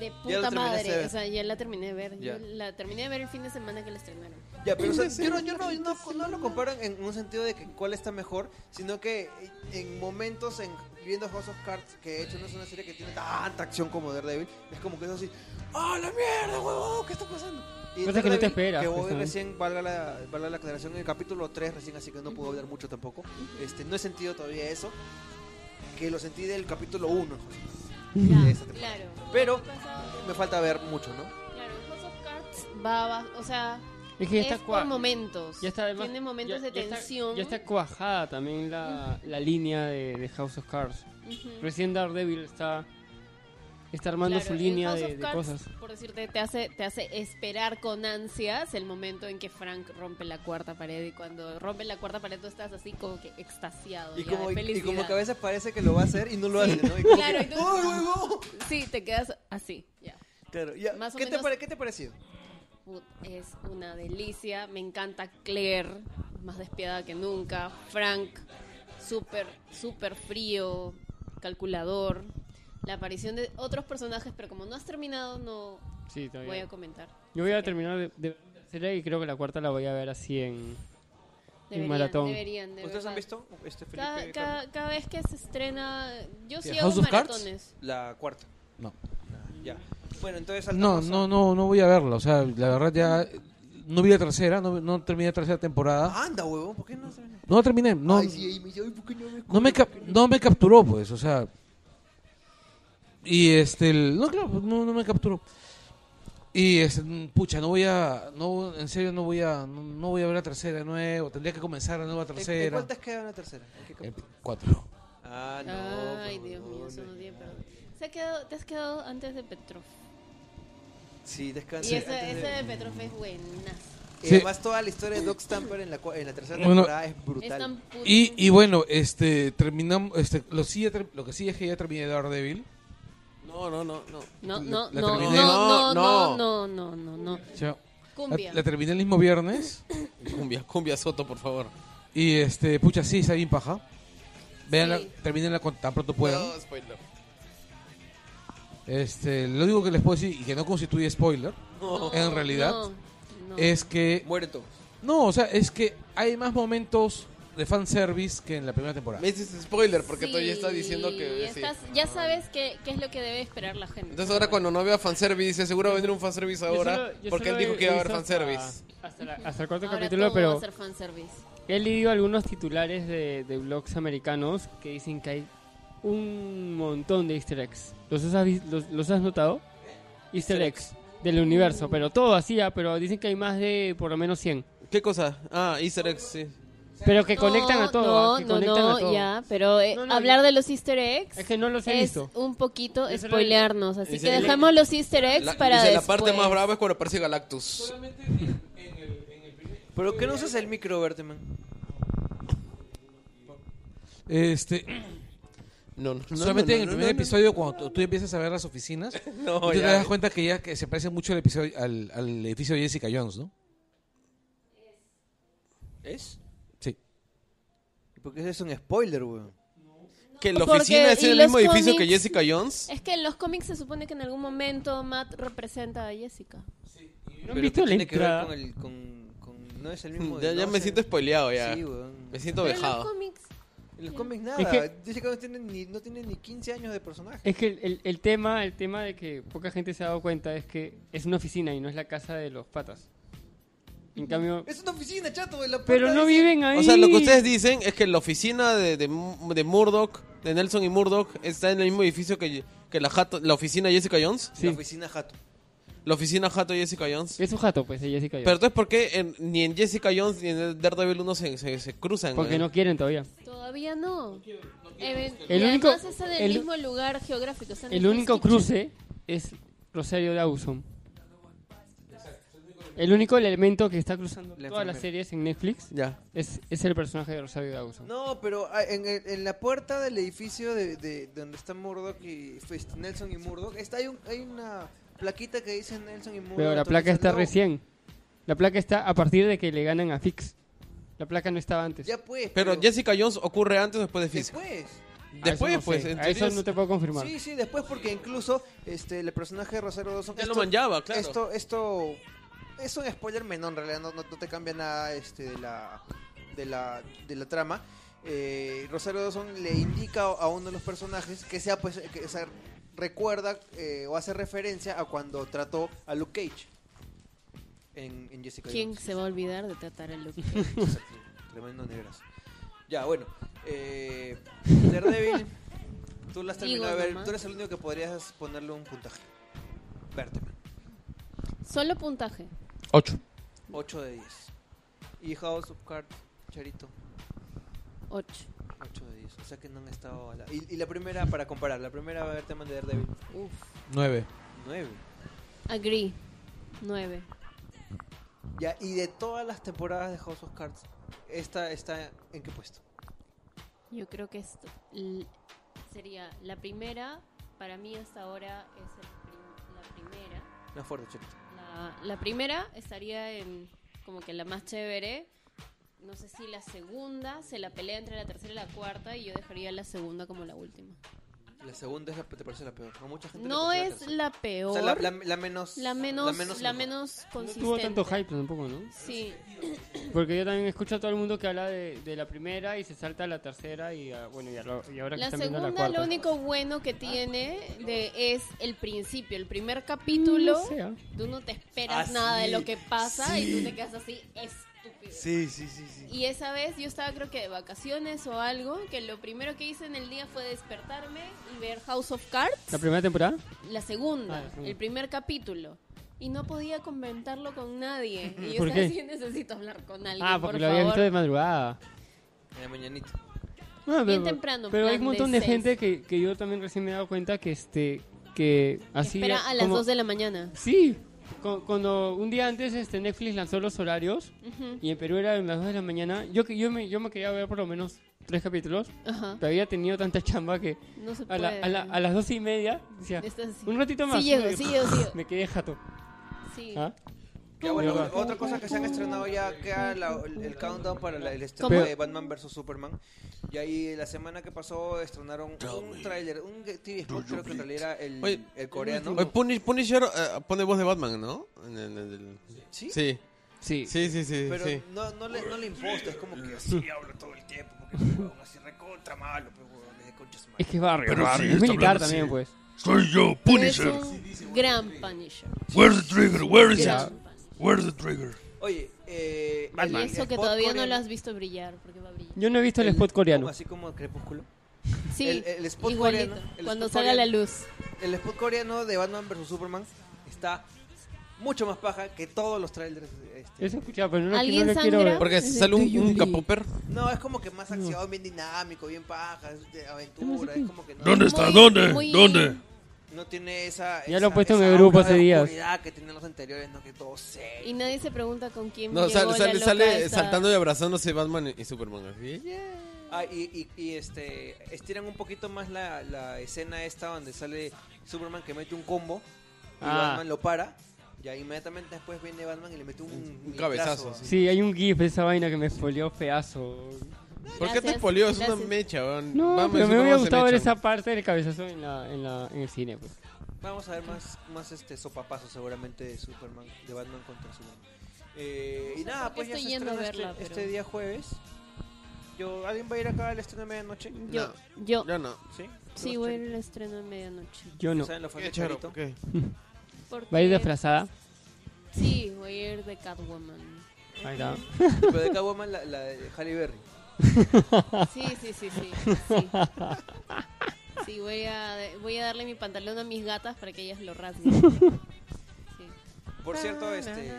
Speaker 5: de
Speaker 3: Ya la
Speaker 5: puta
Speaker 3: terminaste de
Speaker 5: madre.
Speaker 3: ver.
Speaker 5: O sea, ya la terminé de ver.
Speaker 3: Ya.
Speaker 5: Yo la terminé de ver el fin de semana que la estrenaron.
Speaker 3: Ya, pero o sea, yo, no, yo no, yo no- no lo comparo en un sentido de que cuál está mejor, sino que en momentos, en viendo House of Cards, que de hecho no es una serie que tiene tanta acción como Daredevil, es como que es así, ¡ah, la mierda, huevón! ¿Qué está pasando? Y
Speaker 4: Cosa que no te
Speaker 3: Daredevil,
Speaker 4: esperas,
Speaker 3: Que
Speaker 4: pues,
Speaker 3: voy
Speaker 4: también.
Speaker 3: recién, valga la, valga la aclaración, en el capítulo 3 recién, así que no puedo hablar mucho tampoco. Este, no he sentido todavía eso, que lo sentí del capítulo 1.
Speaker 5: Ya,
Speaker 3: esa temporada.
Speaker 5: claro.
Speaker 3: Pero-
Speaker 5: Lo que pasa-
Speaker 3: Me falta ver mucho, ¿no?
Speaker 5: Claro, House of Cards va abajo. O sea,
Speaker 4: Es que ya
Speaker 5: es
Speaker 4: está
Speaker 5: por
Speaker 4: cua-
Speaker 5: momentos.
Speaker 4: ya está además-
Speaker 5: Tiene momentos
Speaker 4: ya-
Speaker 5: de
Speaker 4: ya está-
Speaker 5: tensión.
Speaker 4: Ya está, cuajada también la, la línea de, de House of Cards.
Speaker 5: Ujú.
Speaker 4: Recién Daredevil está, está armando
Speaker 5: Claro,
Speaker 4: su
Speaker 5: en
Speaker 4: línea
Speaker 5: House
Speaker 4: de,
Speaker 5: of
Speaker 4: de
Speaker 5: Cards,
Speaker 4: cosas.
Speaker 5: Por decirte, te hace, te hace esperar con ansias el momento en que Frank rompe la cuarta pared y cuando rompe la cuarta pared tú estás así como que extasiado.
Speaker 3: Y
Speaker 5: ya,
Speaker 3: como,
Speaker 5: de
Speaker 3: y
Speaker 5: felicidad.
Speaker 3: como que a veces parece que lo va a hacer y no lo hace, ¿no? Y como
Speaker 5: Claro,
Speaker 3: que,
Speaker 5: y tú-
Speaker 3: ¡ay, huevón!
Speaker 5: Sí, te quedas así, ya.
Speaker 3: Claro, ya.
Speaker 5: Más o
Speaker 3: ¿Qué, te
Speaker 5: menos-
Speaker 3: pare- ¿Qué te pareció?
Speaker 5: Put- Es una delicia, me encanta Claire, más despiadada que nunca. Frank, súper, súper frío, calculador. La aparición de otros personajes, pero como no has terminado, no
Speaker 4: Sí, todavía.
Speaker 5: voy a comentar.
Speaker 4: Yo voy a terminar de, de ver la tercera y creo que la cuarta la voy a ver así en...
Speaker 5: Deberían,
Speaker 4: maratón.
Speaker 5: deberían, de
Speaker 3: ¿Ustedes han
Speaker 5: verdad.
Speaker 3: visto este Felipe?
Speaker 5: Cada,
Speaker 3: Carlos?
Speaker 5: cada- cada vez que se estrena, yo sí
Speaker 8: ¿Qué,
Speaker 5: hago
Speaker 8: House of Cards?
Speaker 5: maratones.
Speaker 3: La cuarta.
Speaker 8: No.
Speaker 3: Ya. Bueno, entonces
Speaker 8: No,
Speaker 3: saltamos a-
Speaker 8: no, no, no voy a verla. O sea, la verdad ya eh, no vi la tercera, no, no terminé la tercera temporada.
Speaker 3: Ah, Anda, huevón, ¿por qué no se ven?
Speaker 8: No terminé, no,
Speaker 3: Ay, sí, ahí me dice, "Ay, ¿por qué no me
Speaker 8: no, me cap- no me capturó, pues, o sea. Y este, el- no, claro, no, no me capturó. Y este, mm, pucha, no voy a, no, en serio no voy a, no, no voy a ver la tercera de nuevo. Tendría que comenzar la nueva
Speaker 3: ¿En- en
Speaker 8: tercera.
Speaker 3: ¿Cuántas quedan en la tercera? ¿En qué cap-
Speaker 8: Eh, cuatro.
Speaker 3: Ah, no. eh.
Speaker 5: Ay,
Speaker 3: huevón,
Speaker 5: Dios mío,
Speaker 3: no.
Speaker 5: son los 10, perdón. Se ha quedado, te has quedado antes de Petrov.
Speaker 3: Sí,
Speaker 5: Y
Speaker 3: descansa.
Speaker 5: ese, ese de Petrov es buenas.
Speaker 8: Sí.
Speaker 3: Además, toda la historia de Doc Stamper en la, cua- en la tercera
Speaker 8: Bueno,
Speaker 3: temporada es
Speaker 5: Es tan
Speaker 3: brutal.
Speaker 5: puro.
Speaker 8: Y, y bueno, este, terminamos, este, lo, sí ya ter- lo que sí es que ya terminé Daredevil.
Speaker 2: No, no, no, no.
Speaker 5: No, no,
Speaker 8: la
Speaker 5: no, no,
Speaker 8: terminé.
Speaker 5: no, no,
Speaker 2: No,
Speaker 5: no, no, no, no.
Speaker 8: O sea, la,
Speaker 5: Cumbia.
Speaker 8: la terminé el mismo viernes.
Speaker 2: Cumbia, cumbia Soto, por favor.
Speaker 8: Y este, pucha, sí, está bien paja. Veanla,
Speaker 5: Sí.
Speaker 8: terminenla con- tan pronto puedan.
Speaker 2: No, spoiler.
Speaker 8: Este, lo único que les puedo decir, y que no constituye spoiler,
Speaker 5: No,
Speaker 8: en realidad,
Speaker 5: no, no.
Speaker 8: es que.
Speaker 3: Muere todos.
Speaker 8: No, o sea, es que hay más momentos de fanservice que en la primera temporada.
Speaker 2: Me dices spoiler porque tú
Speaker 5: Sí,
Speaker 2: ya estás diciendo que. sí.
Speaker 5: estás- Ya sabes qué qué es lo que debe esperar la gente.
Speaker 2: Entonces ahora cuando no vea fanservice, dice seguro va a venir un fanservice
Speaker 4: Yo
Speaker 2: ahora.
Speaker 4: solo- yo
Speaker 2: porque él
Speaker 4: solo
Speaker 2: dijo
Speaker 4: he
Speaker 2: que iba a haber
Speaker 4: visto hasta-
Speaker 2: fanservice.
Speaker 4: Hasta, la- hasta el cuarto
Speaker 5: Ahora
Speaker 4: capítulo,
Speaker 5: todo va
Speaker 4: pero
Speaker 5: a ser fanservice.
Speaker 4: he leído algunos titulares de, de blogs americanos que dicen que hay un montón de easter eggs. ¿Los has, vi- los, los has notado? Easter eggs del universo, pero todo así, ah, pero dicen que hay más de por lo menos 100.
Speaker 2: ¿Qué cosa? Ah, Easter eggs, sí.
Speaker 4: Pero que conectan a todo. ah, que
Speaker 5: No, no,
Speaker 4: conectan
Speaker 5: no,
Speaker 4: a todo.
Speaker 5: ya, pero eh,
Speaker 4: No, no,
Speaker 5: hablar
Speaker 4: yo-
Speaker 5: de los easter eggs
Speaker 4: Es que no los he
Speaker 5: es
Speaker 4: visto.
Speaker 5: un poquito
Speaker 4: Yo solo-
Speaker 5: spoilearnos, así
Speaker 2: Dice-
Speaker 5: que dejamos los easter eggs
Speaker 2: La,
Speaker 5: para
Speaker 2: dice, la
Speaker 5: después.
Speaker 2: parte más brava es cuando aparece Galactus.
Speaker 3: ¿Pero qué no usas el micro, Berteman?
Speaker 8: Este,
Speaker 2: No, no, no,
Speaker 8: solamente
Speaker 2: no,
Speaker 8: en el
Speaker 2: no, no,
Speaker 8: primer
Speaker 2: no.
Speaker 8: episodio, cuando tú, tú empiezas a ver las oficinas,
Speaker 2: No,
Speaker 8: tú te
Speaker 2: ya.
Speaker 8: das cuenta que ya que se parece mucho al, episodio, al, al edificio de Jessica Jones, ¿no?
Speaker 3: ¿Es?
Speaker 8: Sí.
Speaker 3: Porque ese es un spoiler, weón.
Speaker 2: Que la
Speaker 5: Porque-
Speaker 2: oficina es
Speaker 5: y
Speaker 2: en el
Speaker 5: los
Speaker 2: mismo edificio que
Speaker 5: cómics-
Speaker 2: Jessica Jones.
Speaker 5: Es que en los cómics se supone que en algún momento Matt representa a Jessica.
Speaker 4: ¿No
Speaker 3: Pero
Speaker 4: han visto
Speaker 3: ¿qué
Speaker 4: la
Speaker 3: tiene que ver
Speaker 4: entrada?
Speaker 3: con el- con- con- No es el mismo.
Speaker 2: Mm, Ya,
Speaker 3: de-
Speaker 2: ya
Speaker 3: no
Speaker 2: me
Speaker 3: es
Speaker 2: siento
Speaker 3: el-
Speaker 2: spoileado ya.
Speaker 3: Sí, weón.
Speaker 2: me siento
Speaker 5: Pero en los
Speaker 2: vejado.
Speaker 5: cómics
Speaker 3: En los cómics nada.
Speaker 4: Es que-
Speaker 3: Dice que no tienen ni, no tienen ni 15 años de personaje.
Speaker 4: Es que el, el- el tema, el tema de que poca gente se ha dado cuenta es que es una oficina y no es la casa de los patas. En cambio,
Speaker 3: Es una oficina, chato. en la
Speaker 4: pero
Speaker 3: puerta
Speaker 4: no
Speaker 3: dice-
Speaker 4: viven ahí.
Speaker 2: O sea, lo que ustedes dicen es que la oficina de, de, de Murdoch, de Nelson y Murdoch, está en el mismo edificio que, que la, jato- la oficina de Jessica Jones.
Speaker 4: Sí.
Speaker 3: La oficina Jato.
Speaker 2: La oficina Jato de Jessica Jones.
Speaker 4: Es un jato, pues, de Jessica Jones.
Speaker 2: Pero entonces, ¿por qué en- ni en Jessica Jones ni en Daredevil 1 se, se, se cruzan? eh?
Speaker 3: eh.
Speaker 4: Porque
Speaker 2: weón?
Speaker 4: no quieren todavía.
Speaker 5: todavía no. Even-
Speaker 4: El
Speaker 5: y
Speaker 4: único-
Speaker 5: además está en el,
Speaker 4: el-
Speaker 5: mismo lugar geográfico. está en
Speaker 4: El único
Speaker 5: Hell's
Speaker 4: cruce es Rosario Dawson. El único elemento que está cruzando
Speaker 3: La
Speaker 4: todas las
Speaker 3: enfermera.
Speaker 4: series en Netflix
Speaker 2: Ya.
Speaker 4: es, es el personaje de Rosario Dawson.
Speaker 3: No, pero ah, en, el- en la puerta del edificio de, de- donde está Murdoch y pues, Nelson y Murdoch, está, hay, un- hay una plaquita que dice Nelson y Murdoch.
Speaker 4: Pero la
Speaker 3: entonces,
Speaker 4: placa está
Speaker 3: no.
Speaker 4: recién. La placa está a partir de que le ganan a Fix. La placa no estaba antes.
Speaker 3: Ya pues.
Speaker 2: Pero Jessica Jones ocurre antes o después de Fisk.
Speaker 3: Después.
Speaker 2: Después,
Speaker 4: no sé.
Speaker 2: pues, en
Speaker 4: A eso
Speaker 2: teoría
Speaker 4: no
Speaker 2: es-
Speaker 4: te puedo confirmar.
Speaker 3: Sí, sí, después porque incluso este el personaje de Rosario Dawson...
Speaker 2: Ya lo
Speaker 3: esto-
Speaker 2: manchaba, claro.
Speaker 3: Esto, esto es un spoiler menor, en realidad no, no- no te cambia nada este, de, la, de, la, de la trama. Eh, Rosario Dawson le indica a uno de los personajes que sea pues que se recuerda eh, o hace referencia a cuando trató a Luke Cage en, en Jessica
Speaker 5: ¿Quién
Speaker 3: Jones.
Speaker 5: se va a olvidar de tratar al Luke?
Speaker 3: Exacto, Tremendo negras. Ya, bueno. Eh, Daredevil, tú la has terminado de
Speaker 5: Digo
Speaker 3: ver.
Speaker 5: nomás.
Speaker 3: Tú eres el único que podrías ponerle un puntaje. Verteman.
Speaker 5: Solo puntaje.
Speaker 6: 8.
Speaker 3: 8 de 10. Y House of Cards, Charito,
Speaker 5: 8.
Speaker 3: 8 de 10. O sea que no han estado a la... Y, y la primera, para comparar, la primera va a ver tema de Daredevil,
Speaker 5: Uf.
Speaker 8: 9.
Speaker 3: 9.
Speaker 5: Agree. 9.
Speaker 3: Ya, y de todas las temporadas de House of Cards, ¿esta está en qué puesto?
Speaker 5: Yo creo que esto l- sería la primera. Para mí hasta ahora es el prim- la primera.
Speaker 3: Más fuerte, Charito.
Speaker 5: La, la primera estaría en como que la más chévere. No sé si la segunda se la pelea entre la tercera y la cuarta y yo dejaría la segunda como la última.
Speaker 3: La segunda es la, te parece la peor. A mucha gente le
Speaker 5: No
Speaker 3: parece la
Speaker 5: es
Speaker 3: tercera.
Speaker 5: la peor.
Speaker 3: O sea, la,
Speaker 5: la,
Speaker 3: la- la menos...
Speaker 5: menos, la menos,
Speaker 3: mejor.
Speaker 4: No
Speaker 5: consistente.
Speaker 4: tuvo tanto hype tampoco, ¿no?
Speaker 5: Sí,
Speaker 4: Porque yo también escucho a todo el mundo que habla de, de la primera y se salta a la tercera y ah, bueno, y, a lo- y ahora que
Speaker 5: La
Speaker 4: están viendo la
Speaker 5: segunda,
Speaker 4: cuarta.
Speaker 5: lo único bueno que tiene de, es el principio, el primer capítulo.
Speaker 4: No sé, ah.
Speaker 5: Tú no te esperas
Speaker 2: Ah,
Speaker 5: nada de
Speaker 2: sí,
Speaker 5: lo que pasa y
Speaker 2: sí.
Speaker 5: tú te quedas así estúpido.
Speaker 2: Sí, sí, sí, sí.
Speaker 5: Y esa vez yo estaba creo que de vacaciones o algo, que lo primero que hice en el día fue despertarme y ver House of Cards,
Speaker 4: ¿La primera temporada?
Speaker 5: la segunda,
Speaker 4: Ah, la segunda.
Speaker 5: el primer capítulo. Y no podía comentarlo con nadie. Y yo
Speaker 4: ¿Por
Speaker 5: estaba
Speaker 4: qué?
Speaker 5: así, necesito hablar con alguien,
Speaker 4: Ah, porque
Speaker 5: por
Speaker 4: lo había
Speaker 5: favor.
Speaker 4: visto de madrugada.
Speaker 3: En la mañanita.
Speaker 4: No,
Speaker 5: Bien temprano,
Speaker 4: Pero hay un
Speaker 5: plan
Speaker 4: montón
Speaker 5: de
Speaker 4: de
Speaker 5: seis.
Speaker 4: gente que, que yo también recién me he dado cuenta que este que así
Speaker 5: Espera a las
Speaker 4: como-
Speaker 5: 2 de la mañana.
Speaker 4: Sí, cu- cuando un día antes este Netflix lanzó los horarios
Speaker 5: Ujú,
Speaker 4: y en Perú era a las 2 de la mañana, yo que yo me yo me quería ver por lo menos tres capítulos,
Speaker 5: Ajá.
Speaker 4: pero había tenido tanta chamba que
Speaker 5: No se
Speaker 4: a,
Speaker 5: puede.
Speaker 4: la- a la- a las dos y media decía
Speaker 5: Estás así.
Speaker 4: un ratito más.
Speaker 5: Sí llego,
Speaker 4: Me-
Speaker 5: sí llego, sí llego.
Speaker 4: Me quedé jato.
Speaker 5: Sí.
Speaker 4: ¿ah?
Speaker 3: Ya, bueno,
Speaker 4: Ya va.
Speaker 3: otra cosa que se han estrenado ya queda la- el, el countdown para la- el estreno
Speaker 4: ¿Cómo?
Speaker 3: de Batman vs Superman. Y ahí la semana que pasó estrenaron un tráiler, un TV spot, creo que en realidad era el,
Speaker 2: Oye,
Speaker 3: el coreano.
Speaker 2: Oye, Punish- Punisher eh, pone voz de Batman, ¿no? En el- en el-
Speaker 3: ¿Sí?
Speaker 2: Sí,
Speaker 4: Sí.
Speaker 2: sí, sí, sí.
Speaker 3: Pero
Speaker 2: sí. Mm.
Speaker 3: no, no, le, no le imposta, es como que así hablo todo el tiempo, porque es un huevón así recontra malo, pero huevón, es de concha su
Speaker 4: Es
Speaker 3: madre.
Speaker 4: que es barrio, es barrio. es militar también pues.
Speaker 7: Soy yo,
Speaker 5: Es un gran Punisher.
Speaker 7: Where's the trigger? Where
Speaker 5: Gran
Speaker 7: Where's the trigger?
Speaker 3: Oye, eh,
Speaker 5: Y
Speaker 3: el
Speaker 5: eso que
Speaker 3: spot
Speaker 5: todavía no
Speaker 3: coreano-
Speaker 5: lo has visto brillar, porque va a brillar.
Speaker 4: Yo no he visto el,
Speaker 3: el-
Speaker 4: spot coreano.
Speaker 3: Así como Crepúsculo.
Speaker 5: Sí,
Speaker 3: El- el spot
Speaker 5: igualito.
Speaker 3: coreano, el
Speaker 5: cuando
Speaker 3: spot
Speaker 5: salga
Speaker 3: coreano.
Speaker 5: la luz.
Speaker 3: El spot coreano de Batman vs Superman está mucho más paja que todos los trailers. Este,
Speaker 4: Eso escuchaba, pero no lo-
Speaker 5: ¿Alguien
Speaker 4: no lo quiero ver.
Speaker 5: sangra?
Speaker 2: Porque
Speaker 5: Sí,
Speaker 2: sale un,
Speaker 5: sí,
Speaker 2: un
Speaker 5: sí.
Speaker 2: capoper.
Speaker 3: No, es como que más acción, bien dinámico, bien paja, es de aventura, es como que no,
Speaker 7: ¿Dónde está?
Speaker 5: Muy-
Speaker 7: ¿Dónde?
Speaker 5: muy-
Speaker 7: ¿Dónde?
Speaker 3: no tiene esa
Speaker 4: Ya
Speaker 3: esa-
Speaker 4: lo he puesto en
Speaker 3: esa
Speaker 4: el grupo
Speaker 3: aura de
Speaker 4: hace días.
Speaker 3: oscuridad que tienen los anteriores, no que todo
Speaker 5: Y
Speaker 3: se
Speaker 5: nadie se pregunta con quién
Speaker 2: No,
Speaker 5: llegó
Speaker 2: sale,
Speaker 5: la
Speaker 2: sale,
Speaker 5: loca
Speaker 2: sale
Speaker 5: esa.
Speaker 2: saltando y abrazándose Batman y Superman. así.
Speaker 3: ah, y, y, y, este estiran un poquito más la, la escena esta donde sale Superman que mete un combo y
Speaker 4: Ah.
Speaker 3: Batman lo para. Y ahí inmediatamente después viene Batman y le mete un,
Speaker 2: un cabezazo, sí.
Speaker 4: Sí, hay un gif de esa vaina que me folió feazo.
Speaker 2: ¿Por qué te
Speaker 5: Gracias,
Speaker 2: espolió? Es una
Speaker 5: gracias.
Speaker 2: mecha, weón.
Speaker 4: No,
Speaker 2: Batman y
Speaker 4: pero me
Speaker 2: Superman
Speaker 4: hubiera
Speaker 2: se
Speaker 4: gustado ver
Speaker 2: mechan.
Speaker 4: esa parte del cabezazo en, la, en, la, en el cine. Pues.
Speaker 3: Vamos a ver más, más este sopapazo seguramente de Superman, de Batman contra Superman. Eh, y
Speaker 5: No sé
Speaker 3: nada,
Speaker 5: por qué
Speaker 3: pues ya
Speaker 5: estoy
Speaker 3: se
Speaker 5: yendo a
Speaker 3: estrena este,
Speaker 5: verla, pero-
Speaker 3: este día jueves. Yo, ¿Alguien va a ir acá al estreno de medianoche?
Speaker 5: Yo, yo,
Speaker 2: Ya no.
Speaker 3: ¿Sí?
Speaker 5: Mm, sí voy a ir al estreno en medianoche.
Speaker 4: Yo no.
Speaker 3: ¿Saben lo fan
Speaker 2: Qué
Speaker 3: de
Speaker 2: charo,
Speaker 3: Charito?
Speaker 2: qué.
Speaker 5: Porque-
Speaker 4: ¿Va a ir disfrazada?
Speaker 5: Sí, voy a ir de Catwoman.
Speaker 4: Ahí está.
Speaker 3: Pero de Catwoman, la, la de Halle Berry.
Speaker 5: Sí, sí, sí, sí. Sí, Sí, voy, a, voy a darle mi pantalón a mis gatas para que ellas lo rasguen. Sí.
Speaker 3: Por cierto, este...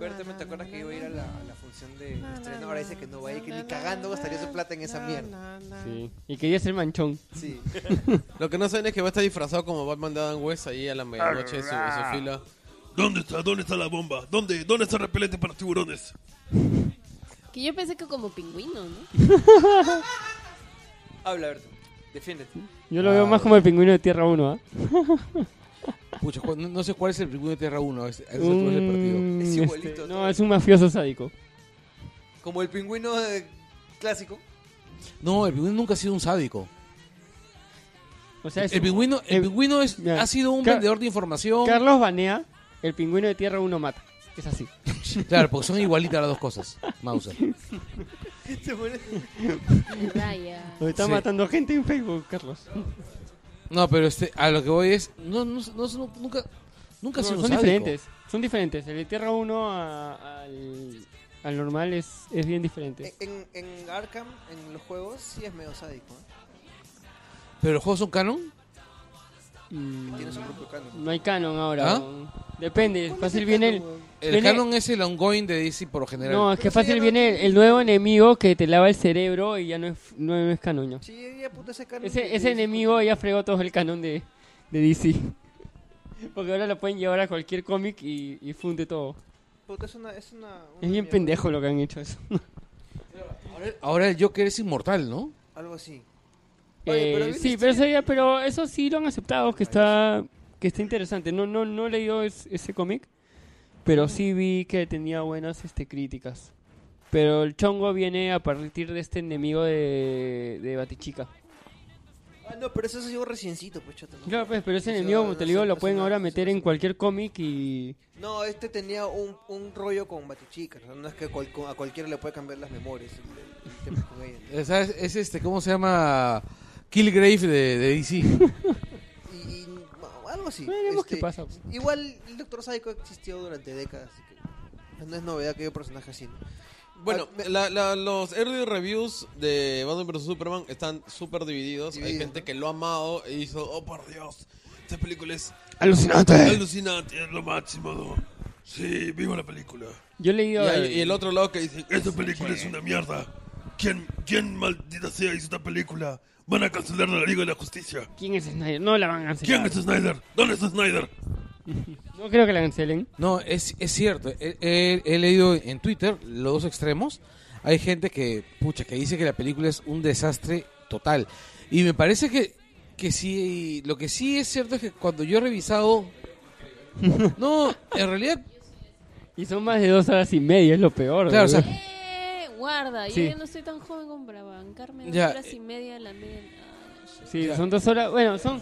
Speaker 3: Berta, ¿me te acuerdas que iba a ir a la, a la función de estreno? Ahora dice que no va a ir, que ni cagando gastaría su plata en esa mierda.
Speaker 4: Sí. Y quería ser manchón.
Speaker 3: Sí.
Speaker 2: Lo que no saben es que va a estar disfrazado como Batman de Adam West ahí a la medianoche en su, en su fila.
Speaker 7: ¿Dónde está? ¿Dónde está la bomba? ¿Dónde? ¿Dónde está el repelente para tiburones?
Speaker 5: Que yo pensé que como pingüino, ¿no?
Speaker 3: Habla, Berta. Defiéndete.
Speaker 4: Yo lo veo más como el pingüino de Tierra 1, ¿ah?
Speaker 8: Pucha, cu- no, no sé cuál es el primero de Tierra 1. Es, es el partido.
Speaker 4: Un-
Speaker 3: Es igualito
Speaker 4: Mm, este,
Speaker 3: todo.
Speaker 4: no, es un mafioso sádico.
Speaker 3: Como el pingüino eh, clásico.
Speaker 8: No, el pingüino nunca ha sido un sádico.
Speaker 4: O sea, es
Speaker 8: El pingüino, el
Speaker 4: eh,
Speaker 8: pingüino es,
Speaker 4: ya.
Speaker 8: ha sido un
Speaker 4: Ca-
Speaker 8: vendedor de información.
Speaker 4: Carlos banea, el pingüino de tierra uno mata. Es así.
Speaker 8: Claro, porque son igualitas las dos cosas, Mauser.
Speaker 5: Raya.
Speaker 4: Nos están
Speaker 8: Sí.
Speaker 4: matando gente en Facebook, Carlos.
Speaker 8: No, pero este, a lo que voy es. No, no, no, no- nunca.
Speaker 4: No,
Speaker 8: Nunca ha sido
Speaker 4: son
Speaker 8: un sádico.
Speaker 4: diferentes. Son diferentes. El de tierra 1 al, al normal es, es bien diferente.
Speaker 3: En, en Arkham, en los juegos, sí es medio sádico. ¿eh?
Speaker 8: Pero los juegos son canon.
Speaker 4: Mm,
Speaker 3: Tiene su propio canon.
Speaker 4: no hay canon ahora.
Speaker 8: ¿Ah?
Speaker 4: weón. Depende. Fácil viene el.
Speaker 8: El
Speaker 4: Viene-
Speaker 8: canon es el ongoing de DC por lo general.
Speaker 4: No, es que
Speaker 3: Pero sí,
Speaker 4: fácil
Speaker 3: no-
Speaker 4: viene el, el nuevo enemigo que te lava el cerebro y ya no es, no, no es canon. ya.
Speaker 3: Sí, ya puta ese canon.
Speaker 4: Ese,
Speaker 3: que-
Speaker 4: ese enemigo ya fregó todo el canon de, de DC. Porque ahora lo pueden llevar a cualquier cómic y, y funde todo.
Speaker 3: Puta, es una. Es, una, una
Speaker 4: Es bien
Speaker 3: mierda.
Speaker 4: pendejo lo que han hecho eso.
Speaker 8: Ahora, ahora el Joker es inmortal, ¿no?
Speaker 3: Algo así. Oye, pero
Speaker 4: Eh,
Speaker 3: vi
Speaker 4: sí,
Speaker 3: una
Speaker 4: pero eso,
Speaker 3: historia-
Speaker 4: ya, pero eso sí lo han aceptado, que está que está interesante. No no no he leído es- ese cómic, pero sí vi que tenía buenas este críticas. Pero el chongo viene a partir de este enemigo de, de Batichica.
Speaker 3: Ah, no, pero eso se llegó reciencito, pues chato. ¿no?
Speaker 4: Claro, pues, pero ese
Speaker 3: Eso
Speaker 4: enemigo, como
Speaker 3: no
Speaker 4: te
Speaker 3: se-
Speaker 4: digo, lo
Speaker 3: eso
Speaker 4: pueden
Speaker 3: no-
Speaker 4: ahora
Speaker 3: eso
Speaker 4: meter
Speaker 3: no
Speaker 4: en
Speaker 3: se-
Speaker 4: cualquier cómic y...
Speaker 3: No, este tenía un, un rollo con Batichica. No, No es que cual- a cualquiera le puede cambiar las memorias. el- el tema con ella.
Speaker 8: O sea, Es, es este, ¿cómo se llama? Killgrave de, de DC.
Speaker 3: Y, y- no, algo así.
Speaker 4: Veremos
Speaker 3: Este,
Speaker 4: qué pasa. pues.
Speaker 3: Igual el Doctor Psycho existió durante décadas. Así que pues, no es novedad que haya un personaje así. ¿no?
Speaker 2: Bueno,
Speaker 3: Ah, me-
Speaker 2: la- la- los early reviews de Batman vs. Superman están súper divididos. Hay
Speaker 3: Divididos,
Speaker 2: gente
Speaker 3: ¿no?
Speaker 2: que lo ha amado e hizo, oh por Dios, esta película es
Speaker 4: Alucinante.
Speaker 2: alucinante, es lo máximo. ¿no? Sí, vivo la película.
Speaker 4: Yo he
Speaker 2: Y,
Speaker 4: leído...
Speaker 2: hay-
Speaker 4: el-
Speaker 2: y el otro lado que dice,
Speaker 9: Esta película es una mierda. ¿Quién, quién maldita sea hizo esta película? Van a cancelar la Liga de la Justicia.
Speaker 4: ¿Quién es Snyder? No la van a
Speaker 9: ¿Quién
Speaker 4: cancelar.
Speaker 9: es Snyder? ¿Dónde es Snyder?
Speaker 4: No creo que la cancelen.
Speaker 8: No, es, es cierto. He, he- he leído en Twitter los dos extremos. Hay gente que, pucha, que dice que la película es un desastre total. Y me parece que, que sí, lo que sí es cierto es que cuando yo he revisado... No, en realidad,
Speaker 4: Y son más de dos horas y media, es lo peor.
Speaker 8: claro, o
Speaker 4: weón.
Speaker 8: sea,
Speaker 5: Eh, guarda,
Speaker 4: Sí.
Speaker 5: yo ya no estoy tan joven como para bancarme dos
Speaker 8: Ya,
Speaker 5: horas
Speaker 8: eh.
Speaker 5: y media a la media. Ah, shit.
Speaker 4: Sí, son dos horas. Bueno, son.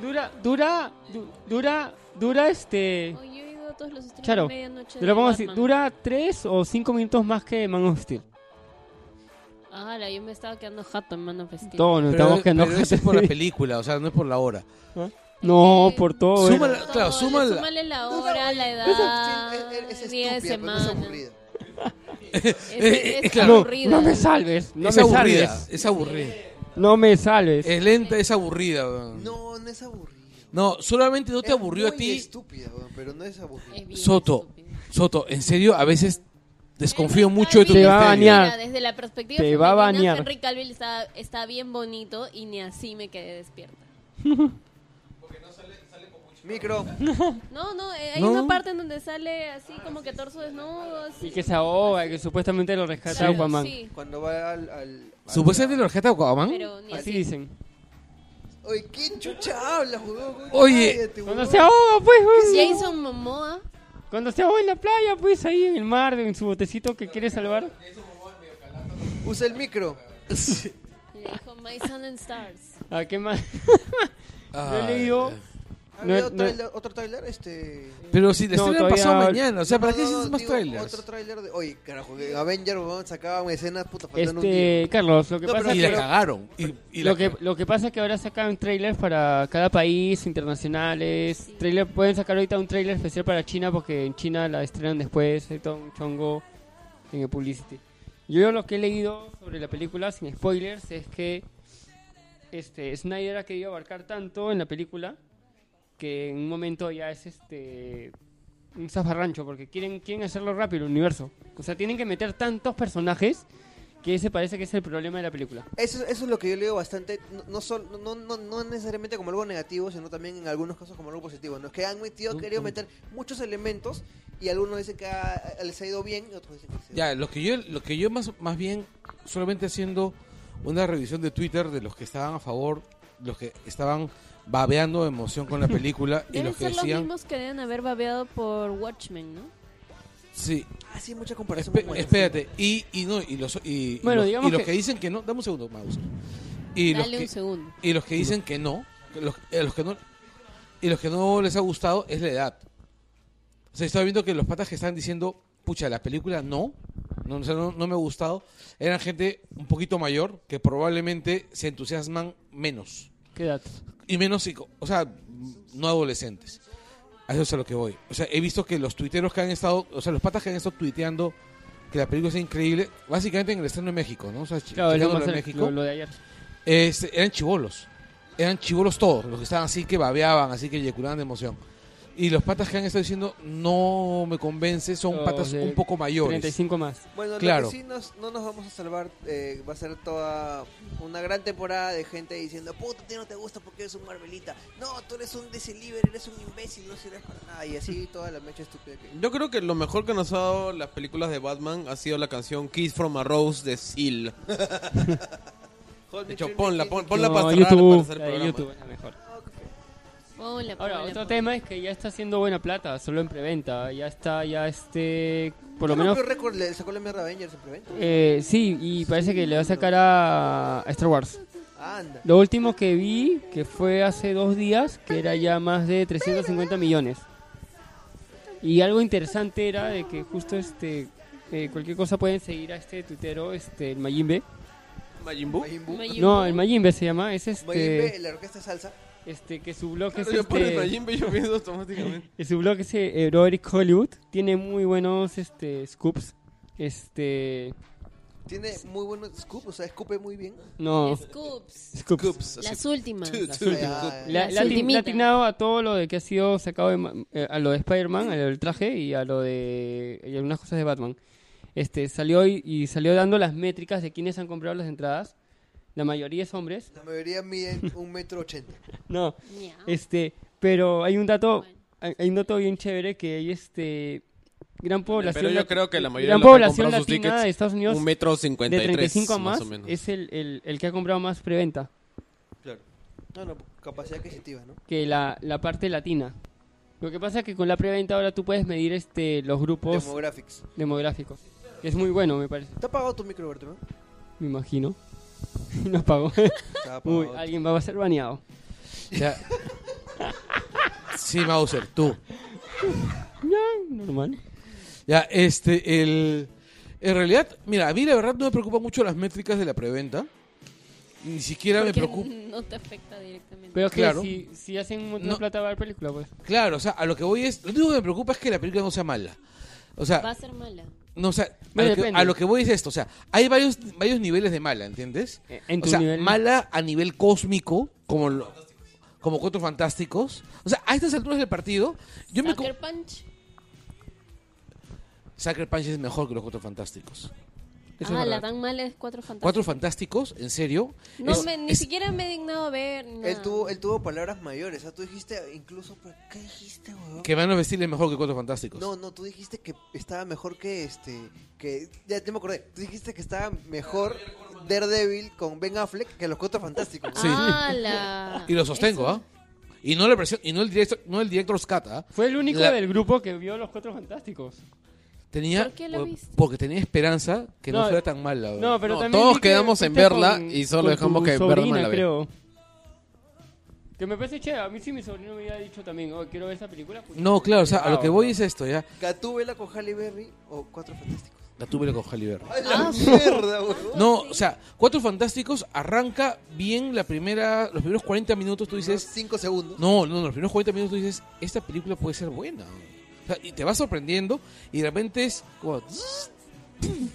Speaker 4: Dura, dura, du- dura, dura este.
Speaker 5: Oye, yo he ido a todos los estrenos
Speaker 4: Charo,
Speaker 5: de medianoche.
Speaker 4: Te lo
Speaker 5: de
Speaker 4: pongo así:
Speaker 5: Batman.
Speaker 4: dura tres o cinco minutos más que Man of Steel.
Speaker 5: Ala, yo me estaba quedando jato pues, en mano festiva.
Speaker 4: Todos nos
Speaker 8: pero,
Speaker 4: estamos quedando
Speaker 8: pero eso
Speaker 4: jatos.
Speaker 8: es por la película, o sea, no es por la hora.
Speaker 4: No, por todo.
Speaker 8: Suma
Speaker 4: era.
Speaker 8: la- claro, suma la-
Speaker 5: súmale la hora, la
Speaker 3: eh, Sí,
Speaker 5: edad,
Speaker 3: es- es, es
Speaker 5: día de
Speaker 3: estúpida, pero no es
Speaker 5: semana.
Speaker 3: aburrida.
Speaker 8: Eh,
Speaker 5: Es,
Speaker 8: eh,
Speaker 5: es
Speaker 8: claro.
Speaker 4: No,
Speaker 5: aburrida.
Speaker 4: no me salves, no
Speaker 8: es
Speaker 4: me
Speaker 8: aburrida, Eh,
Speaker 4: salves.
Speaker 8: es aburrida.
Speaker 4: No me salves.
Speaker 8: Es lenta, es aburrida. weón.
Speaker 3: No, no es aburrida.
Speaker 8: No, solamente no te
Speaker 3: Es
Speaker 8: aburrió a
Speaker 3: muy
Speaker 8: ti.
Speaker 3: estúpida, weón, pero no es aburrida.
Speaker 5: Es bien
Speaker 8: Soto.
Speaker 5: estúpido.
Speaker 8: Soto, en serio, a veces desconfío mucho de tu
Speaker 4: Te va a
Speaker 8: criterio.
Speaker 4: banear.
Speaker 5: Desde la perspectiva
Speaker 4: Te va a
Speaker 5: femenina,
Speaker 4: banear.
Speaker 5: Henry Cavill está, está bien bonito y ni así me quedé despierta.
Speaker 3: Micro.
Speaker 5: No, no, eh, hay
Speaker 8: No.
Speaker 5: una parte en donde sale así como que torso desnudo. así.
Speaker 4: Y que se ahoga, que supuestamente lo rescata
Speaker 5: Claro,
Speaker 4: Aquaman.
Speaker 5: sí,
Speaker 3: Cuando va al. al, al-
Speaker 8: Supuestamente lo rescata Aquaman.
Speaker 5: pero ni
Speaker 4: Así
Speaker 5: así.
Speaker 4: dicen.
Speaker 3: Oye, ¿qué chucha hablas, weón? Weón,
Speaker 8: Oye.
Speaker 3: cállate,
Speaker 4: Cuando
Speaker 3: weón.
Speaker 4: se ahoga, pues. weón.
Speaker 5: Jason Momoa.
Speaker 4: Cuando se ahoga en la playa, pues ahí en el mar, en su botecito que quiere salvar.
Speaker 3: Usa el micro.
Speaker 5: Le dijo My Sun and Stars.
Speaker 4: ¿A qué más?
Speaker 8: Ah,
Speaker 4: Yo he leído.
Speaker 3: ¿Ha
Speaker 4: No,
Speaker 3: habido
Speaker 4: no.
Speaker 3: trailer- otro tráiler? Este...
Speaker 8: Pero si la
Speaker 4: No,
Speaker 8: estrella
Speaker 4: todavía-
Speaker 8: pasó mañana, o sea, ¿para
Speaker 3: No,
Speaker 8: qué
Speaker 3: no, no,
Speaker 8: hiciste más
Speaker 3: digo,
Speaker 8: trailers?
Speaker 3: Otro tráiler de... Oye, carajo, que Avenger, weón, sacaban escenas, puta, faltando un día.
Speaker 4: Este, Carlos, lo que
Speaker 3: No,
Speaker 4: pasa
Speaker 3: pero-
Speaker 4: es
Speaker 8: Y
Speaker 4: que,
Speaker 8: la cagaron. Y, y la-
Speaker 4: lo que lo que pasa es que ahora sacan trailers para cada país, internacionales, trailer pueden sacar ahorita un trailer especial para China porque en China la estrenan después, hay todo un chongo en el publicity. Yo lo que he leído sobre la película sin spoilers es que este Snyder ha querido abarcar tanto en la película que en un momento ya es este un zafarrancho porque quieren quieren hacerlo rápido el universo. O sea, tienen que meter tantos personajes que ese parece que es el problema de la película.
Speaker 3: Eso, eso es lo que yo leo bastante, no, no, sol- no, no, no necesariamente como algo negativo, sino también en algunos casos como algo positivo. No es que han metido, querido meter muchos elementos y algunos dicen que ah, les ha ido bien y otros dicen que les ha ido
Speaker 8: Ya, lo que yo, lo que yo más, más bien, solamente haciendo una revisión de Twitter de los que estaban a favor, los que estaban babeando de emoción con la película y
Speaker 5: Deben
Speaker 8: los que
Speaker 5: ser los
Speaker 8: decían.
Speaker 5: mismos que deben haber babeado por Watchmen, ¿no?
Speaker 8: Sí,
Speaker 3: bien. Ah, sí, mucha comparación.
Speaker 8: Espe-
Speaker 3: muy buena.
Speaker 8: espérate, y, y no, y los, y, y
Speaker 4: Bueno,
Speaker 8: los- y
Speaker 4: digamos
Speaker 8: los
Speaker 4: que-
Speaker 8: que dicen que no, dame un segundo, Mouse. Y los
Speaker 5: Dale un
Speaker 8: que,
Speaker 5: segundo.
Speaker 8: y los que dicen que no, Los, eh, los que no, y los que no les ha gustado es la edad. O sea, estaba viendo que los patas que estaban diciendo, pucha, la película no, no, o sea, no, no me ha gustado, eran gente un poquito mayor que probablemente se entusiasman menos.
Speaker 4: ¿Qué edad?
Speaker 8: Y menos, psico- o sea, no adolescentes. A eso es a lo que voy. O sea, he visto que los tuiteros que han estado, o sea, los patas que han estado tuiteando que la película es increíble, básicamente en el estreno de México, ¿no? O sea, chi-
Speaker 4: Claro, es lo,
Speaker 8: checándolo
Speaker 4: más,
Speaker 8: en México.
Speaker 4: lo, lo de ayer.
Speaker 8: Este, eran chivolos. Eran chivolos todos, los que estaban así que babeaban, así que eyaculaban de emoción. Y los patas que han estado diciendo, no me convence, son
Speaker 4: Los
Speaker 8: patas
Speaker 4: de
Speaker 8: un poco mayores.
Speaker 4: 35 más.
Speaker 3: Bueno,
Speaker 8: Claro.
Speaker 3: lo que sí nos- no nos vamos a salvar eh, va a ser toda una gran temporada de gente diciendo, puta, a ti no te gusta porque eres un Marvelita. No, tú eres un Deciliber, eres un imbécil, no sirves para nada. Y así toda la mecha estúpida que...
Speaker 2: Yo creo que lo mejor que nos ha dado las películas de Batman ha sido la canción Kiss from a Rose de Seal. De hecho, ponla, pon- ponla
Speaker 4: No,
Speaker 2: para cerrar para
Speaker 4: YouTube.
Speaker 2: hacer
Speaker 4: la de
Speaker 2: programa.
Speaker 4: YouTube es la mejor.
Speaker 5: Ponla,
Speaker 4: Ahora,
Speaker 5: ponla,
Speaker 4: otro
Speaker 5: ponla.
Speaker 4: tema es que ya está haciendo buena plata, solo en preventa. Ya está, ya este. Por lo
Speaker 3: Yo creo
Speaker 4: menos.
Speaker 3: que récord le sacó la mierda a Avengers en preventa.
Speaker 4: eh, sí, y parece que le va a sacar a, a Star Wars.
Speaker 3: Anda.
Speaker 4: Lo último que vi, que fue hace dos días, que era ya más de 350 millones. Y algo interesante era de que justo este. eh, cualquier cosa pueden seguir a este tuitero, este, el Mayimbe.
Speaker 2: Majin Buu.
Speaker 3: Majin Buu.
Speaker 5: Majin
Speaker 4: No,
Speaker 5: Buu.
Speaker 4: el Mayimbe se llama, es este.
Speaker 3: Majin Buu, la orquesta de salsa.
Speaker 4: Este, que su blog es
Speaker 2: Claro, yo por el
Speaker 4: este,
Speaker 2: Majin Buu yo pienso automáticamente.
Speaker 4: Y su blog es eh, Heroic Hollywood. Tiene muy buenos este, scoops. Este.
Speaker 3: Tiene muy buen scoop, o sea, escupe muy bien.
Speaker 4: No,
Speaker 5: Scoops.
Speaker 4: scoops.
Speaker 2: Coops, así.
Speaker 5: Las últimas.
Speaker 2: Tut,
Speaker 3: O
Speaker 2: tut.
Speaker 3: sea,
Speaker 4: Le, le
Speaker 5: La
Speaker 4: ha atin- le
Speaker 5: ultimita.
Speaker 4: ha atinado a todo lo de que ha sido sacado de ma- eh, a lo de Spider-Man, a lo del traje y a lo de. y algunas cosas de Batman. Este, salió y, y salió dando las métricas de quienes han comprado las entradas. La mayoría es hombres.
Speaker 3: La mayoría miden un metro ochenta.
Speaker 4: No,
Speaker 5: Ya.
Speaker 4: este. Pero hay un dato.
Speaker 5: Bueno.
Speaker 4: Hay hay un dato bien chévere que hay este. Gran población.
Speaker 2: yo
Speaker 4: lat-
Speaker 2: creo que la mayoría
Speaker 4: gran
Speaker 2: de los que han
Speaker 4: población
Speaker 2: comprado sus
Speaker 4: latina
Speaker 2: tickets,
Speaker 4: de Estados Unidos
Speaker 2: Un metro
Speaker 4: de
Speaker 2: cincuenta y
Speaker 4: 35 a
Speaker 2: tres,
Speaker 4: más,
Speaker 2: más o menos.
Speaker 4: es el, el- el que ha comprado más preventa
Speaker 3: No, no, capacidad adquisitiva, ¿no?
Speaker 4: que la, la parte latina. Lo que pasa es que con la preventa ahora tú puedes medir este los grupos
Speaker 3: Demographics.
Speaker 4: demográficos. que Es muy bueno, me parece.
Speaker 3: ¿Está apagado tu micro, Bertram?
Speaker 4: Me imagino. No apagó.
Speaker 3: Está
Speaker 4: Uy,
Speaker 3: apagado.
Speaker 4: alguien va a ser baneado.
Speaker 8: Ya. sí, Mauser, tú.
Speaker 4: Normal.
Speaker 8: Ya, este, el... En realidad, mira, a mí la verdad no me preocupan mucho las métricas de la preventa. Ni siquiera me
Speaker 5: Porque
Speaker 8: preocupa...
Speaker 5: No te afecta directamente.
Speaker 4: Pero que
Speaker 8: Claro.
Speaker 4: si, si hacen un montón de
Speaker 8: No.
Speaker 4: plata para la película, pues.
Speaker 8: Claro, o sea, a lo que voy es... Lo único que me preocupa es que la película no sea mala. O sea,
Speaker 5: Va a ser mala.
Speaker 8: No, o sea, a
Speaker 4: Bueno,
Speaker 8: lo, que,
Speaker 4: depende.
Speaker 8: a lo que voy es esto, o sea, hay varios, varios niveles de mala, ¿entiendes?
Speaker 4: Eh, en
Speaker 8: o
Speaker 4: tu
Speaker 8: sea,
Speaker 4: nivel-
Speaker 8: mala a nivel cósmico, como lo- como cuatro fantásticos. O sea, a estas alturas del partido, yo me
Speaker 5: Sucker Punch.
Speaker 8: co- Sucker Punch es mejor que los cuatro fantásticos. Eso es
Speaker 5: ah, la
Speaker 8: verdad.
Speaker 5: tan mala es Cuatro Fantásticos.
Speaker 8: Cuatro fantásticos, en serio.
Speaker 5: No,
Speaker 8: es-
Speaker 5: me- ni
Speaker 8: es-
Speaker 5: siquiera me he dignado a ver. ni
Speaker 3: Él
Speaker 5: nada.
Speaker 3: tuvo, él tuvo palabras mayores. O sea, tú dijiste incluso, pero ¿qué dijiste, weón?
Speaker 8: que van a vestirle mejor que cuatro fantásticos.
Speaker 3: No, no, tú dijiste que estaba mejor que este. que Ya te me acordé. Tú dijiste que estaba mejor Daredevil con Ben Affleck que los cuatro fantásticos.
Speaker 8: Sí.
Speaker 5: Ala.
Speaker 8: Y lo sostengo, ¿ah? Y no la presión, y no el director, no el director Scott, ¿ah?
Speaker 4: Fue el único
Speaker 8: La-
Speaker 4: del grupo que vio los cuatro fantásticos.
Speaker 8: Tenía,
Speaker 5: ¿Por qué la
Speaker 8: por-
Speaker 5: viste?
Speaker 8: porque tenía esperanza que no,
Speaker 4: No,
Speaker 8: fuera tan mala. weón.
Speaker 4: No, pero
Speaker 2: No,
Speaker 4: también
Speaker 2: todos
Speaker 4: vi que
Speaker 2: quedamos en
Speaker 4: fuiste
Speaker 2: verla y solo
Speaker 4: con
Speaker 2: dejamos
Speaker 4: tu
Speaker 2: que Bergman
Speaker 4: sobrina,
Speaker 2: la vea.
Speaker 4: creo. Que me parece chévere. A mí sí mi sobrino me había dicho también, oh, quiero ver esa película. puta".
Speaker 8: No, claro, o sea, a lo que voy
Speaker 4: Ah,
Speaker 8: es esto, ya.
Speaker 3: Gatúbela con Halle Berry o cuatro fantásticos.
Speaker 8: La tuve con Halle Berry.
Speaker 3: ¡Ay, la mierda, weón!
Speaker 8: No, o sea, Cuatro Fantásticos arranca bien la primera, los primeros 40 minutos tú
Speaker 3: Dices
Speaker 8: dices,
Speaker 3: cinco segundos.
Speaker 8: no, no, los primeros 40 minutos tú dices, esta película puede ser buena. O sea, y te vas sorprendiendo y de repente es como... tss, pum.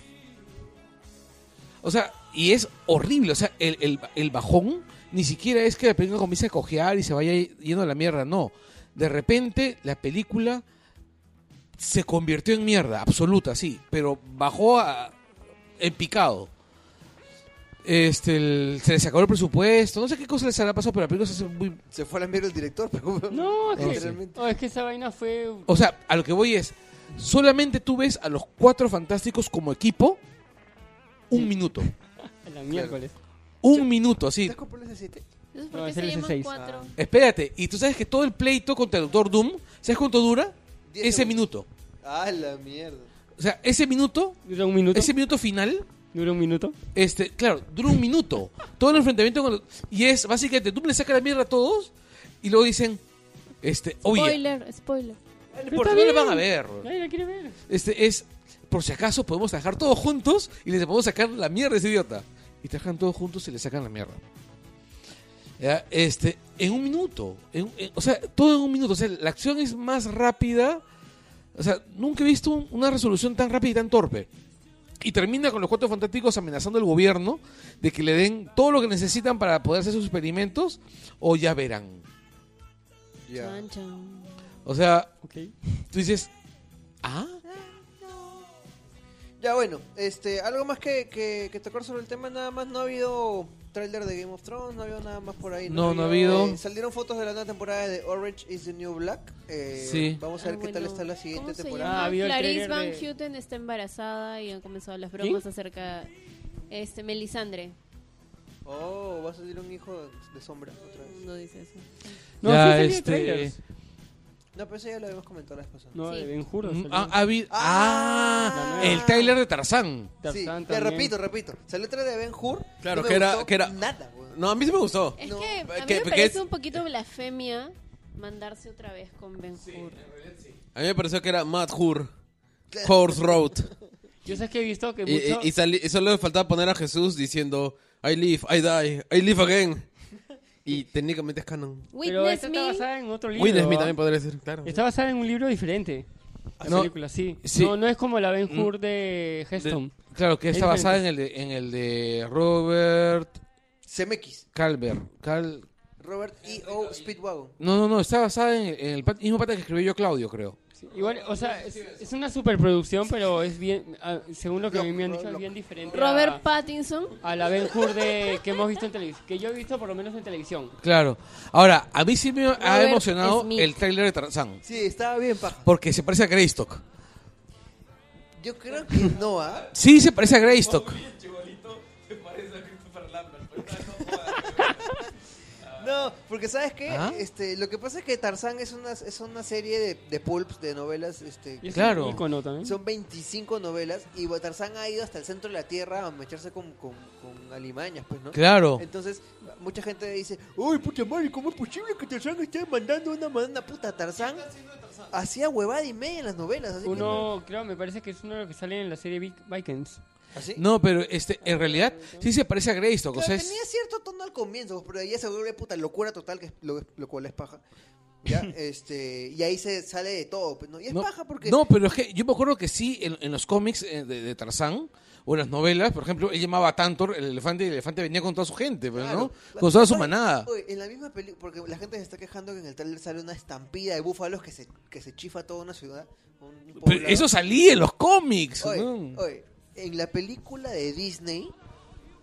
Speaker 8: O sea, y es horrible, o sea, el, el- el bajón ni siquiera es que la película comience a cojear y se vaya yendo a la mierda, no. De repente la película se convirtió en mierda, absoluta, sí, pero bajó a, en picado. Este, el- se les acabó el presupuesto, no sé qué cosa les habrá pasado, pero la película se hace muy...
Speaker 3: Se fue a la mierda el director, pero. weón.
Speaker 4: No, es que,
Speaker 3: Literalmente.
Speaker 4: oh, es que esa vaina fue...
Speaker 8: O sea, a lo que voy es, solamente tú ves a los cuatro fantásticos como equipo un minuto.
Speaker 4: a la miércoles.
Speaker 8: Un minuto, así.
Speaker 3: ¿Te compró el S7?
Speaker 5: Entonces,
Speaker 4: No,
Speaker 5: ¿por qué
Speaker 4: es
Speaker 5: se
Speaker 4: el S6.
Speaker 5: llaman cuatro?
Speaker 8: Ah. Espérate, y tú sabes que todo el pleito contra el Doctor Doom, ¿sabes cuánto dura?
Speaker 3: Diez
Speaker 8: ese
Speaker 3: segundos.
Speaker 8: minuto.
Speaker 3: ¡Ah, la mierda!
Speaker 8: O sea, ese minuto,
Speaker 4: Dura un minuto.
Speaker 8: ese minuto final,
Speaker 4: Dura un minuto.
Speaker 8: Este, claro, dura un minuto. Todo el enfrentamiento con los- Y es básicamente, tú le sacas la mierda a todos y luego dicen, este, oye,
Speaker 5: Spoiler, spoiler.
Speaker 8: por
Speaker 4: Está
Speaker 8: no le
Speaker 4: bien.
Speaker 8: van a ver.
Speaker 4: Nadie la quiere ver.
Speaker 8: Este es, por si acaso podemos trabajar todos juntos y les podemos sacar la mierda a ese idiota. Y trabajan todos juntos y le sacan la mierda. Ya, Este, en un minuto. en- en- o sea, todo en un minuto. O sea, la acción es más rápida. O sea, nunca he visto un- una resolución tan rápida y tan torpe. Y termina con los cuatro fantásticos amenazando al gobierno de que le den todo lo que necesitan para poder hacer sus experimentos o ya verán.
Speaker 5: Chan, chan.
Speaker 8: O sea,
Speaker 4: Ok.
Speaker 8: tú dices, ah,
Speaker 3: Ya bueno, este, algo más que, que, que tocar sobre el tema, nada más no ha habido tráiler de Game of Thrones, no ha habido nada más por ahí.
Speaker 8: No, no ha habido.
Speaker 3: eh, salieron fotos de la nueva temporada de Orange is the New Black. eh,
Speaker 8: Sí.
Speaker 3: Vamos a ver
Speaker 5: Ah,
Speaker 3: qué tal
Speaker 5: bueno.
Speaker 3: está la siguiente
Speaker 5: ¿Cómo se
Speaker 3: temporada.
Speaker 5: llama?
Speaker 4: Ah, ha habido el
Speaker 5: Clarice
Speaker 4: trailer
Speaker 5: Van
Speaker 4: de-
Speaker 5: Houten está embarazada y han comenzado las bromas acerca este Melisandre.
Speaker 3: Oh, va a salir un hijo de- de sombra otra vez.
Speaker 5: No dice eso.
Speaker 4: No,
Speaker 8: Ya,
Speaker 4: sí salió
Speaker 8: este,
Speaker 4: trailers.
Speaker 3: No, pero eso ya lo habíamos comentado la vez pasada.
Speaker 4: No,
Speaker 5: Sí.
Speaker 4: de Ben Hur.
Speaker 8: mm,
Speaker 4: salió.
Speaker 8: ha, ha habido-
Speaker 3: Ah.
Speaker 8: ah, el Tyler de Tarzán.
Speaker 3: Sí,
Speaker 4: Tarzán
Speaker 3: te
Speaker 4: también.
Speaker 3: repito, repito. Salió el trailer de Ben Hur.
Speaker 2: Claro,
Speaker 3: no me
Speaker 2: que era-
Speaker 3: gustó
Speaker 2: que era-
Speaker 3: Nada, weón.
Speaker 2: No, a mí sí me gustó.
Speaker 5: Es
Speaker 3: No,
Speaker 5: que a mí
Speaker 2: que-
Speaker 5: me
Speaker 2: que
Speaker 5: parece
Speaker 2: es-
Speaker 5: un poquito blasfemia mandarse otra vez con Ben Hur.
Speaker 2: A mí me pareció que era Mad Hur, Horse Road.
Speaker 4: Yo sé que he visto que
Speaker 2: Y,
Speaker 4: mucho...
Speaker 2: y- y sali- y solo le faltaba poner a Jesús diciendo, I live, I die, I live again. Y técnicamente es canon.
Speaker 4: pero
Speaker 5: Witness
Speaker 4: esta está
Speaker 5: Me.
Speaker 4: basada en otro libro.
Speaker 2: Will Smith
Speaker 4: ¿ah?
Speaker 2: también podría ser, claro.
Speaker 4: Está basada en un libro diferente. La
Speaker 8: No,
Speaker 4: película, sí.
Speaker 8: sí.
Speaker 4: No, no es como la Ben Hur de Heston.
Speaker 8: Claro, que
Speaker 4: Es
Speaker 8: está basada en el, de, en el de Robert
Speaker 3: CMX.
Speaker 8: Calver. Cal...
Speaker 3: Robert E E.O. Speedwagon.
Speaker 8: No, no, no, está basada en, en el pat- mismo pata que escribió yo Claudio, creo.
Speaker 4: Sí, Igual, o sea, es, es una superproducción, pero es bien, ah, según lo que a mí me han
Speaker 3: Lo-
Speaker 4: dicho,
Speaker 3: lo-
Speaker 4: es bien diferente
Speaker 5: Robert
Speaker 4: a,
Speaker 5: Pattinson.
Speaker 4: a la Ben Hur de, que hemos visto en televisión, que yo he visto por lo menos en televisión.
Speaker 8: Claro. Ahora, a mí sí me ha
Speaker 5: Robert
Speaker 8: emocionado
Speaker 5: Smith.
Speaker 8: el tráiler de Tarzán.
Speaker 3: Sí, estaba bien, paja.
Speaker 8: Porque se parece a Greystock.
Speaker 3: Yo creo que no, ¿ah?
Speaker 8: Sí, se parece a Greystock.
Speaker 3: No, porque ¿sabes qué?
Speaker 8: ¿Ah?
Speaker 3: Este, lo que pasa es que Tarzán es una, es una serie de, de pulps, de novelas, este...
Speaker 4: Y es
Speaker 8: Claro.
Speaker 4: un ícono también.
Speaker 3: Son 25 novelas y bueno, Tarzán ha ido hasta el centro de la Tierra a mecharse con, con, con alimañas, pues, ¿no?
Speaker 8: Claro.
Speaker 3: Entonces, mucha gente dice, ¡Uy, puta madre, cómo es posible que Tarzán esté mandando una, una puta Tarzán! Hacía huevada y media en las novelas, así que-
Speaker 4: Uno, creo, me parece que es uno de los que sale en la serie Vic- Vikings.
Speaker 3: ¿Así?
Speaker 8: No, pero este, en realidad sí se parece a Greystock. O
Speaker 3: Claro,
Speaker 8: sea, es-
Speaker 3: tenía cierto tono al comienzo, pero ahí se vuelve puta locura total, que es- lo, lo cual es paja. ¿Ya? este, y ahí se sale de todo, pues, ¿no? Y es
Speaker 8: no,
Speaker 3: paja porque...
Speaker 8: no, pero es que yo me acuerdo que sí, en, en los cómics eh, de, de Tarzán o en las novelas, por ejemplo, él llamaba a Tantor el elefante y el elefante venía con toda su gente, pero
Speaker 3: Claro.
Speaker 8: ¿no? Con toda su
Speaker 3: Oye,
Speaker 8: manada.
Speaker 3: oye, en la misma película, porque la gente se está quejando que en el trailer sale una estampida de búfalos que se, que se chifa toda una ciudad. un
Speaker 8: Pero
Speaker 3: poblado.
Speaker 8: eso salía en los cómics.
Speaker 3: Oye,
Speaker 8: ¿no?
Speaker 3: oye, en la película de Disney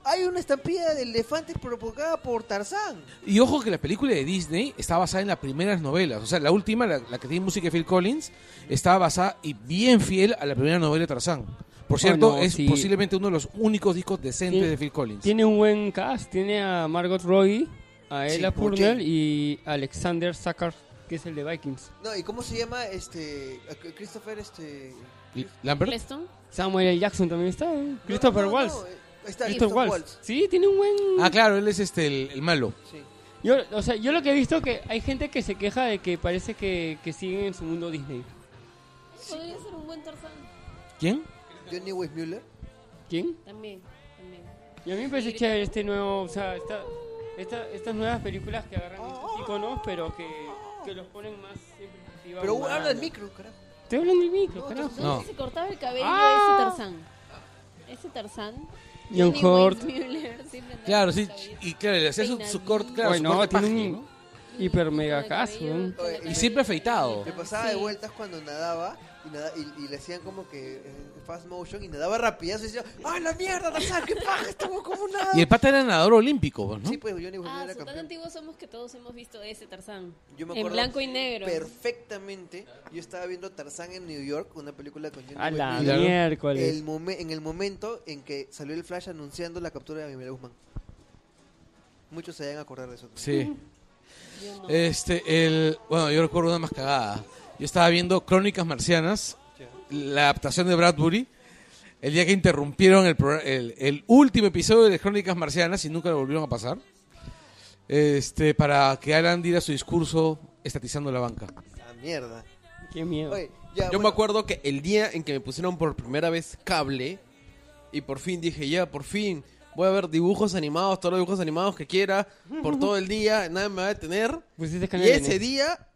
Speaker 3: hay una estampida de elefantes provocada por Tarzán.
Speaker 8: Y ojo que la película de Disney está basada en las primeras novelas. O sea, la última, la, la que tiene música de Phil Collins, está basada y bien fiel a la primera novela de Tarzán. Por cierto,
Speaker 4: Bueno,
Speaker 8: es
Speaker 4: Ah, sí.
Speaker 8: posiblemente uno de los únicos discos decentes
Speaker 4: Tiene-
Speaker 8: de Phil Collins.
Speaker 4: Tiene un buen cast, tiene a Margot Robbie, a
Speaker 3: Sí,
Speaker 4: Ella
Speaker 3: por
Speaker 4: Purnell
Speaker 3: Jane.
Speaker 4: y Alexander Sackard, que es el de Vikings.
Speaker 3: No, ¿y cómo se llama este Christopher este
Speaker 8: ¿Lambert?
Speaker 5: Preston.
Speaker 4: Samuel L. Jackson también está, ¿eh? Christopher
Speaker 3: No, no, no,
Speaker 4: Waltz.
Speaker 3: eh, está
Speaker 4: Christopher Waltz. Sí, tiene un buen...
Speaker 8: Ah, claro, él es este el, el malo.
Speaker 3: Sí.
Speaker 4: Yo, o sea, yo lo que he visto que hay gente que se queja de que parece que, que siguen en su mundo Disney.
Speaker 5: Podría ser un buen Tarzán.
Speaker 8: ¿Quién?
Speaker 3: Johnny Weissmuller.
Speaker 4: ¿Quién?
Speaker 5: También, también.
Speaker 4: Y a mí me parece chévere este nuevo, o sea, esta, esta- estas nuevas películas que agarran estos iconos, pero que, que los ponen más en perspectiva.
Speaker 3: Pero
Speaker 4: humana.
Speaker 3: habla el micro, carajo.
Speaker 4: Estoy hablando del micro,
Speaker 3: No,
Speaker 4: carajo.
Speaker 5: ¿Dónde
Speaker 8: No.
Speaker 5: se cortaba el cabello
Speaker 4: Ah.
Speaker 5: ese Tarzán? Ese Tarzán.
Speaker 4: John
Speaker 5: Johnny
Speaker 4: Hort.
Speaker 5: Weissmuller, siempre andaba
Speaker 8: Claro,
Speaker 5: con
Speaker 8: sí.
Speaker 5: el cabello.
Speaker 8: Y claro, le hacía su, su corte, claro,
Speaker 4: Oye,
Speaker 8: su
Speaker 4: no,
Speaker 8: corte
Speaker 4: tiene
Speaker 8: paje,
Speaker 4: un-
Speaker 8: ¿no?
Speaker 4: Hiper
Speaker 5: Con el
Speaker 4: mega cast,
Speaker 5: cabello,
Speaker 4: weón.
Speaker 5: con el
Speaker 3: Oye, y
Speaker 5: cabello
Speaker 8: siempre afeitado.
Speaker 3: Me pasaba de
Speaker 5: Sí.
Speaker 3: vueltas cuando nadaba y, nada- y, y le hacían como que eh, fast motion y nadaba rapidazo y decía, ¡ah, la mierda, Tarzán, qué paja! Estuvo como nada.
Speaker 8: Y el pata era nadador olímpico, pues, ¿no?
Speaker 3: Sí, pues Johnny Weissmuller
Speaker 5: Ah,
Speaker 3: era
Speaker 5: so tan
Speaker 3: campeón.
Speaker 5: antiguos somos que todos hemos visto ese Tarzán.
Speaker 3: Yo me
Speaker 5: en
Speaker 3: acuerdo
Speaker 5: blanco y negro.
Speaker 3: Perfectamente. Yo estaba viendo Tarzán en New York, una película con Johnny
Speaker 4: A la
Speaker 3: Weissmuller.
Speaker 4: miércoles.
Speaker 3: El momen- en el momento en que salió el flash anunciando la captura de Miguel Guzmán. Muchos se deben acordar de eso.
Speaker 8: Sí.
Speaker 5: Yo no.
Speaker 8: Este, el. Bueno, yo recuerdo una más cagada. Yo estaba viendo Crónicas Marcianas, la adaptación de Bradbury. el día que interrumpieron el, progra- el, el último episodio de Crónicas Marcianas y nunca lo volvieron a pasar, este, para que Alan diera su discurso estatizando la banca.
Speaker 3: La mierda.
Speaker 4: Qué miedo.
Speaker 3: Oye, ya,
Speaker 2: Yo me
Speaker 3: bueno,
Speaker 2: acuerdo que el día en que me pusieron por primera vez cable y por fin dije, ya, por fin voy a ver dibujos animados, todos los dibujos animados que quiera, por todo el día, nada me va a detener.
Speaker 4: Pusiste
Speaker 2: Y
Speaker 4: Pues este canal N.
Speaker 2: ese día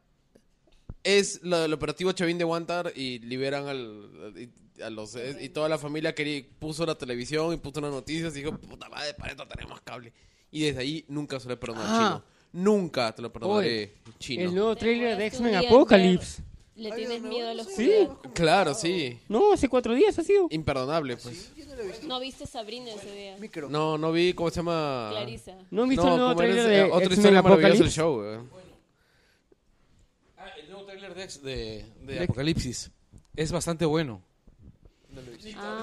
Speaker 2: es lo del operativo Chavín de Wantar y liberan al, y- a los... eh, Y toda la familia que puso la televisión y puso las noticias y dijo, puta madre, para esto tenemos cable. Y desde ahí nunca se lo he perdonado al
Speaker 4: Ah.
Speaker 2: chino. Nunca te lo perdonaré,
Speaker 4: El
Speaker 2: chino.
Speaker 4: nuevo trailer de
Speaker 5: Demoras un
Speaker 4: X-Men
Speaker 5: día en
Speaker 4: Apocalypse.
Speaker 5: ¿Le
Speaker 3: ay,
Speaker 5: tienes
Speaker 3: no,
Speaker 5: miedo a
Speaker 3: no
Speaker 5: los
Speaker 3: sé,
Speaker 4: Sí.
Speaker 3: no, no,
Speaker 2: Claro, sí.
Speaker 4: No, hace cuatro días ha sido.
Speaker 2: Imperdonable, pues.
Speaker 3: Yo no lo he visto.
Speaker 5: No viste Sabrina ese día.
Speaker 3: Micro.
Speaker 2: No, no vi, ¿cómo se llama?
Speaker 5: Clarisa.
Speaker 4: ¿No han visto
Speaker 2: No,
Speaker 4: el nuevo
Speaker 2: ¿cómo era
Speaker 4: trailer
Speaker 2: ese? Ah,
Speaker 4: de
Speaker 2: Otra
Speaker 4: X-Men
Speaker 2: historia maravillosa del
Speaker 4: Apocalypse?
Speaker 2: show, weón.
Speaker 8: Ah, el nuevo trailer de, de, Apocalipsis es bastante bueno.
Speaker 5: Ah,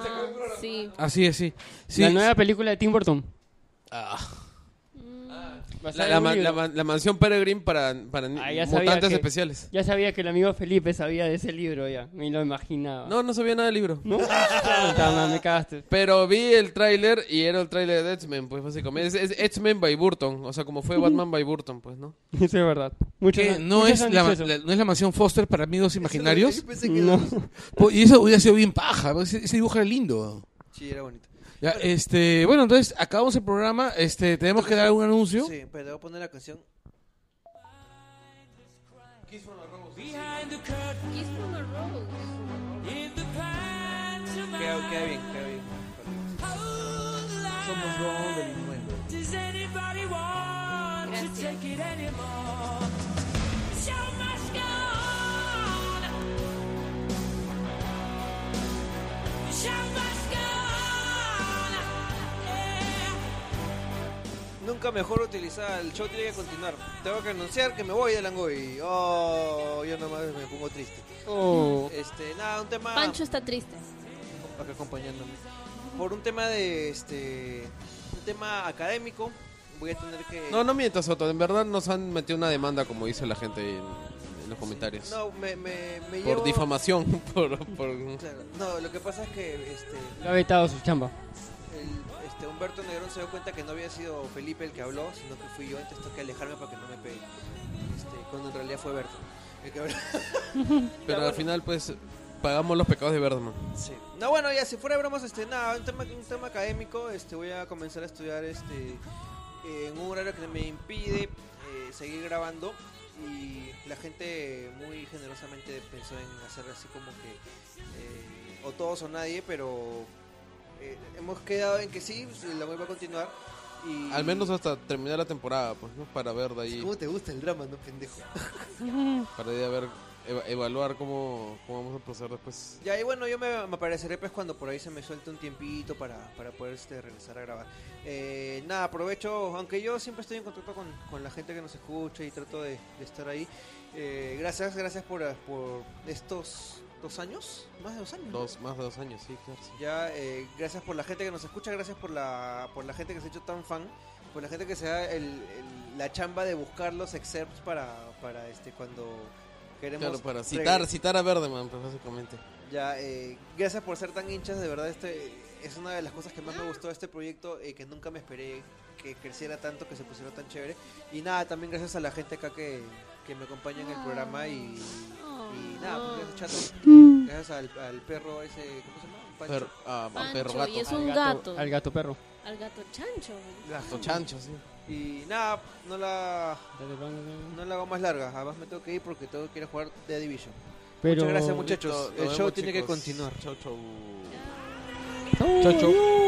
Speaker 5: sí.
Speaker 8: Así es, sí. Sí,
Speaker 4: la nueva película de Tim Burton. Mm.
Speaker 2: Ah. La,
Speaker 4: Basada
Speaker 2: la
Speaker 4: en un
Speaker 2: ma- la
Speaker 4: libro.
Speaker 2: ma- la mansión Peregrine para, para ni-
Speaker 4: Ah, ya sabía
Speaker 2: mutantes
Speaker 4: que-
Speaker 2: especiales.
Speaker 4: Ya sabía que el amigo Felipe sabía de ese libro ya. Me lo imaginaba.
Speaker 2: No, no sabía nada del libro.
Speaker 4: ¿No? Puta madre, me cagaste.
Speaker 2: Pero vi el tráiler y era el tráiler de X-Men, pues básicamente. Es, es X-Men by Burton, o sea, como fue Batman by Burton, pues, ¿no?
Speaker 4: Eso es verdad. Muchos
Speaker 8: que
Speaker 4: han-
Speaker 8: no
Speaker 4: muchos
Speaker 8: es,
Speaker 4: han
Speaker 8: la,
Speaker 4: dicho eso.
Speaker 8: la- no es la mansión Foster para amigos imaginarios.
Speaker 3: Yo pensé que
Speaker 4: No.
Speaker 8: Po- Y eso hubiera sido bien paja. porque Ese, ese dibujo era lindo.
Speaker 3: Sí, era bonito.
Speaker 8: Ya, este, bueno, entonces acabamos el programa. Este, tenemos que dar algún anuncio.
Speaker 3: Sí, pero te voy a poner la canción.
Speaker 5: Kiss from a Rose.
Speaker 3: Queda, queda bien, queda bien. Somos dos delincuentes.
Speaker 5: Gracias.
Speaker 3: Nunca mejor utilizada. El show tiene que continuar. Tengo que anunciar que me voy de Langoy. Oh, yo nomás me pongo triste.
Speaker 4: Oh,
Speaker 3: Este, nada, un tema.
Speaker 5: Pancho está triste.
Speaker 3: acá acompañándome. Por un tema de este. Un tema académico. Voy a tener que.
Speaker 2: No, no mientas, Soto. En verdad nos han metido una demanda, como dice la gente ahí en, en los comentarios.
Speaker 3: No, me, me, me llevo-
Speaker 2: por difamación, por... por-
Speaker 3: Claro, No, lo que pasa es que este,
Speaker 4: lo ha vetado su chamba.
Speaker 3: el- este, Humberto Negrón se dio cuenta que no había sido Felipe el que habló, sino que fui yo, entonces tengo que alejarme para que no me pegue. Este, cuando en realidad fue Berto. el que habló.
Speaker 2: Pero al final, pues, pagamos los pecados de Batman.
Speaker 3: Sí. No, bueno, ya si fuera de bromas, este, nada, un tema, un tema académico, este, voy a comenzar a estudiar este, eh, en un horario que me impide eh, seguir grabando y la gente muy generosamente pensó en hacer así como que eh, o todos o nadie, pero eh, hemos quedado en que sí, la web va a continuar y...
Speaker 2: Al menos hasta terminar la temporada, pues, ¿no? Para ver de ahí...
Speaker 3: ¿Cómo te gusta el drama, no pendejo?
Speaker 2: Para ir a ver, eva- evaluar cómo, cómo vamos a proceder después.
Speaker 3: Ya, y bueno, yo me, me apareceré pues cuando por ahí se me suelte un tiempito para, para poder este, regresar a grabar. Eh, nada, aprovecho, aunque yo siempre estoy en contacto con, con la gente que nos escucha y trato de, de estar ahí. Eh, gracias, gracias por, por estos dos años, más de dos años. ¿no?
Speaker 2: Dos, más de dos años, sí, claro. sí.
Speaker 3: Ya, eh, gracias por la gente que nos escucha, gracias por la, por la gente que se ha hecho tan fan, por la gente que se da el, el- la chamba de buscar los excerpts para, para este cuando queremos...
Speaker 2: Claro, para
Speaker 3: regre-
Speaker 2: citar, citar a Verdeman, pues, básicamente.
Speaker 3: ya, eh, gracias por ser tan hinchas, de verdad, este es una de las cosas que más me gustó de este proyecto, eh, que nunca me esperé que creciera tanto, que se pusiera tan chévere. Y nada, también gracias a la gente acá que, que me acompaña en el programa y, y nada, pues, gracias chato, gracias al, al perro ese, ¿cómo se llama? Pancho.
Speaker 2: Pero, ah,
Speaker 5: Pancho,
Speaker 2: perro gato.
Speaker 5: y es un
Speaker 4: Al
Speaker 5: gato.
Speaker 4: Al gato perro.
Speaker 5: Al gato chancho.
Speaker 2: Gato chancho, sí.
Speaker 3: Y nada, no la, no la hago más larga, además me tengo que ir porque tengo que ir a jugar The Division.
Speaker 4: Pero...
Speaker 3: Muchas gracias, muchachos.
Speaker 2: Listo, nos
Speaker 3: el show
Speaker 2: vemos,
Speaker 3: tiene que
Speaker 2: chicos.
Speaker 3: continuar.
Speaker 2: Chau, chau.
Speaker 4: Chau, chau.